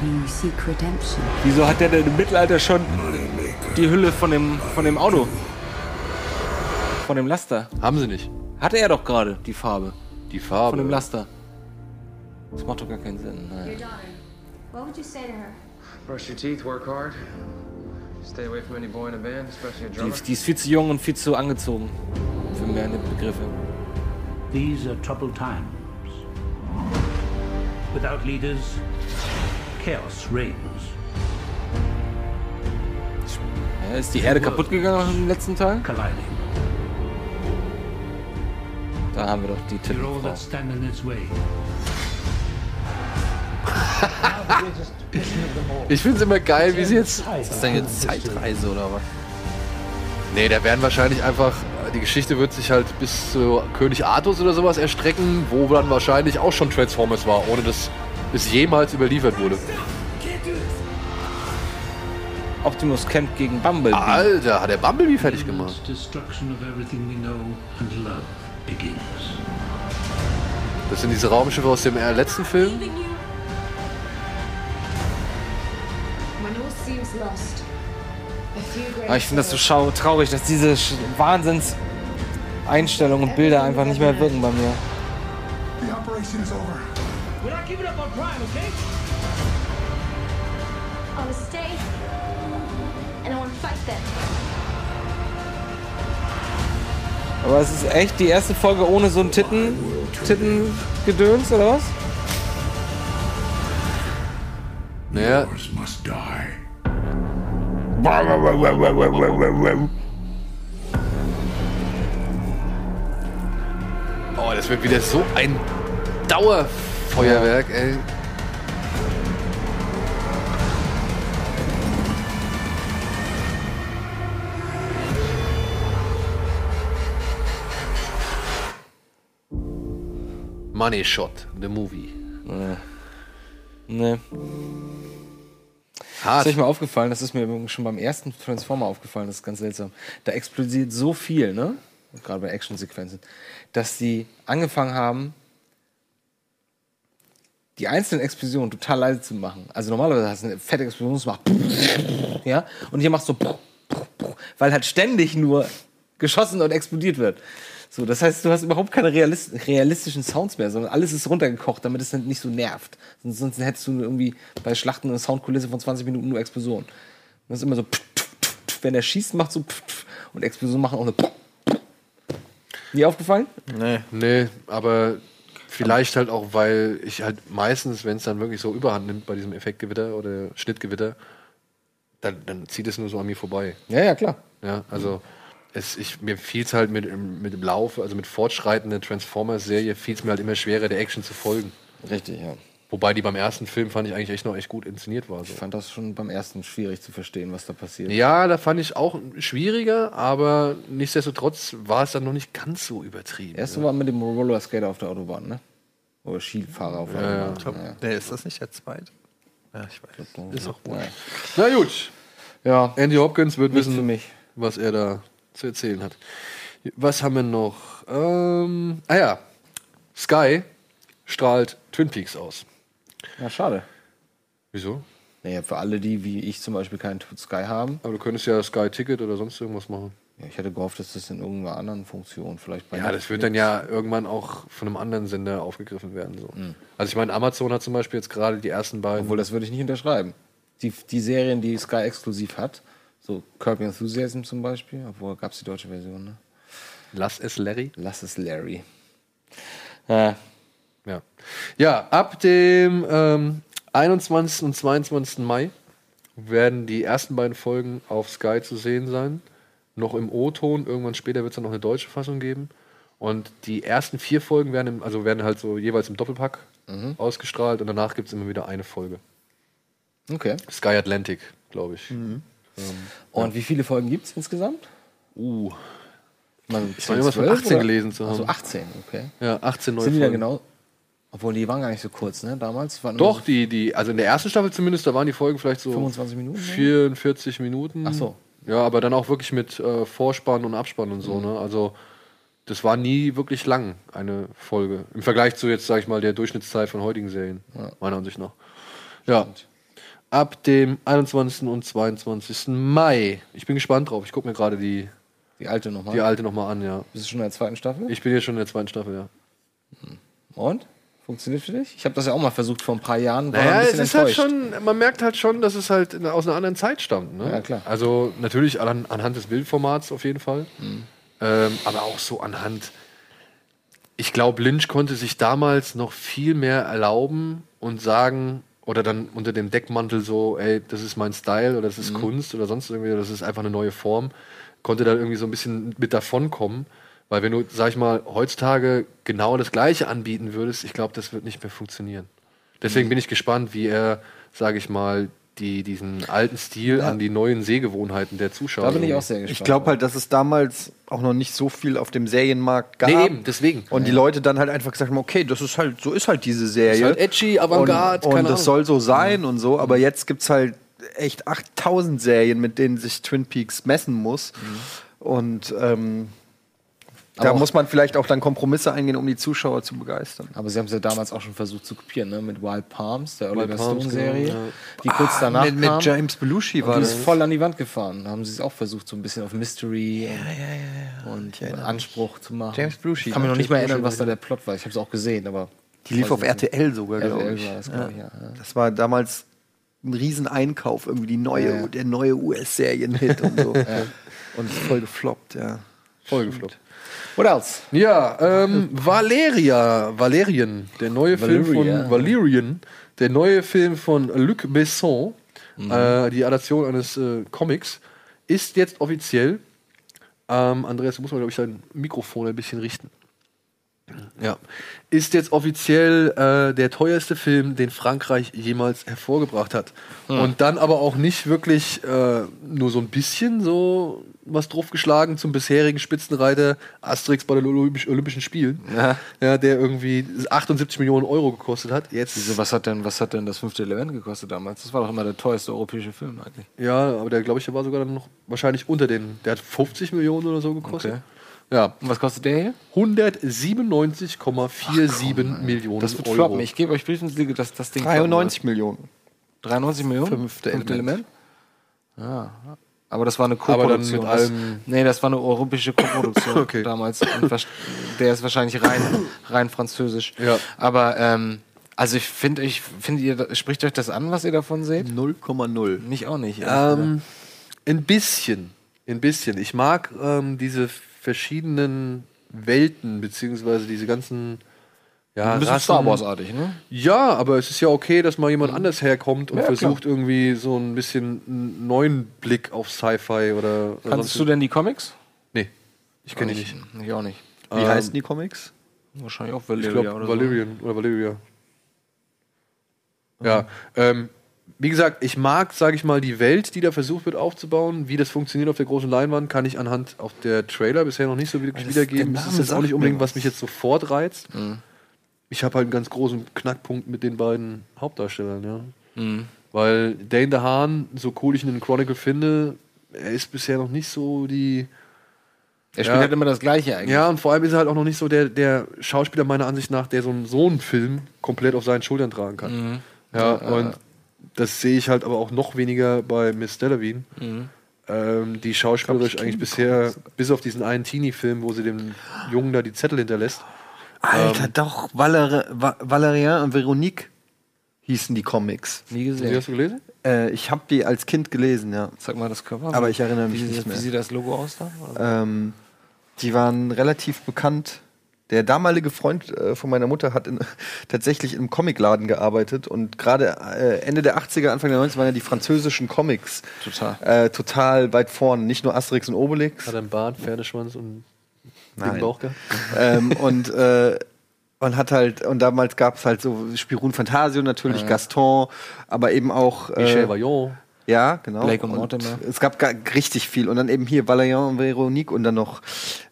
Do you seek redemption?
Wieso hat der denn im Mittelalter schon die Hülle von dem, von dem Auto? Von dem Laster.
Haben sie nicht.
Hatte er doch gerade die Farbe.
Die Farbe.
Von dem Laster. Das macht doch gar keinen Sinn. Naja.
daughter. What would you say to her?
Brush your teeth, work hard. Stay away from any boy in a band, especially a drummer.
Die, die ist viel zu jung und viel zu angezogen. Für meine Begriffe.
These are troubled times. Without leaders, chaos reigns.
Ja, ist die Erde kaputt gegangen im letzten Teil? Da haben wir doch die
You're all that
Tittenfrau.
stand in its way.
Ich finde es immer geil, wie sie jetzt.
Ist das
denn jetzt Zeitreise oder was? Nee, da werden wahrscheinlich einfach. Die Geschichte wird sich halt bis zu König Artus oder sowas erstrecken, wo dann wahrscheinlich auch schon Transformers war, ohne dass es jemals überliefert wurde.
Optimus kämpft gegen Bumblebee.
Ah. Alter, hat er Bumblebee fertig
Imminent Destruction of everything we know and love begins.
Das sind diese Raumschiffe aus dem äh, letzten Film.
When all seems lost, a few great
Aber ich finde das so schau traurig, dass diese Sch- Wahnsinns-Einstellungen und Bilder einfach nicht mehr wirken bei mir.
The operation is over.
We're not giving up on Prime, okay? I want to stay, and I want to fight them.
Aber es ist echt die erste Folge ohne so einen Titten, Tittengedöns oder was?
Naja,
Must die.
oh, das wird wieder so ein Dauerfeuerwerk, ey. Money Shot, the movie.
Nee. nee.
Hart.
Das ist euch mal aufgefallen, das ist mir übrigens schon beim ersten Transformer aufgefallen, das ist ganz seltsam. Da explodiert so viel, ne? Gerade bei Actionsequenzen, dass die angefangen haben, die einzelnen Explosionen total leise zu machen. Also normalerweise hast du eine fette Explosion, das macht ja, und hier machst du weil halt ständig nur geschossen und explodiert wird. So, das heißt, du hast überhaupt keine realis realistischen Sounds mehr, sondern alles ist runtergekocht, damit es dann nicht so nervt. Sonst, sonst hättest du irgendwie bei Schlachten eine Soundkulisse von 20 Minuten nur Explosionen. Und Das ist immer so wenn er schießt, macht so pff, pff, und Explosionen machen auch eine pff, pff. Nie aufgefallen?
Nee. Nee, aber vielleicht halt auch, weil ich halt meistens, wenn es dann wirklich so überhand nimmt bei diesem Effektgewitter oder Schnittgewitter, dann, dann zieht es nur so an mir vorbei.
Ja, ja, klar.
Ja, also es, ich, mir fiel es halt mit, mit dem Lauf, also mit fortschreitender Transformers-Serie, fiel es mir halt immer schwerer, der Action zu folgen.
Richtig, ja.
Wobei die beim ersten Film fand ich eigentlich echt noch echt gut inszeniert war. So.
Ich fand das schon beim ersten schwierig zu verstehen, was da passiert.
Ja, da fand ich auch schwieriger, aber nichtsdestotrotz war es dann noch nicht ganz so übertrieben.
Erst war mit dem Roller Skater auf der Autobahn, ne? Oder Skifahrer auf der
Ja,
Autobahn.
Top.
ja.
Nee, ist das nicht der zweite? Ja, ich weiß. Ist auch gut.
Na gut.
Ja.
Andy Hopkins wird
Nichts
wissen,
für mich.
was er da zu erzählen hat. Was haben wir noch? Ähm, ah ja. Sky strahlt Twin Peaks aus.
Ja, schade.
Wieso?
Naja, für alle, die wie ich zum Beispiel keinen Sky haben.
Aber du könntest ja Sky Ticket oder sonst irgendwas machen.
Ja, ich hätte gehofft, dass das in irgendeiner anderen Funktion vielleicht bei
Ja, das wird dann ja irgendwann auch von einem anderen Sender aufgegriffen werden. So. Also ich meine, Amazon hat zum Beispiel jetzt gerade die ersten beiden.
Obwohl, das würde ich nicht unterschreiben. Die, die Serien, die Sky exklusiv hat, so Curb Your Enthusiasm zum Beispiel, obwohl gab es die deutsche Version, ne?
Lass es Larry.
Lass es Larry.
Ja. ja, ab dem ähm, 21. und 22. Mai werden die ersten beiden Folgen auf Sky zu sehen sein. Noch im O-Ton. Irgendwann später wird es dann noch eine deutsche Fassung geben. Und die ersten vier Folgen werden, im, also werden halt so jeweils im Doppelpack
Mhm.
ausgestrahlt und danach gibt es immer wieder eine Folge.
Okay.
Sky Atlantic, glaube ich.
Mhm.
Ähm,
Und wie viele Folgen gibt es insgesamt?
Uh.
Man,
Ich meine, irgendwas von 18 gelesen zu haben.
Also 18, okay.
Ja, 18 neue
Sind die da
Folgen.
genau? Obwohl, die waren gar nicht so kurz, ne? Damals waren
Doch, die, die, also in der ersten Staffel zumindest, da waren die Folgen vielleicht so
25 Minuten, ne?
44 Minuten.
Ach so.
Ja, aber dann auch wirklich mit äh, Vorspann und Abspann und
Mhm.
so, ne? Also das war nie wirklich lang, eine Folge. Im Vergleich zu jetzt, sag ich mal, der Durchschnittszeit von heutigen Serien, meiner Ansicht nach. Ja. Ab dem 21. und 22. Mai. Ich bin gespannt drauf. Ich gucke mir gerade die,
die alte nochmal
die alte nochmal an, ja.
Bist du schon in der zweiten Staffel?
Ich bin hier schon in der zweiten Staffel, ja.
Und? Funktioniert für dich? Ich habe das ja auch mal versucht vor ein paar Jahren. war
Naja,
ein
es
bisschen
ist halt schon, man merkt halt schon, dass es halt in- aus einer anderen Zeit stammt. Ne?
Ja, klar.
Also natürlich an, anhand des Bildformats auf jeden Fall.
Mhm.
Ähm, aber auch so anhand. Ich glaube, Lynch konnte sich damals noch viel mehr erlauben und sagen, oder dann unter dem Deckmantel so, ey, das ist mein Style oder das ist Kunst oder sonst irgendwie, oder das ist einfach eine neue Form, konnte dann irgendwie so ein bisschen mit davonkommen. Weil wenn du, sag ich mal, heutzutage genau das Gleiche anbieten würdest, ich glaube, das wird nicht mehr funktionieren. Deswegen bin ich gespannt, wie er, sage ich mal, die, diesen alten Stil an die neuen Sehgewohnheiten der Zuschauer.
Ich glaube halt, dass es damals auch noch nicht so viel auf dem Serienmarkt gab.
Nee, eben, deswegen.
Und die Leute dann halt einfach gesagt haben, okay, das ist halt, so ist halt diese Serie.
Ist halt edgy, Avantgarde,
Und, und
keine
das
Ahnung.
soll so sein
Mhm.
und so, aber jetzt gibt's halt echt 8000 Serien, mit denen sich Twin Peaks messen muss.
Mhm.
Und ähm, da
Aber-
muss man vielleicht auch dann Kompromisse eingehen, um die Zuschauer zu begeistern.
Aber sie haben es ja damals auch schon versucht zu kopieren, ne? Mit Wild Palms, der Oliver
Palms,
Stone-Serie,
genau, ja.
die kurz
Ah,
danach
mit- mit
kam.
James Belushi
und
war
die
das.
ist voll an die Wand gefahren. Da haben sie es auch versucht, so ein bisschen auf Mystery und, und Anspruch zu machen.
James Belushi,
Ich kann mich
ja,
noch nicht
James
mal erinnern,
Belushi
was da der Plot war. Ich habe es auch gesehen, aber...
Die lief
weiß
auf
nicht.
RTL sogar, glaube
RTL
ich.
War das, glaub ich ja. Ja.
Das war damals ein Rieseneinkauf, irgendwie die neue,
Ja, ja.
der neue US-Serien-Hit und so.
Ja.
Und ist voll gefloppt, ja.
Voll gefloppt.
What else?
Ja, ähm, Valeria, Valerian, der neue Film
Valeria.
von Valerian, der neue Film von Luc Besson, äh, die Adaption eines äh, Comics, ist jetzt offiziell. Ähm, Andreas, du musst mal, glaube ich, dein Mikrofon ein bisschen richten. Ja. Ist jetzt offiziell äh, der teuerste Film, den Frankreich jemals hervorgebracht hat.
Hm.
Und dann aber auch nicht wirklich äh, nur so ein bisschen so was draufgeschlagen zum bisherigen Spitzenreiter Asterix bei den Olympisch Olympischen Spielen, ja. der irgendwie 78 Millionen Euro gekostet hat. Jetzt
Wieso, was, hat denn, was hat denn das fünfte Element gekostet damals? Das war doch immer der teuerste europäische Film eigentlich.
Ja, aber der, glaube ich, der war sogar dann noch wahrscheinlich unter den. Der hat 50 Millionen oder so gekostet. Ja.
Und was kostet der hier?
197,47 Millionen
Das wird
Euro.
floppen. Ich gebe euch Briefensliege, dass das Ding floppen wird.
93 Millionen.
93 Millionen?
Fünfte Element.
Ja. Aber das war eine
Aber dann
Co-Produktion.
mit
Das-
allem-
Nee, das war eine europäische Co-Produktion
Okay.
damals. Und vers- der ist wahrscheinlich rein, rein französisch.
Ja.
Aber, ähm, also ich finde, ich finde, ihr, spricht euch das an, was ihr davon seht?
0,0.
Mich auch nicht. ehrlich
Ähm, Ein bisschen. Ein bisschen. Ich mag ähm, diese verschiedenen Welten, beziehungsweise diese ganzen. Ja,
Ein bisschen
Rassen.
Star Wars-artig, ne?
Ja, aber es ist ja okay, dass mal jemand anders herkommt und
Ja, klar.
versucht irgendwie so ein bisschen einen neuen Blick auf Sci-Fi oder. oder
Kannst du denn die Comics?
Nee, ich kenne die
Ich-
nicht. Ähm,
Ich auch nicht.
Wie heißen die Comics?
Wahrscheinlich auch
Ich
Valeria
glaube,
oder
Valerian oder Valeria. Ja, ähm, wie gesagt, ich mag, sage ich mal, die Welt, die da versucht wird aufzubauen. Wie das funktioniert auf der großen Leinwand, kann ich anhand auch der Trailer bisher noch nicht so wirklich wiedergeben. Das
der Name
ist jetzt auch
sagt
nicht
mir
unbedingt,
was.
was mich jetzt sofort reizt.
so. Mhm.
Ich habe halt einen ganz großen Knackpunkt mit den beiden Hauptdarstellern, ja.
Mhm.
Weil Dane DeHaan, so cool ich ihn in Chronicle finde, er ist bisher noch nicht so die.
Er spielt halt immer das Gleiche eigentlich.
Ja, und vor allem ist er halt auch noch nicht so der, der Schauspieler, meiner Ansicht nach, der so einen, so einen Film komplett auf seinen Schultern tragen kann.
Mhm.
Ja,
Ja,
und
ja.
das sehe ich halt aber auch noch weniger bei Miss Delavine. Ähm, die schauspielerisch eigentlich bisher, bis auf diesen einen Teenie-Film, wo sie dem Jungen da die Zettel hinterlässt.
Alter,
Ähm,
doch, Valere, Va Valérien und Veronique hießen die Comics.
Nie gesehen.
Die hast du gelesen?
Äh, ich habe die als Kind gelesen, ja.
Sag mal das Cover.
Aber ich erinnere mich
wie,
nicht
sieht-
mehr.
Wie sieht das Logo aus da?
Ähm, die waren relativ bekannt. Der damalige Freund äh, von meiner Mutter hat in, tatsächlich im Comicladen gearbeitet und gerade äh, Ende der 80er, Anfang der 90er waren ja die französischen Comics
Total.
äh, total weit vorn. Nicht nur Asterix und Obelix.
Hat einen Bart, Pferdeschwanz und
Nein.
dicken Bauch gehabt.
ähm, und äh, und hat halt und damals gab es halt so Spirun Fantasio natürlich
Ja.
Gaston, aber eben auch äh,
Michel Vaillant.
Ja, genau.
Blake und Mortimer.
Es gab gar, richtig viel und dann eben hier Valerian und Veronique und dann noch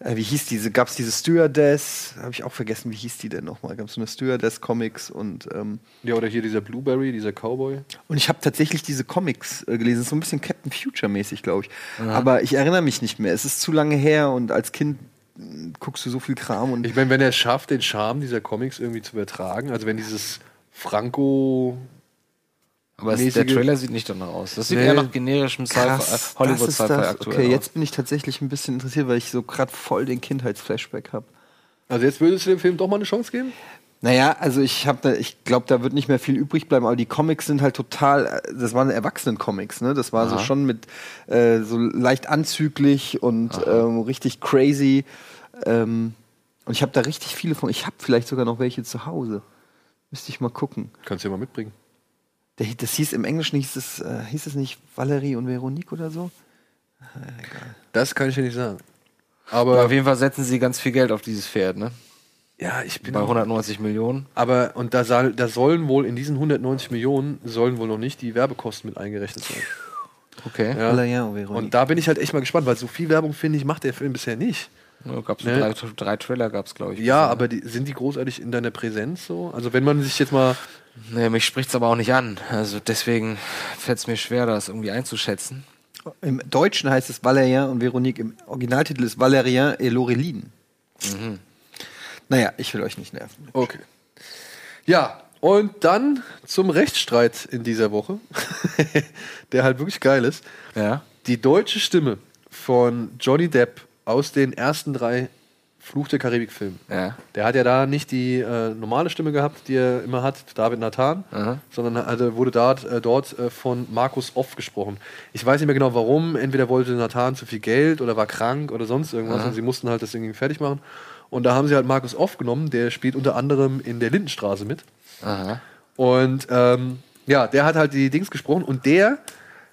äh, wie hieß diese gab es diese Stewardess, habe ich auch vergessen, wie hieß die denn nochmal? Gab es so eine Stewardess Comics und ähm,
Ja, oder hier dieser Blueberry, dieser Cowboy.
und ich habe tatsächlich diese Comics äh, gelesen, so ein bisschen Captain Future-mäßig, glaube ich. Aber ich erinnere mich nicht mehr. Es ist zu lange her und als Kind mh, guckst du so viel Kram und
Ich meine, wenn er es schafft, den Charme dieser Comics irgendwie zu übertragen, also wenn dieses Franco.
Aber es, der
mäßige-
Trailer sieht nicht danach aus. Das sieht
Nee.
eher nach generischem
äh,
Sci-Fi, äh,
Krass, das ist
Hollywood-Sci-Fi
das.
aktuell
Okay,
aus.
jetzt bin ich tatsächlich ein bisschen interessiert, weil ich so gerade voll den Kindheitsflashback habe.
Also jetzt würdest du dem Film doch mal eine Chance geben?
Naja, also ich habe, da, ich glaube, da wird nicht mehr viel übrig bleiben. Aber die Comics sind halt total. äh, Das waren Erwachsenen-Comics, ne? Das war so
Aha.
schon mit äh, so leicht anzüglich und ähm, richtig crazy. Ähm, und ich habe da richtig viele von. Ich habe vielleicht sogar noch welche zu Hause. Müsste ich mal gucken.
Kannst du ja mal mitbringen.
Der, das hieß im Englischen hieß es, äh, hieß es nicht Valerie und Veronique oder so?
Das kann ich dir nicht sagen.
Aber
Aber
auf jeden Fall setzen sie ganz viel Geld auf dieses Pferd, ne?
ja, ich bin.
Bei 190 Millionen.
Aber und da, sa- da sollen wohl in diesen 190 Millionen sollen wohl noch nicht die Werbekosten mit eingerechnet sein.
Okay.
Ja.
Valerian und Veronique.
Und da bin ich halt echt mal gespannt, weil so viel Werbung finde ich macht der Film bisher nicht.
Ja, gab's
Ne?
drei, drei Trailer gab es, glaube ich.
Ja, aber die, sind die großartig in deiner Präsenz so? Also wenn man sich jetzt mal
Nee, mich spricht's aber auch nicht an. Also deswegen fällt's mir schwer, das irgendwie einzuschätzen.
Im Deutschen heißt es Valérien und Veronique. Im Originaltitel ist Valérien et Laureline. Naja, ich will euch nicht nerven.
Okay. Ja, und dann zum Rechtsstreit in dieser Woche, der halt wirklich geil ist.
Ja.
Die deutsche Stimme von Johnny Depp aus den ersten drei Fluch der Karibik-Filmen.
Ja.
Der hat ja da nicht die äh, normale Stimme gehabt, die er immer hat, David Nathan,
Aha.
sondern hatte, wurde dort, äh, dort äh, von Markus Off gesprochen. Ich weiß nicht mehr genau warum. Entweder wollte Nathan zu viel Geld oder war krank oder sonst irgendwas
Aha.
und sie mussten halt das irgendwie fertig machen. Und da haben sie halt Markus Off genommen, der spielt unter anderem in der Lindenstraße mit.
Aha.
Und ähm, ja, der hat halt die Dings gesprochen und der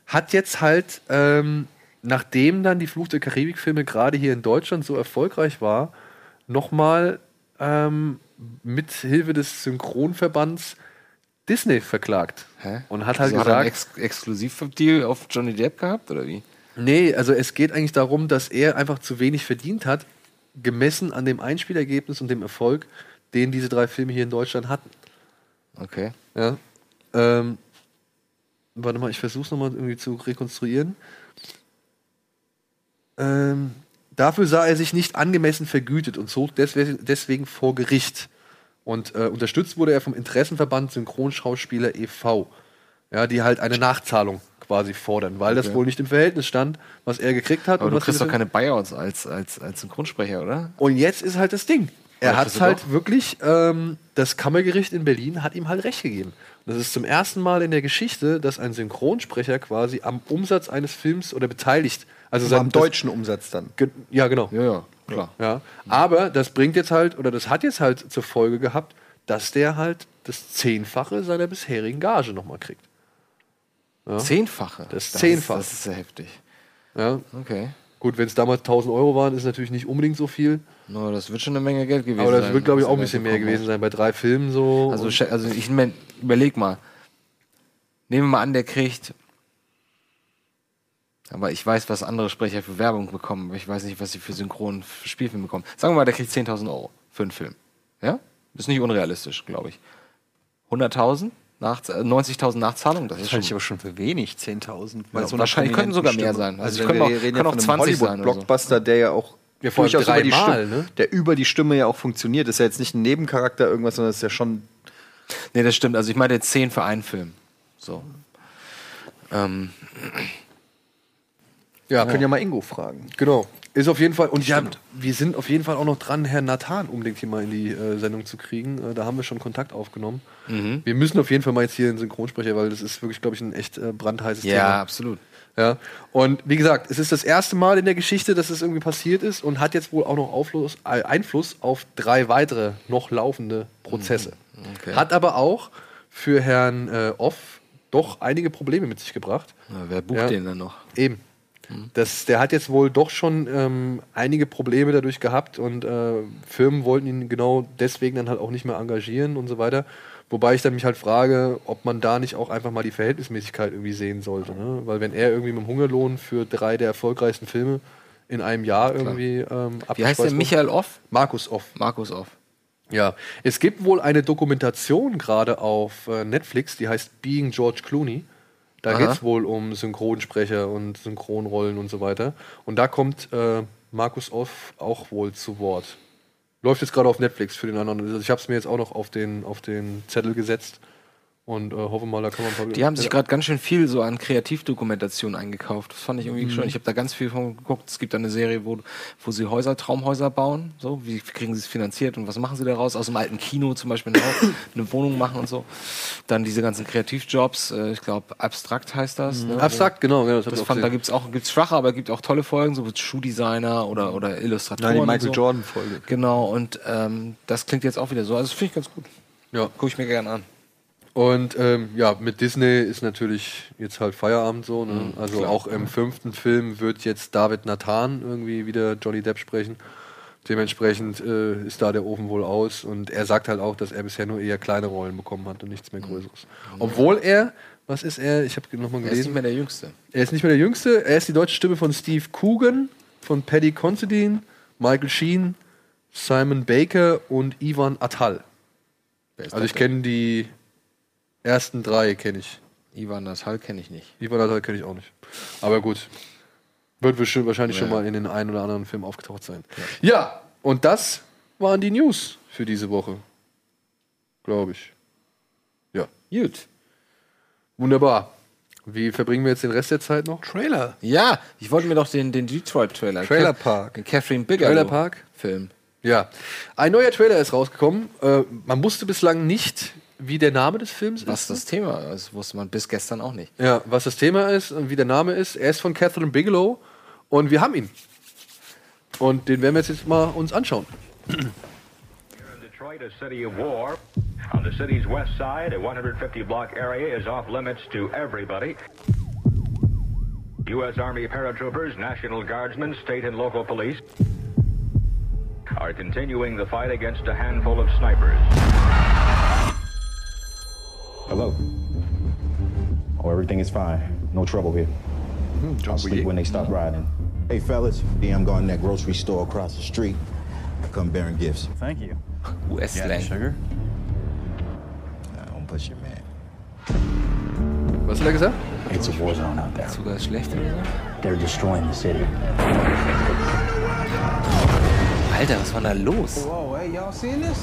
hat jetzt halt, ähm, nachdem dann die Flucht der Karibik-Filme gerade hier in Deutschland so erfolgreich war, nochmal ähm, mit Hilfe des Synchronverbands Disney verklagt.
Hä?
Und hat halt
Wieso er einen
gesagt,
Ex Exklusivdeal auf Johnny Depp gehabt, oder wie?
nee, also es geht eigentlich darum, dass er einfach zu wenig verdient hat, gemessen an dem Einspielergebnis und dem Erfolg, den diese drei Filme hier in Deutschland hatten.
Okay.
Ja. Ähm, warte mal, ich versuch's nochmal irgendwie zu rekonstruieren. Ähm, dafür sah er sich nicht angemessen vergütet und zog deswegen, deswegen vor Gericht. Und äh, unterstützt wurde er vom Interessenverband Synchronschauspieler e.V., ja, die halt eine Nachzahlung quasi fordern, weil das
Okay.
wohl nicht im Verhältnis stand, was er gekriegt hat.
Aber du
was
kriegst
diese-
doch keine Buyouts als, als, als Synchronsprecher, oder?
und jetzt ist halt das Ding. er
Oder
hat
Düsseldorf?
halt wirklich, ähm, das Kammergericht in Berlin hat ihm halt recht gegeben. Und das ist zum ersten Mal in der Geschichte, dass ein Synchronsprecher quasi am Umsatz eines Films oder beteiligt. Also
Also
sein-
am
das-
deutschen Umsatz dann.
Ge- Ja, genau.
Ja, ja, klar.
Ja. Aber das bringt jetzt halt, oder das hat jetzt halt zur Folge gehabt, dass der halt das Zehnfache seiner bisherigen Gage nochmal kriegt. Ja.
Zehnfache.
Das,
Das-
Zehnfache.
das ist sehr heftig.
Ja.
Okay.
Gut, wenn es damals 1000 Euro waren, ist natürlich nicht unbedingt so viel.
No, das wird schon eine Menge Geld gewesen
Aber das
sein,
wird, glaube ich,
was
auch
also
er
ein bisschen
bekommen
mehr
hat.
gewesen sein. Bei drei Filmen so.
Also,
Und-
sche- also ich mein, überleg mal. Nehmen wir mal an, der kriegt. Aber ich weiß, was andere Sprecher für Werbung bekommen, aber ich weiß nicht, was sie für synchronen F- Spielfilme bekommen. Sagen wir mal, der kriegt 10.000 Euro für einen Film. Ja? Ist nicht unrealistisch, glaube ich. 100.000? Nach, äh, 90.000 Nachzahlung? Das ist schon,
Wahrscheinlich aber schon für wenig, 10.000. bei
Ja,
einer
Also wahrscheinlich könnten sogar mehr
prominenten
sein. Also
Also
es
ich
können
können
auch-
auch, reden
können
ja
auch
von einem
20 sein oder so.
Hollywood-Blockbuster, der ja auch
Ja, vor allem
durchaus über die
dreimal,
Stimme,
ne?
der über die Stimme ja auch funktioniert. Ist ja jetzt nicht ein Nebencharakter irgendwas, sondern ist ja schon
Nee, das stimmt. Also ich meine jetzt 10 für einen Film. So. Ähm,
Ja,
Wir können ja mal Ingo fragen.
Genau. Ist auf jeden Fall. Und ja, wir sind auf jeden Fall auch noch dran, Herrn Nathan unbedingt hier mal in die äh, Sendung zu kriegen. Äh, da haben wir schon Kontakt aufgenommen.
Mhm.
Wir müssen auf jeden Fall mal jetzt hier einen Synchronsprecher, weil das ist wirklich, glaube ich, ein echt äh, brandheißes
ja,
Thema.
absolut.
Ja. Und wie gesagt, es ist das erste Mal in der Geschichte, dass es irgendwie passiert ist und hat jetzt wohl auch noch Auflos, äh, Einfluss auf drei weitere noch laufende Prozesse.
Okay.
Hat aber auch für Herrn äh, Off doch einige Probleme mit sich gebracht.
Na, wer bucht
Ja.
den dann noch?
Eben.
Mhm.
Das, der hat jetzt wohl doch schon ähm, einige Probleme dadurch gehabt und äh, Firmen wollten ihn genau deswegen dann halt auch nicht mehr engagieren und so weiter. Wobei ich dann mich halt frage, ob man da nicht auch einfach mal die Verhältnismäßigkeit irgendwie sehen sollte. Ne? Weil wenn er irgendwie mit dem Hungerlohn für drei der erfolgreichsten Filme in einem Jahr irgendwie ähm,
Wie heißt der
abgespeist wurde-
Michael Off?
Markus Off.
Markus Off.
Ja, es gibt wohl eine Dokumentation gerade auf äh, Netflix, die heißt Being George Clooney. Da
Aha.
geht es wohl um Synchronsprecher und Synchronrollen und so weiter. Und da kommt äh, Markus Off auch wohl zu Wort. Läuft jetzt gerade auf Netflix für den anderen. Also ich habe es mir jetzt auch noch auf den, auf den Zettel gesetzt und äh, hoffe mal, da kann man ein paar
Die haben sich
Ja.
gerade ganz schön viel so an Kreativdokumentation eingekauft. Das fand ich
Mhm.
irgendwie schön. Ich habe da ganz viel von geguckt. Es gibt da eine Serie, wo, wo sie Häuser, Traumhäuser bauen. So, wie kriegen sie es finanziert und was machen sie daraus? Aus dem alten Kino zum Beispiel eine, Haus- eine Wohnung machen und so. Dann diese ganzen Kreativjobs. äh, Ich glaube, abstrakt heißt das. ne?
Abstrakt, genau. genau hab
Das
ich auch
fand, da
gesehen.
gibt es auch gibt's schwache, aber gibt auch tolle Folgen, so mit Schuhdesigner oder, oder Illustratoren.
Nein, die Michael
und so.
Jordan-Folge.
Genau, und ähm, das klingt jetzt auch wieder so. Also, das finde ich ganz gut.
Ja.
Gucke ich mir gerne an.
Und ähm, ja, mit Disney ist natürlich jetzt halt Feierabend so. Ne? also
Mhm, klar.
auch im fünften Film wird jetzt David Nathan irgendwie wieder Johnny Depp sprechen. Dementsprechend äh, ist da der Ofen wohl aus. Und er sagt halt auch, dass er bisher nur eher kleine Rollen bekommen hat und nichts mehr Größeres. Obwohl er, was ist er? Ich habe nochmal
Mhm. Er ist nicht
gelesen.
mehr der Jüngste.
Er ist nicht mehr der Jüngste. Er ist die deutsche Stimme von Steve Coogan, von Paddy Considine, Michael Sheen, Simon Baker und Ivan Atal.
Wer ist
Also
das
ich kenne die ersten drei, kenne ich.
denn? Ivan Natal kenne ich nicht.
Ivan Atal kenne ich auch nicht. Aber gut. Wird bestimmt wahrscheinlich schon
Ja.
mal in den einen oder anderen Film aufgetaucht sein. Ja, und das waren die News für diese Woche. Glaube ich. Ja.
Gut.
Wunderbar. Wie verbringen wir jetzt den Rest der Zeit noch?
Trailer.
Ja, ich wollte mir doch den, den Detroit-Trailer.
Trailer
Ca-
Park.
Den Catherine Bigelow.
Trailer Park?
Film.
Ja. Ein neuer Trailer ist rausgekommen. Äh, man wusste bislang nicht, wie der Name des Films
Was
ist.
das Thema ist, wusste man bis gestern auch nicht.
Ja, was das Thema ist und wie der Name ist. Er ist von Catherine Bigelow und wir haben ihn. Und den werden wir jetzt, jetzt mal uns anschauen.
Detroit, a city of war. On the city's west side, a 150 block area is off limits to everybody. U.S. Army paratroopers, National Guardsmen, state and local police are continuing the fight against a handful of snipers.
Hello. Oh, everything is fine. No trouble here. I'll sleep when they stop riding.
Hey, fellas. DM gone to that grocery store across the street. I come bearing gifts.
Thank you.
US
Got any
Slang.
sugar? Nah, don't push it, man.
Was hat er gesagt?
It's a war zone out there.
Sogar schlecht oder
They're destroying the city.
so? Alter, was war da los?
Whoa, hey, y'all seeing this?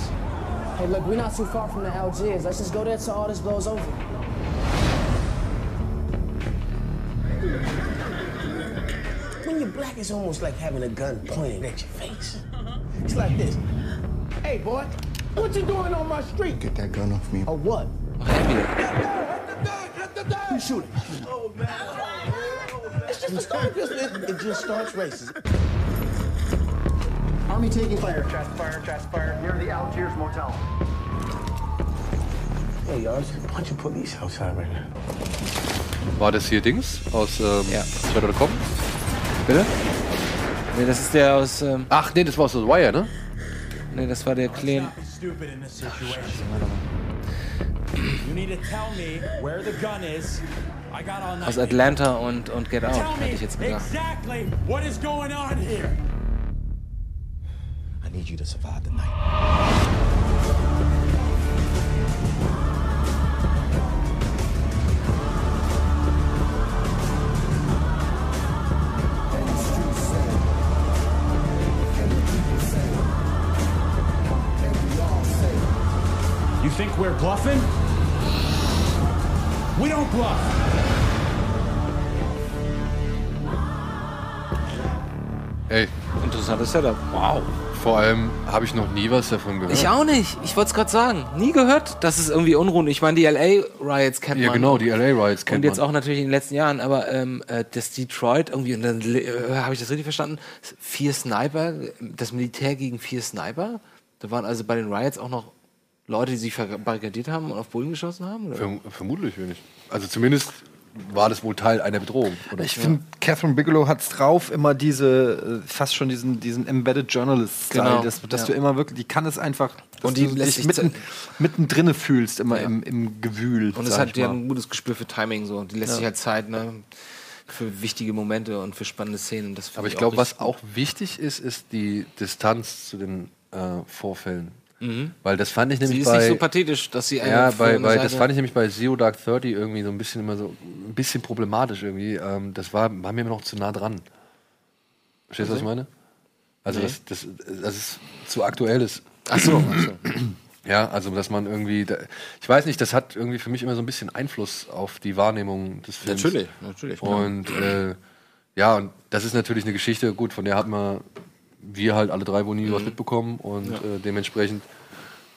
Hey, look, we're not too far from the Algiers. Let's just go there till all this blows over. When you're black, it's almost like having a gun pointed at your face. It's like this. Hey, boy, what you doing on my street?
Get that gun off me.
Or what? You shoot it. Oh, It's just a start. It, it just starts races. Army taking fire. Chest fire, chest fire. Near the Algiers Motel.
Hey, y'all, there's a bunch of police outside right now.
War das hier Dings aus ähm, ja. Shadow.com?
Bitte? Nee, das ist der aus. Ähm
Ach nee, das war aus The Wire, ne?
Nee, das war der Clean.
Stupid in this situation. You need to tell me where the gun is. I got all night.
Aus Atlanta und, und Get Out,
Tell
hätte
me
ich jetzt gesagt.
exactly what is going on here.
I need you to survive the night.
You think we're bluffing? We don't bluff.
Ey.
Interessantes Setup.
Wow. Vor allem habe ich noch nie was davon gehört.
Ich auch nicht. Ich wollte es gerade sagen. Nie gehört, dass es irgendwie Unruhen. Ich meine, die LA-Riots kennt man.
Ja, genau, die LA Riots kennt
Und jetzt
man.
auch natürlich in den letzten Jahren, aber ähm, äh, das Detroit irgendwie, und dann äh, habe ich das richtig verstanden, vier Sniper, das Militär gegen vier Sniper. Da waren also bei den Riots auch noch Leute, die sich verbarrikadiert haben und auf Bullen geschossen haben? Oder?
Verm vermutlich wenig. Also zumindest war das wohl Teil einer Bedrohung. Oder?
Ich finde, Catherine Bigelow hat's drauf, immer diese, äh, fast schon diesen, diesen Embedded Journalist-Style,
Genau,
dass, dass
ja.
du immer wirklich, die kann es einfach, dass
Und die
du
lässt
dich
sich
mitten, mittendrin fühlst, immer im, im Gewühl.
Und es
sag
hat
ich
die
mal.
haben ein gutes Gespür für Timing so. Die lässt
Ja.
sich halt Zeit, ne? Für wichtige Momente und für spannende Szenen. Das find
Aber ich glaube, was
richtig-
auch wichtig ist, ist die Distanz zu den äh, Vorfällen.
Mhm.
Weil das fand ich
Sie
nämlich
ist
bei,
nicht so pathetisch, dass sie eine
ja,
von
bei,
einer
bei, das
Seite-
fand ich nämlich bei Zero Dark Thirty irgendwie so ein bisschen immer so ein bisschen problematisch irgendwie. Ähm, das war, war mir immer noch zu nah dran. Verstehst du, was ich meine? Also
Nee.
das, das, das ist zu aktuell ist.
Ach so, ach so.
Ja, also dass man irgendwie, da, ich weiß nicht, das hat irgendwie für mich immer so ein bisschen Einfluss auf die Wahrnehmung des Films.
Natürlich, natürlich, klar.
Und äh, ja, und das ist natürlich eine Geschichte, gut, von der hat man wir halt alle drei wohl nie was mitbekommen und
Mhm. Ja.
äh, dementsprechend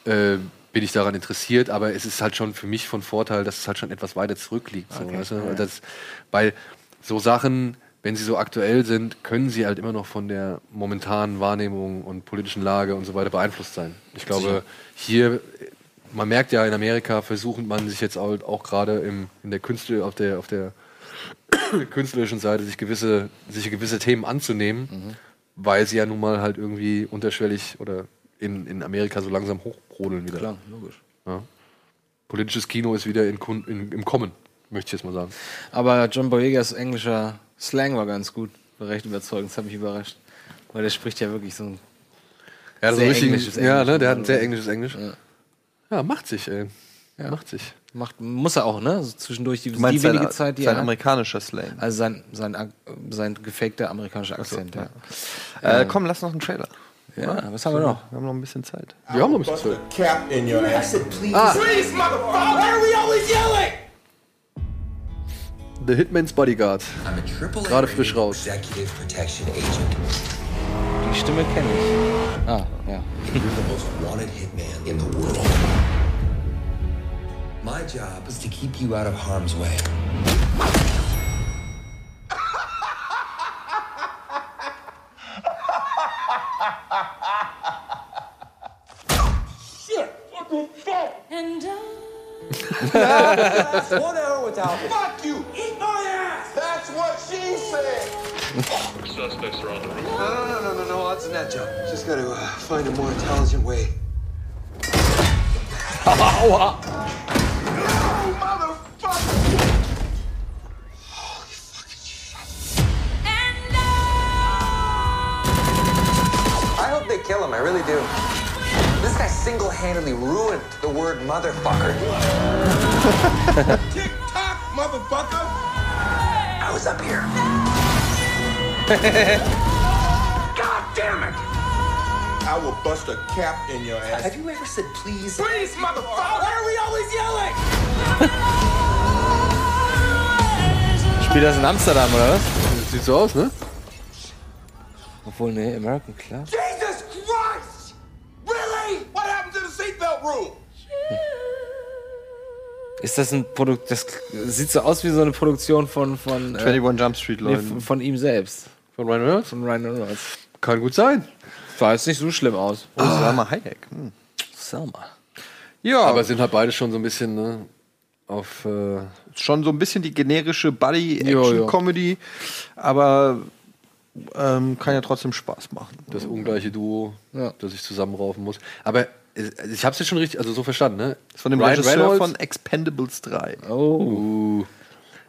äh, bin ich daran interessiert, aber es ist halt schon für mich von Vorteil, dass es halt schon etwas weiter zurückliegt. So,
Okay.
weißt du?
Ja, ja.
das, weil so Sachen, wenn sie so aktuell sind, können sie halt immer noch von der momentanen Wahrnehmung und politischen Lage und so weiter beeinflusst sein. Ich glaube, hier, man merkt ja in Amerika, versucht man sich jetzt auch, auch gerade im- in der Künste, auf der, auf der künstlerischen Seite sich gewisse, sich gewisse Themen anzunehmen,
Mhm.
weil sie ja nun mal halt irgendwie unterschwellig oder in, in Amerika so langsam hochbrodeln wieder.
Klar, logisch.
Ja. Politisches Kino ist wieder in, Kun- in, im Kommen, möchte ich jetzt mal sagen.
Aber John Boyegas englischer Slang war ganz gut. War Recht überzeugend, das hat mich überrascht. Weil der spricht ja wirklich so ein
Ja, so
sehr
richtig-
englisches
ja,
Englisch.
ne, der hat ein sehr englisches Englisch.
Ja.
Ja, macht sich, ey. Macht sich.
Macht, muss er auch, ne? So zwischendurch die,
Du meinst
die wenige
sein-
Zeit, die
sein
er hat.
amerikanischer Slang.
Also sein, sein, Ak- sein gefakter amerikanischer Akzent, ja.
Äh, komm, lass noch einen Trailer.
Ja,
oder?
was haben wir noch?
Wir haben noch ein bisschen Zeit.
Wir haben noch ein bisschen Zeit.
Cap in your ass. Please,
Ah.
please, motherfucker. Why are we always yelling?
The Hitman's Bodyguard. Gerade frisch raus.
Executive Protection Agent.
Die Stimme kenne ich. Ah, ja.
You're the most wanted hitman in the world. My job is to keep you out of harm's way.
Shit. Fucking fuck. And
One
hour without me. Fuck you. Eat my ass. That's what she said.
Suspects are on the
No, no, no, no, no, odds in that job. Just gotta uh, find a more intelligent way.
Aua.
I hope they kill him, I really do. This guy single handedly ruined the word motherfucker.
Tick tock, motherfucker.
I was up here.
God damn it. I will bust a cap in your ass. Have you ever said please? Please, motherfucker. Why are we always yelling?
Spielt das in Amsterdam, oder was?
Sieht so aus, ne?
Obwohl, ne, American, klar.
Jesus Christ! Really?
Ist das ein Produkt, das sieht so aus wie so eine Produktion von. von äh,
21 Jump Street, Leute.
von, von ihm selbst.
Von Ryan Reynolds?
Von Ryan Reynolds.
Kann gut sein.
Sah jetzt nicht so schlimm aus.
Oh, Salma Hayek. Hm.
Selma.
Ja. Aber sind halt beide schon so ein bisschen ne, auf. Äh,
Schon so ein bisschen die generische
Jo, jo.
Buddy-Action-Comedy, aber ähm, kann ja trotzdem Spaß machen.
das ungleiche Duo, das ich zusammenraufen muss. Aber äh, ich habe es jetzt schon richtig, also so verstanden, ne?
Ist von dem
Ryan
Regisseur
Reynolds,
von Expendables 3.
Oh.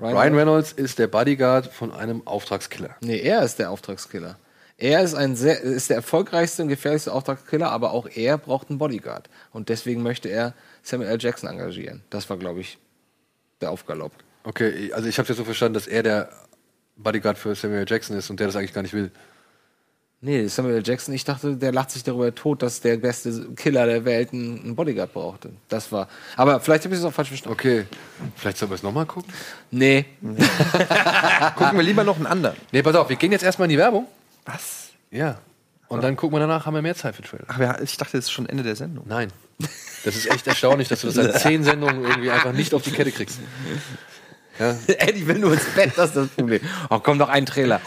Ryan, Reynolds ist der Bodyguard von einem Auftragskiller.
Nee, er ist der Auftragskiller. Er ist, ein sehr, ist der erfolgreichste und gefährlichste Auftragskiller, aber auch er braucht einen Bodyguard. Und deswegen möchte er Samuel L. Jackson engagieren. Das war, glaube ich, der Aufgalopp.
Okay, also ich habe jetzt so verstanden, dass er der Bodyguard für Samuel Jackson ist und der das eigentlich gar nicht will.
Nee, Samuel L. Jackson, ich dachte, der lacht sich darüber tot, dass der beste Killer der Welt einen einen Bodyguard brauchte. Das war. Aber vielleicht habe ich es auch falsch verstanden.
Okay, vielleicht sollen wir es nochmal gucken.
Nee.
Gucken
Ah.
wir lieber noch einen anderen.
Nee, pass auf, wir gehen jetzt erstmal in die Werbung.
Was?
Ja. Und dann gucken wir danach, haben wir mehr Zeit für Trailer.
Ach ja, ich dachte, das ist schon Ende der Sendung.
Nein. Das ist echt erstaunlich, dass du das seit zehn Sendungen irgendwie einfach nicht auf die Kette kriegst. Ja.
Eddie will nur ins Bett, das ist das Problem. Oh, komm noch ein Trailer.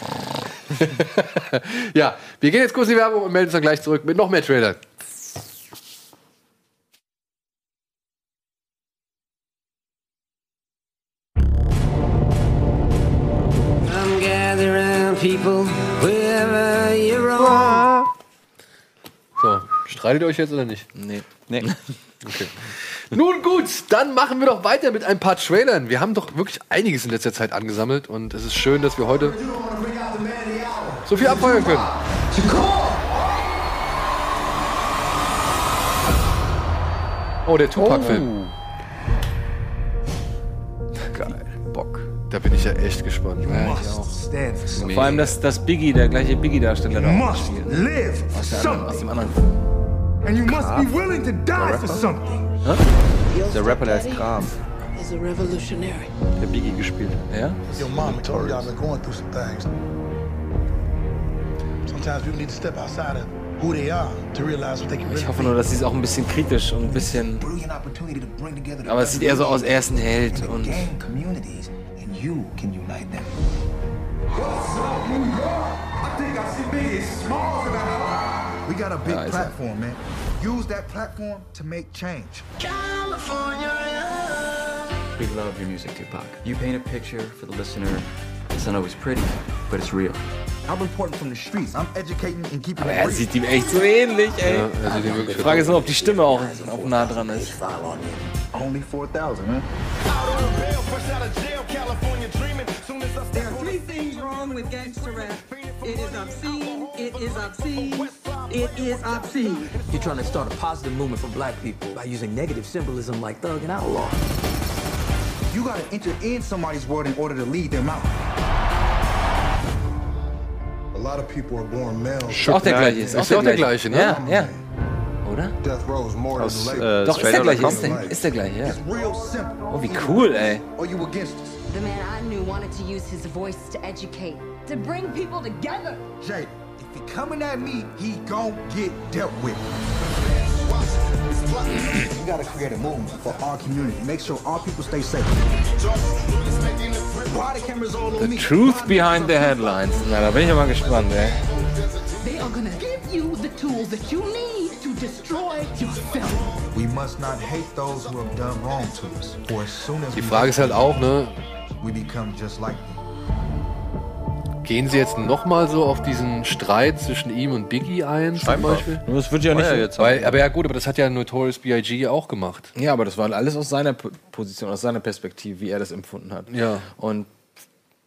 ja, wir gehen jetzt kurz in die Werbung und melden uns dann gleich zurück mit noch mehr Trailern.
Come gather round, people, wherever you're on.
So, streitet ihr euch jetzt oder nicht?
Nee.
Nee.
Okay. Nun gut, dann machen wir doch weiter mit ein paar Trailern. Wir haben doch wirklich einiges in letzter Zeit angesammelt und es ist schön, dass wir heute so viel abfeuern können. Oh, der Tupac-Film.
Geil. Bock.
Da bin ich ja echt gespannt.
Oh. Ja, ich auch.
Stand for something.
Vor allem, dass, dass Biggie, der gleiche Biggie-Darsteller, da auch
Must
spielt.
live for
Aus, der, anderen- aus dem
something.
anderen.
And you must be willing to die for something.
Der Rapper, der heißt Graf,
Is a revolutionary.
der Biggie gespielt hat.
Ja?
Your mama told you I've been going through some things. Sometimes people need to step outside of who they are to realize what they can
Ich
really
hoffe nur, dass sie es auch ein bisschen kritisch und ein bisschen.
Brilliant opportunity to bring together the
Aber es sieht eher so aus, er ist ein Held und.
gang communities, and you can unite them. We got a big
Nice.
platform, man. Use that platform to make change.
We love your music, Tupac. You paint a picture for the listener. It's not always pretty, but it's real.
I'm reporting from the streets. I'm educating and keeping
Aber
it
er
real.
sieht ihm echt so ähnlich, ey.
Ja, also den
Die
wirklich
Frage ist nur, ob die Stimme auch, auch nah dran ist.
Only 4,000, man.
There are three things wrong with gangster rap. It is obscene, it is obscene, it is obscene.
You're trying to start a positive movement for black people by using negative symbolism like thug and outlaw.
You gotta enter in somebody's world in order to lead them out. A lot of people are born male.
Ist auch der gleiche. Ist auch, der, gleiche.
ne?
Ja, ja. Oder?
Death row is more
Aus,
than
äh,
labor.
Doch, ist der
Straight
gleiche.
Outta
Ist der, ist der gleiche, ja.
Real simple.
Oh, wie cool, ey.
Or you against us.
The man I knew wanted to use his voice to educate, to bring people together.
Jay, if he coming at me, he gon' get dealt with. We gotta create a movement for our community. Make sure our people stay safe. Why the cameras all on
The
me?
truth behind the headlines. Na, da bin ich ja mal gespannt, ey.
They are gonna give you the tools that you need to destroy yourself.
We must not hate those who have done wrong to us. For as soon as
Die
we
Frage ist halt auch, ne?
we become just like them.
Gehen sie jetzt nochmal so auf diesen Streit zwischen ihm und Biggie ein, zum
Scheinbar.
Beispiel?
Das wird ja
nicht-
nicht.
Ja, jetzt-
Weil, aber ja gut, aber das hat ja Notorious B.I.G. auch gemacht.
Ja, aber das war alles aus seiner P- Position, aus seiner Perspektive, wie er das empfunden hat.
Ja.
Und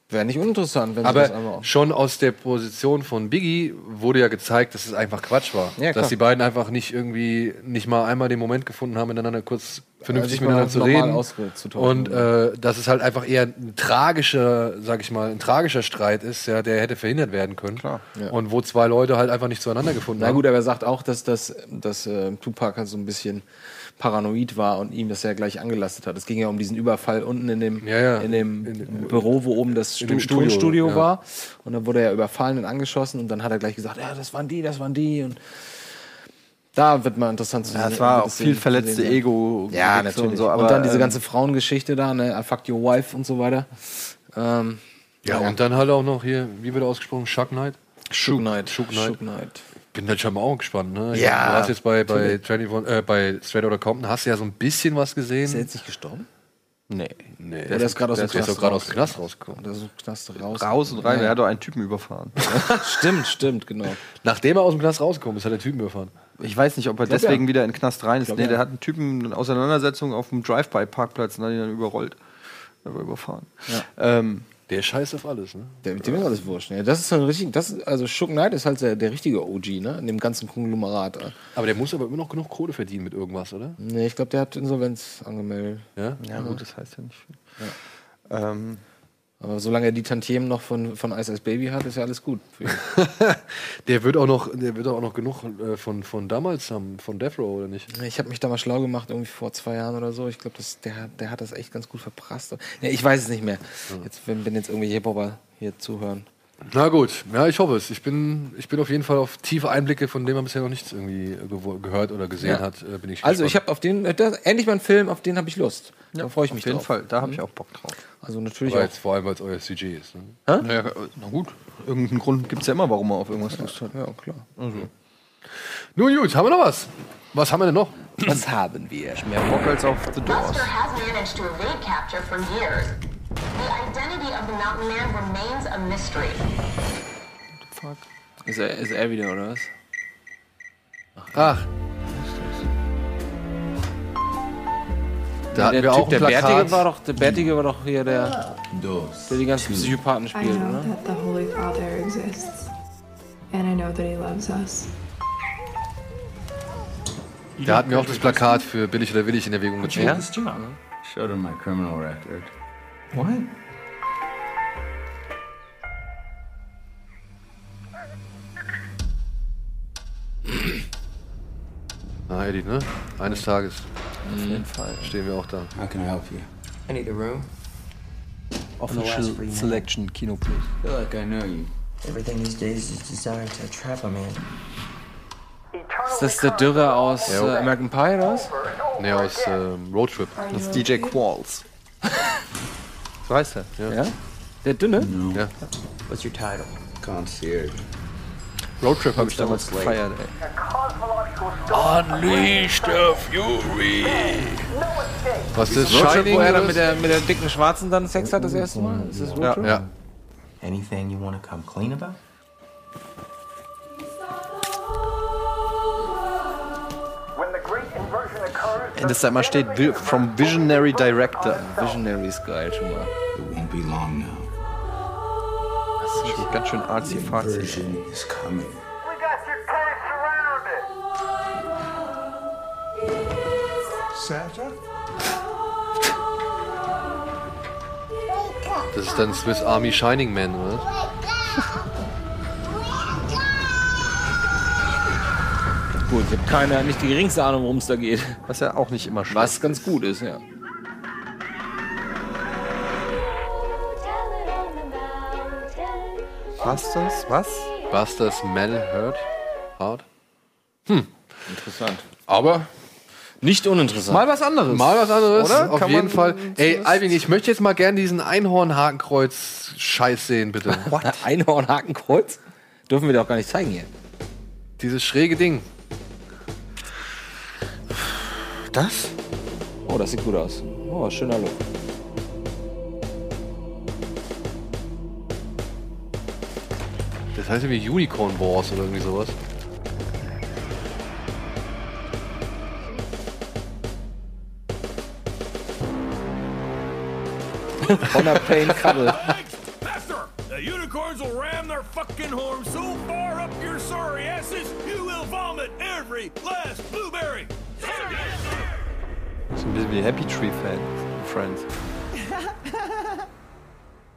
wäre nicht uninteressant, wenn sie das einmal
Aber
auch.
schon aus der Position von Biggie wurde ja gezeigt, dass es einfach Quatsch war.
Ja, klar.
dass die beiden einfach nicht irgendwie, nicht mal einmal den Moment gefunden haben, miteinander kurz vernünftig
Also sich mal
miteinander zu
normal
reden.
auszutauschen.
Und äh, dass es halt einfach eher ein tragischer, sag ich mal, ein tragischer Streit ist, ja, der hätte verhindert werden können.
Ja.
Und wo zwei Leute halt einfach nicht zueinander gefunden
Na
haben.
gut, aber er sagt auch, dass, das, dass äh, Tupac halt so ein bisschen paranoid war und ihm das ja gleich angelastet hat. Es ging ja um diesen Überfall unten in dem,
Ja, ja.
In dem
In dem-
Büro, wo oben das
in
Stu
dem Studio,
Tonstudio
ja.
war. Und dann wurde er überfallen und angeschossen und dann hat er gleich gesagt, ja, das waren die, das waren die. Und Da wird mal interessant zu
Ja, es war auch viel verletzte
Ego. Ja,
Gewichse
natürlich.
und
Und,
so, aber,
dann diese
ähm,
ganze Frauengeschichte da, ne? I fucked your wife und so weiter. Ähm,
Ja, und dann halt auch noch hier, wie wird er ausgesprochen? Shark Knight?
Shook Knight.
Shook Knight.
Shook Knight.
Bin dann schon mal auch gespannt, ne? Ich-
Ja,
Du hast jetzt bei, bei,
natürlich.
21, äh, bei Straight Outta Compton, hast du ja so ein bisschen was gesehen.
Ist er jetzt nicht gestorben? Nee.
Nee,
der, ist gerade aus dem
der ist
Knast
doch gerade aus
raus.
dem Knast rausgekommen.
Der ist aus dem Knast raus.
Raus und rein,
Ja.
er hat doch einen Typen überfahren.
stimmt, stimmt, genau.
Nachdem er aus dem Knast rausgekommen ist, hat er Typen überfahren.
Ich weiß nicht, ob er
Glaub,
deswegen
ja.
wieder in den Knast rein ist.
Glaub,
nee,
ja.
der hat einen Typen eine Auseinandersetzung auf dem Drive-By-Parkplatz und hat ihn dann überrollt. Er war überfahren. Ähm,
Der scheißt auf alles, ne?
Der, mit dem ist alles wurscht. Ne? Das ist so ein richtig, das, also Shook Knight ist halt der, der richtige OG, ne? In dem ganzen Konglomerat. äh.
Aber der muss aber immer noch genug Kohle verdienen mit irgendwas, oder?
Nee, ich glaube, der hat Insolvenz angemeldet.
Ja?
ja, gut, das heißt ja nicht viel. Ähm,
Aber solange er die Tantiemen noch von, von Ice Ice Baby hat, ist ja alles gut. für ihn.
Der wird auch noch, der wird auch noch genug äh, von, von damals haben, von Death Row, oder nicht?
Ich habe mich da mal schlau gemacht, irgendwie vor zwei Jahren oder so. Ich glaube, der, hat- der hat das echt ganz gut verprasst. Nee, ich weiß es nicht mehr. Jetzt, wenn, wenn jetzt irgendwelche Hip-Hopper hier zuhören.
Na gut, ja, ich hoffe es. Ich bin, ich bin auf jeden Fall auf tiefe Einblicke, von denen man bisher noch nichts irgendwie äh, gewo- gehört oder gesehen
Ja.
hat, äh, bin ich
Also, ich
gespannt.
habe auf den, äh, das, endlich mal einen Film, auf den habe ich Lust. da freue ich mich
auf jeden
drauf.
Fall, da habe ich auch Bock drauf.
Also, natürlich
Aber
auch.
jetzt vor allem, weil es euer CG ist. Ne?
Hä?
Naja, na gut, irgendeinen Grund gibt es ja immer, warum man auf irgendwas Lust hat.
Ja, klar.
Also.
Nun gut, haben wir noch was? Was haben wir denn noch?
Was haben wir?
Mehr Bock als auf The Doors.
Buster has managed to evade capture for years. The identity of the mountain man remains a mystery.
Ist er, ist er wieder, oder was?
Ach. Da hatten
der
wir
Typ,
auch ein
der Bärtige
Plakat.
war doch, der Bärtige war doch hier der, der die ganzen Psychopathen
I
spielt,
know
oder?
that the Holy Father exists, and I know that he loves us.
Da hatten wir auch das Plakat für Billig oder Willig in Erwägung gezogen.
Showed him my criminal record.
What?
Na, Eddie, ne? Eines Tages.
Auf jeden Fall.
Stehen wir auch da.
How can I help you?
I need a room.
Official Selection Kino Plus.
feel like I know you.
Everything these days is designed to trap a man.
Ist das der Dürre aus äh,
Ja.
American Pie, oder was?
Ne, aus ähm, Roadtrip.
Das ist DJ Qualls. so heißt er.
Ja?
Der Dünne?
Ja.
What's your title?
Concierge.
Roadtrip habe ich
Damals gefeiert, ey.
Unleash
the Fury!
Was
Ist
ist
das Roadtrip,
Shining
wo er
oder
dann
was?
mit der, mit der dicken Schwarzen dann Sex hat das erste Mal? Ist das Roadtrip?
Ja.
Anything you want to come clean about?
Und das da immer steht "Vi- From Visionary Director.
Visionary ist geil schon mal.
It won't be long now.
Das ist schon ganz schön artsy fartsy.
Inversion is coming.
Santa?
Das ist dann Swiss Army Shining Man, oder?
Gut, ich habe keine, nicht die geringste Ahnung, worum es da geht.
Was ja auch nicht immer schlecht
Was ganz gut ist, ja.
Was das? Was?
Busters Mel Hurt. Hard.
Interessant.
Aber
Nicht uninteressant.
Mal was anderes.
mal was anderes.
Oder?
Auf
Kann
jeden
man
Fall. Ey,
zumindest-
Alvin, ich möchte jetzt mal gerne diesen Einhorn-Hakenkreuz-Scheiß sehen, bitte.
What? Einhorn-Hakenkreuz? Dürfen wir doch gar nicht zeigen hier.
Dieses schräge Ding.
Das?
Oh, das sieht gut aus. Oh, schöner Look.
Das heißt irgendwie Unicorn Wars oder irgendwie sowas.
Honor Pain Cuddle.
Faster! The unicorns will ram their fucking horns so far up your sorry asses, you will vomit every last blueberry!
Das ist ein bisschen wie Happy Tree Fan. Friends.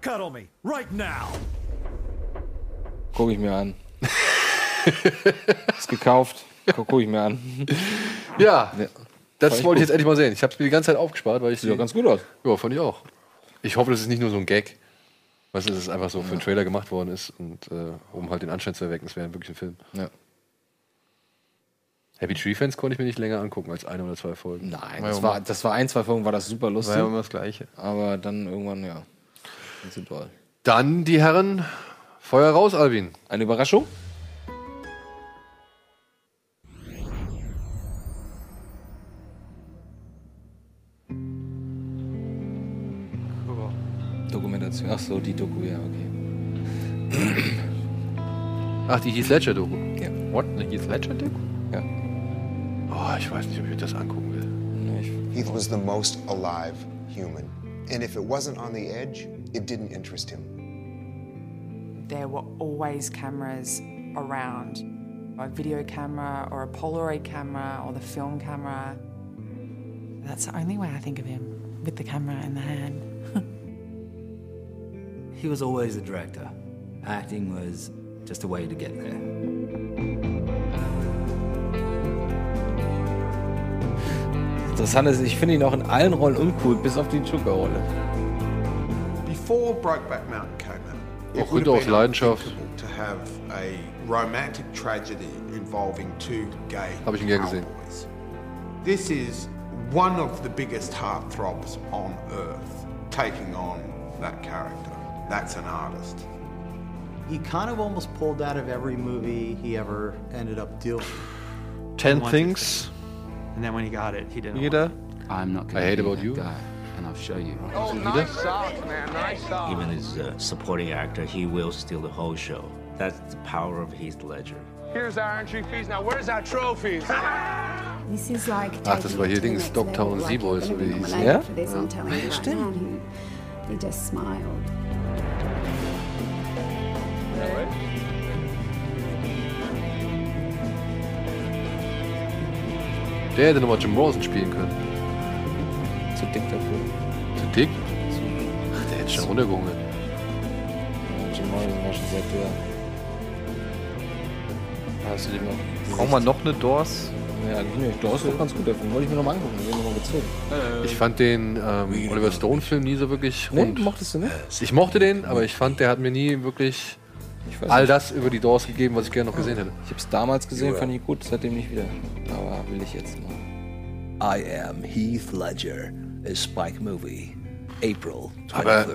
Cuddle me, right now!
Guck ich mir an. ist gekauft. Guck, guck ich mir an.
Ja, das
Fand
wollte ich
ich gut.
jetzt endlich mal sehen. Ich habe es mir die ganze Zeit aufgespart, weil ich.
Sieht
die-
doch ganz gut aus.
Ja, fand ich auch. Ich hoffe, das ist nicht nur so ein Gag. Weißt du, dass es einfach so für einen Trailer gemacht worden ist und äh, um halt den Anschein zu erwecken, es wäre wirklich ein Film.
Ja.
Happy Tree Fans konnte ich mir nicht länger angucken als eine oder zwei Folgen.
Nein, das war, das war ein, zwei Folgen, war das super lustig.
War ja immer das
Gleiche. Aber dann irgendwann, ja. Das ist toll.
Dann die Herren. Feuer raus, Alvin.
Eine Überraschung? Dokumentation. Ach so, die Doku, ja, okay.
Ach, die Heath Ledger-Doku.
Ja.
What? Eine Heath Ledger-Doku?
Ja.
Oh, ich weiß nicht, ob ich mir das angucken will.
Heath was the most alive human. And if it wasn't on the edge, it didn't interest him.
There were always cameras around a video camera or a Polaroid camera or the film camera. That's the only way I think of him with the camera in the hand.
He was always the director. Acting was just a way to get there.
Interessant ist, ich finde ihn auch in allen Rollen uncool, bis auf die Joker-Rolle.
Before Brokeback Mountain came out,
Auch Ritter aus Leidenschaft.
to have a romantic tragedy involving two gay
Habe ich ihn gern gesehen.
cowboys. This is one of the biggest heartthrobs on earth taking on that character. That's an artist.
He kind of almost pulled out of every movie he ever ended up doing.
Ten
One
Things.
And then when he got it, he didn't.
Jeder.
I'm not
I
going
hate
to be
about
that
you.
guy, and I'll show you.
Oh, nice socks, man. Nice socks.
Even as a supporting actor, he will steal the whole show. That's the power of Heath Ledger.
Here's our entry fees. Now, where's our trophies?
This is like
Ach, das war hier Dings, Dogtown Seaboys, oder wie die hießen. Ja?
for this, I'm telling you right now. And He just smiled.
Der hätte nochmal Jim Morrison spielen können.
Zu dick dafür.
Zu dick? Ach, der hätte schon runtergehungert.
Jim Morrison war schon sehr dürr. Hast du den mal.
Brauchen wir noch eine Doors?
Ja, nicht. Doors ist ganz gut davon. Wollte ich mir nochmal angucken. Den nochmal gezogen.
Ich fand den ähm, Oliver Stone-Film nie so wirklich
Nee,
rund.
mochtest du nicht?
Ich mochte den, aber ich fand, der hat mir nie wirklich all
nicht.
das über die Doors gegeben, was ich gerne noch gesehen hätte.
Ich hab's damals gesehen, fand ich gut, seitdem nicht wieder. Aber will ich jetzt mal.
I am Heath Ledger, a Spike movie, April
Aber
23rd.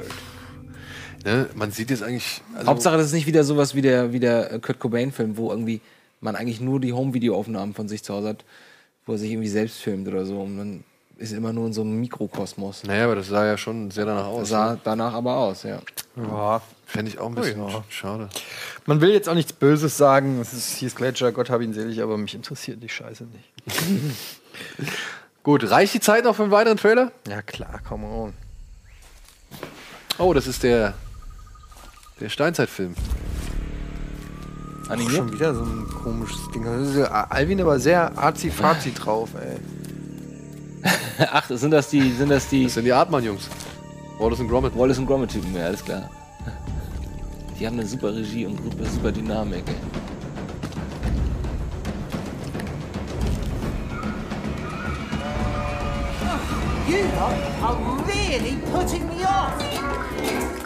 ne, man sieht jetzt eigentlich. also-
Hauptsache, das ist nicht wieder sowas wie der, wie der äh, Kurt Cobain-Film, wo irgendwie man eigentlich nur die Home-Video-Aufnahmen von sich zu Hause hat, wo er sich irgendwie selbst filmt oder so. Und man ist immer nur in so einem Mikrokosmos.
Naja, aber das sah ja schon sehr danach aus.
Das sah Oh danach aber aus, ja.
Ja.
Fände ich auch ein bisschen sch- schade.
Man will jetzt auch nichts Böses sagen. Es ist Heath Ledger, Gott hab ihn selig, aber mich interessiert die Scheiße nicht.
Gut, reicht die Zeit noch für einen weiteren Trailer?
Ja, klar, come on.
Oh, das ist der, der Steinzeitfilm.
Animiert? Schon wieder so ein komisches Ding. Das ist ja Alvin aber sehr arzi-fazi drauf, ey.
Ach, sind das die, sind das die. Das
sind die Artmann-Jungs. Wallace und Gromit.
Wallace und Gromit-Typen, ja, alles klar. Die haben eine super Regie und eine super Dynamik. ey.
You lot are really putting me off.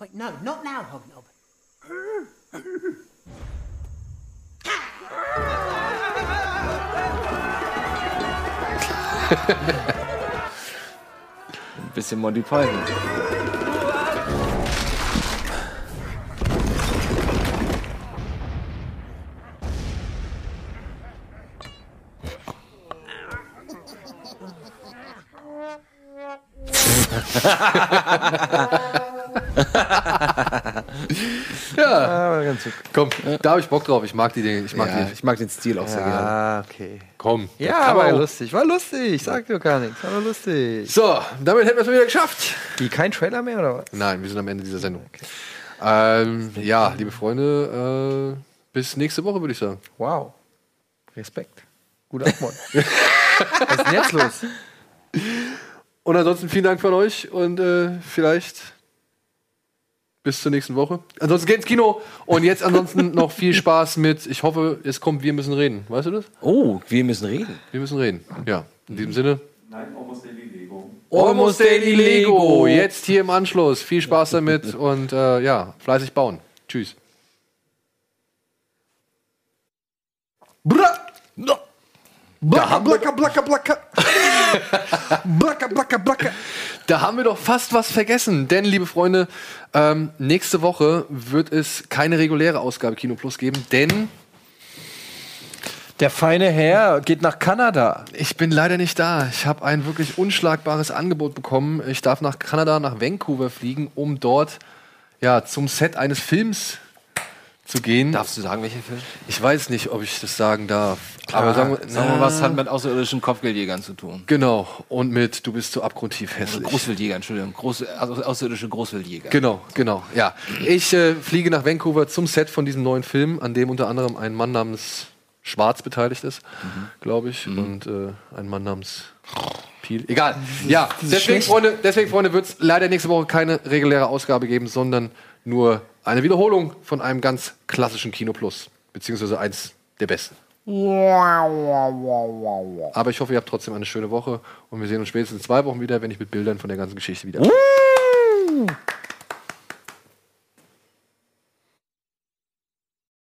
Wait, no, not now, Hobnob.
Ein bisschen Monty Python.
Ja,
ganz gut.
Komm, da habe ich Bock drauf. Ich mag die Dinge. Ich mag,
Ja,
die.
ich mag den Stil auch sehr gerne.
Ah, okay.
Komm. das
Ja,
kann
war
man
ja
auch.
lustig, war lustig, sag doch gar nichts, war doch lustig.
So, damit hätten wir es wieder geschafft.
Wie, kein Trailer mehr oder was?
Nein, wir sind am Ende dieser Sendung. Ähm, ja, liebe Freunde, äh, bis nächste Woche, würde ich sagen.
Wow. Respekt. Guter Antwort. was ist denn jetzt los?
Und ansonsten vielen Dank von euch und äh, vielleicht bis zur nächsten Woche. Ansonsten geht ins Kino und jetzt ansonsten noch viel Spaß mit, ich hoffe, es kommt, wir müssen reden. Weißt du das?
Oh, wir müssen reden.
Wir müssen reden. Ja, in diesem Sinne.
Almost Daily Lego.
Jetzt hier im Anschluss. Viel Spaß damit und äh, ja, fleißig bauen. Tschüss.
Bra. Blacka, blacka, blacka, blacka. blacka, blacka, blacka.
Da haben wir doch fast was vergessen, denn liebe Freunde, ähm, nächste Woche wird es keine reguläre Ausgabe Kino Plus geben, denn
der feine Herr geht nach Kanada.
Ich bin leider nicht da. Ich habe ein wirklich unschlagbares Angebot bekommen. Ich darf nach Kanada, nach Vancouver fliegen, um dort ja, zum Set eines Films zu gehen.
Darfst du sagen, welcher Film?
Ich weiß nicht, ob ich das sagen darf.
Aber sagen wir, sagen wir mal, was
na,
hat mit außerirdischen Kopfgeldjägern zu tun?
Genau. Und mit Du bist so abgrundtief hässlich.
Großwildjäger, Entschuldigung. Groß, also außerirdische Großwildjäger.
Genau, genau. Ja. Ich äh, fliege nach Vancouver zum Set von diesem neuen Film, an dem unter anderem ein Mann namens Schwarz beteiligt ist, glaube ich. Und äh, ein Mann namens Piel. Egal. Ja, deswegen, Freunde, deswegen, Freunde, wird es leider nächste Woche keine reguläre Ausgabe geben, sondern nur eine Wiederholung von einem ganz klassischen Kino Plus. Beziehungsweise eins der besten. Aber ich hoffe, ihr habt trotzdem eine schöne Woche und wir sehen uns spätestens in zwei Wochen wieder, wenn ich mit Bildern von der ganzen Geschichte wieder.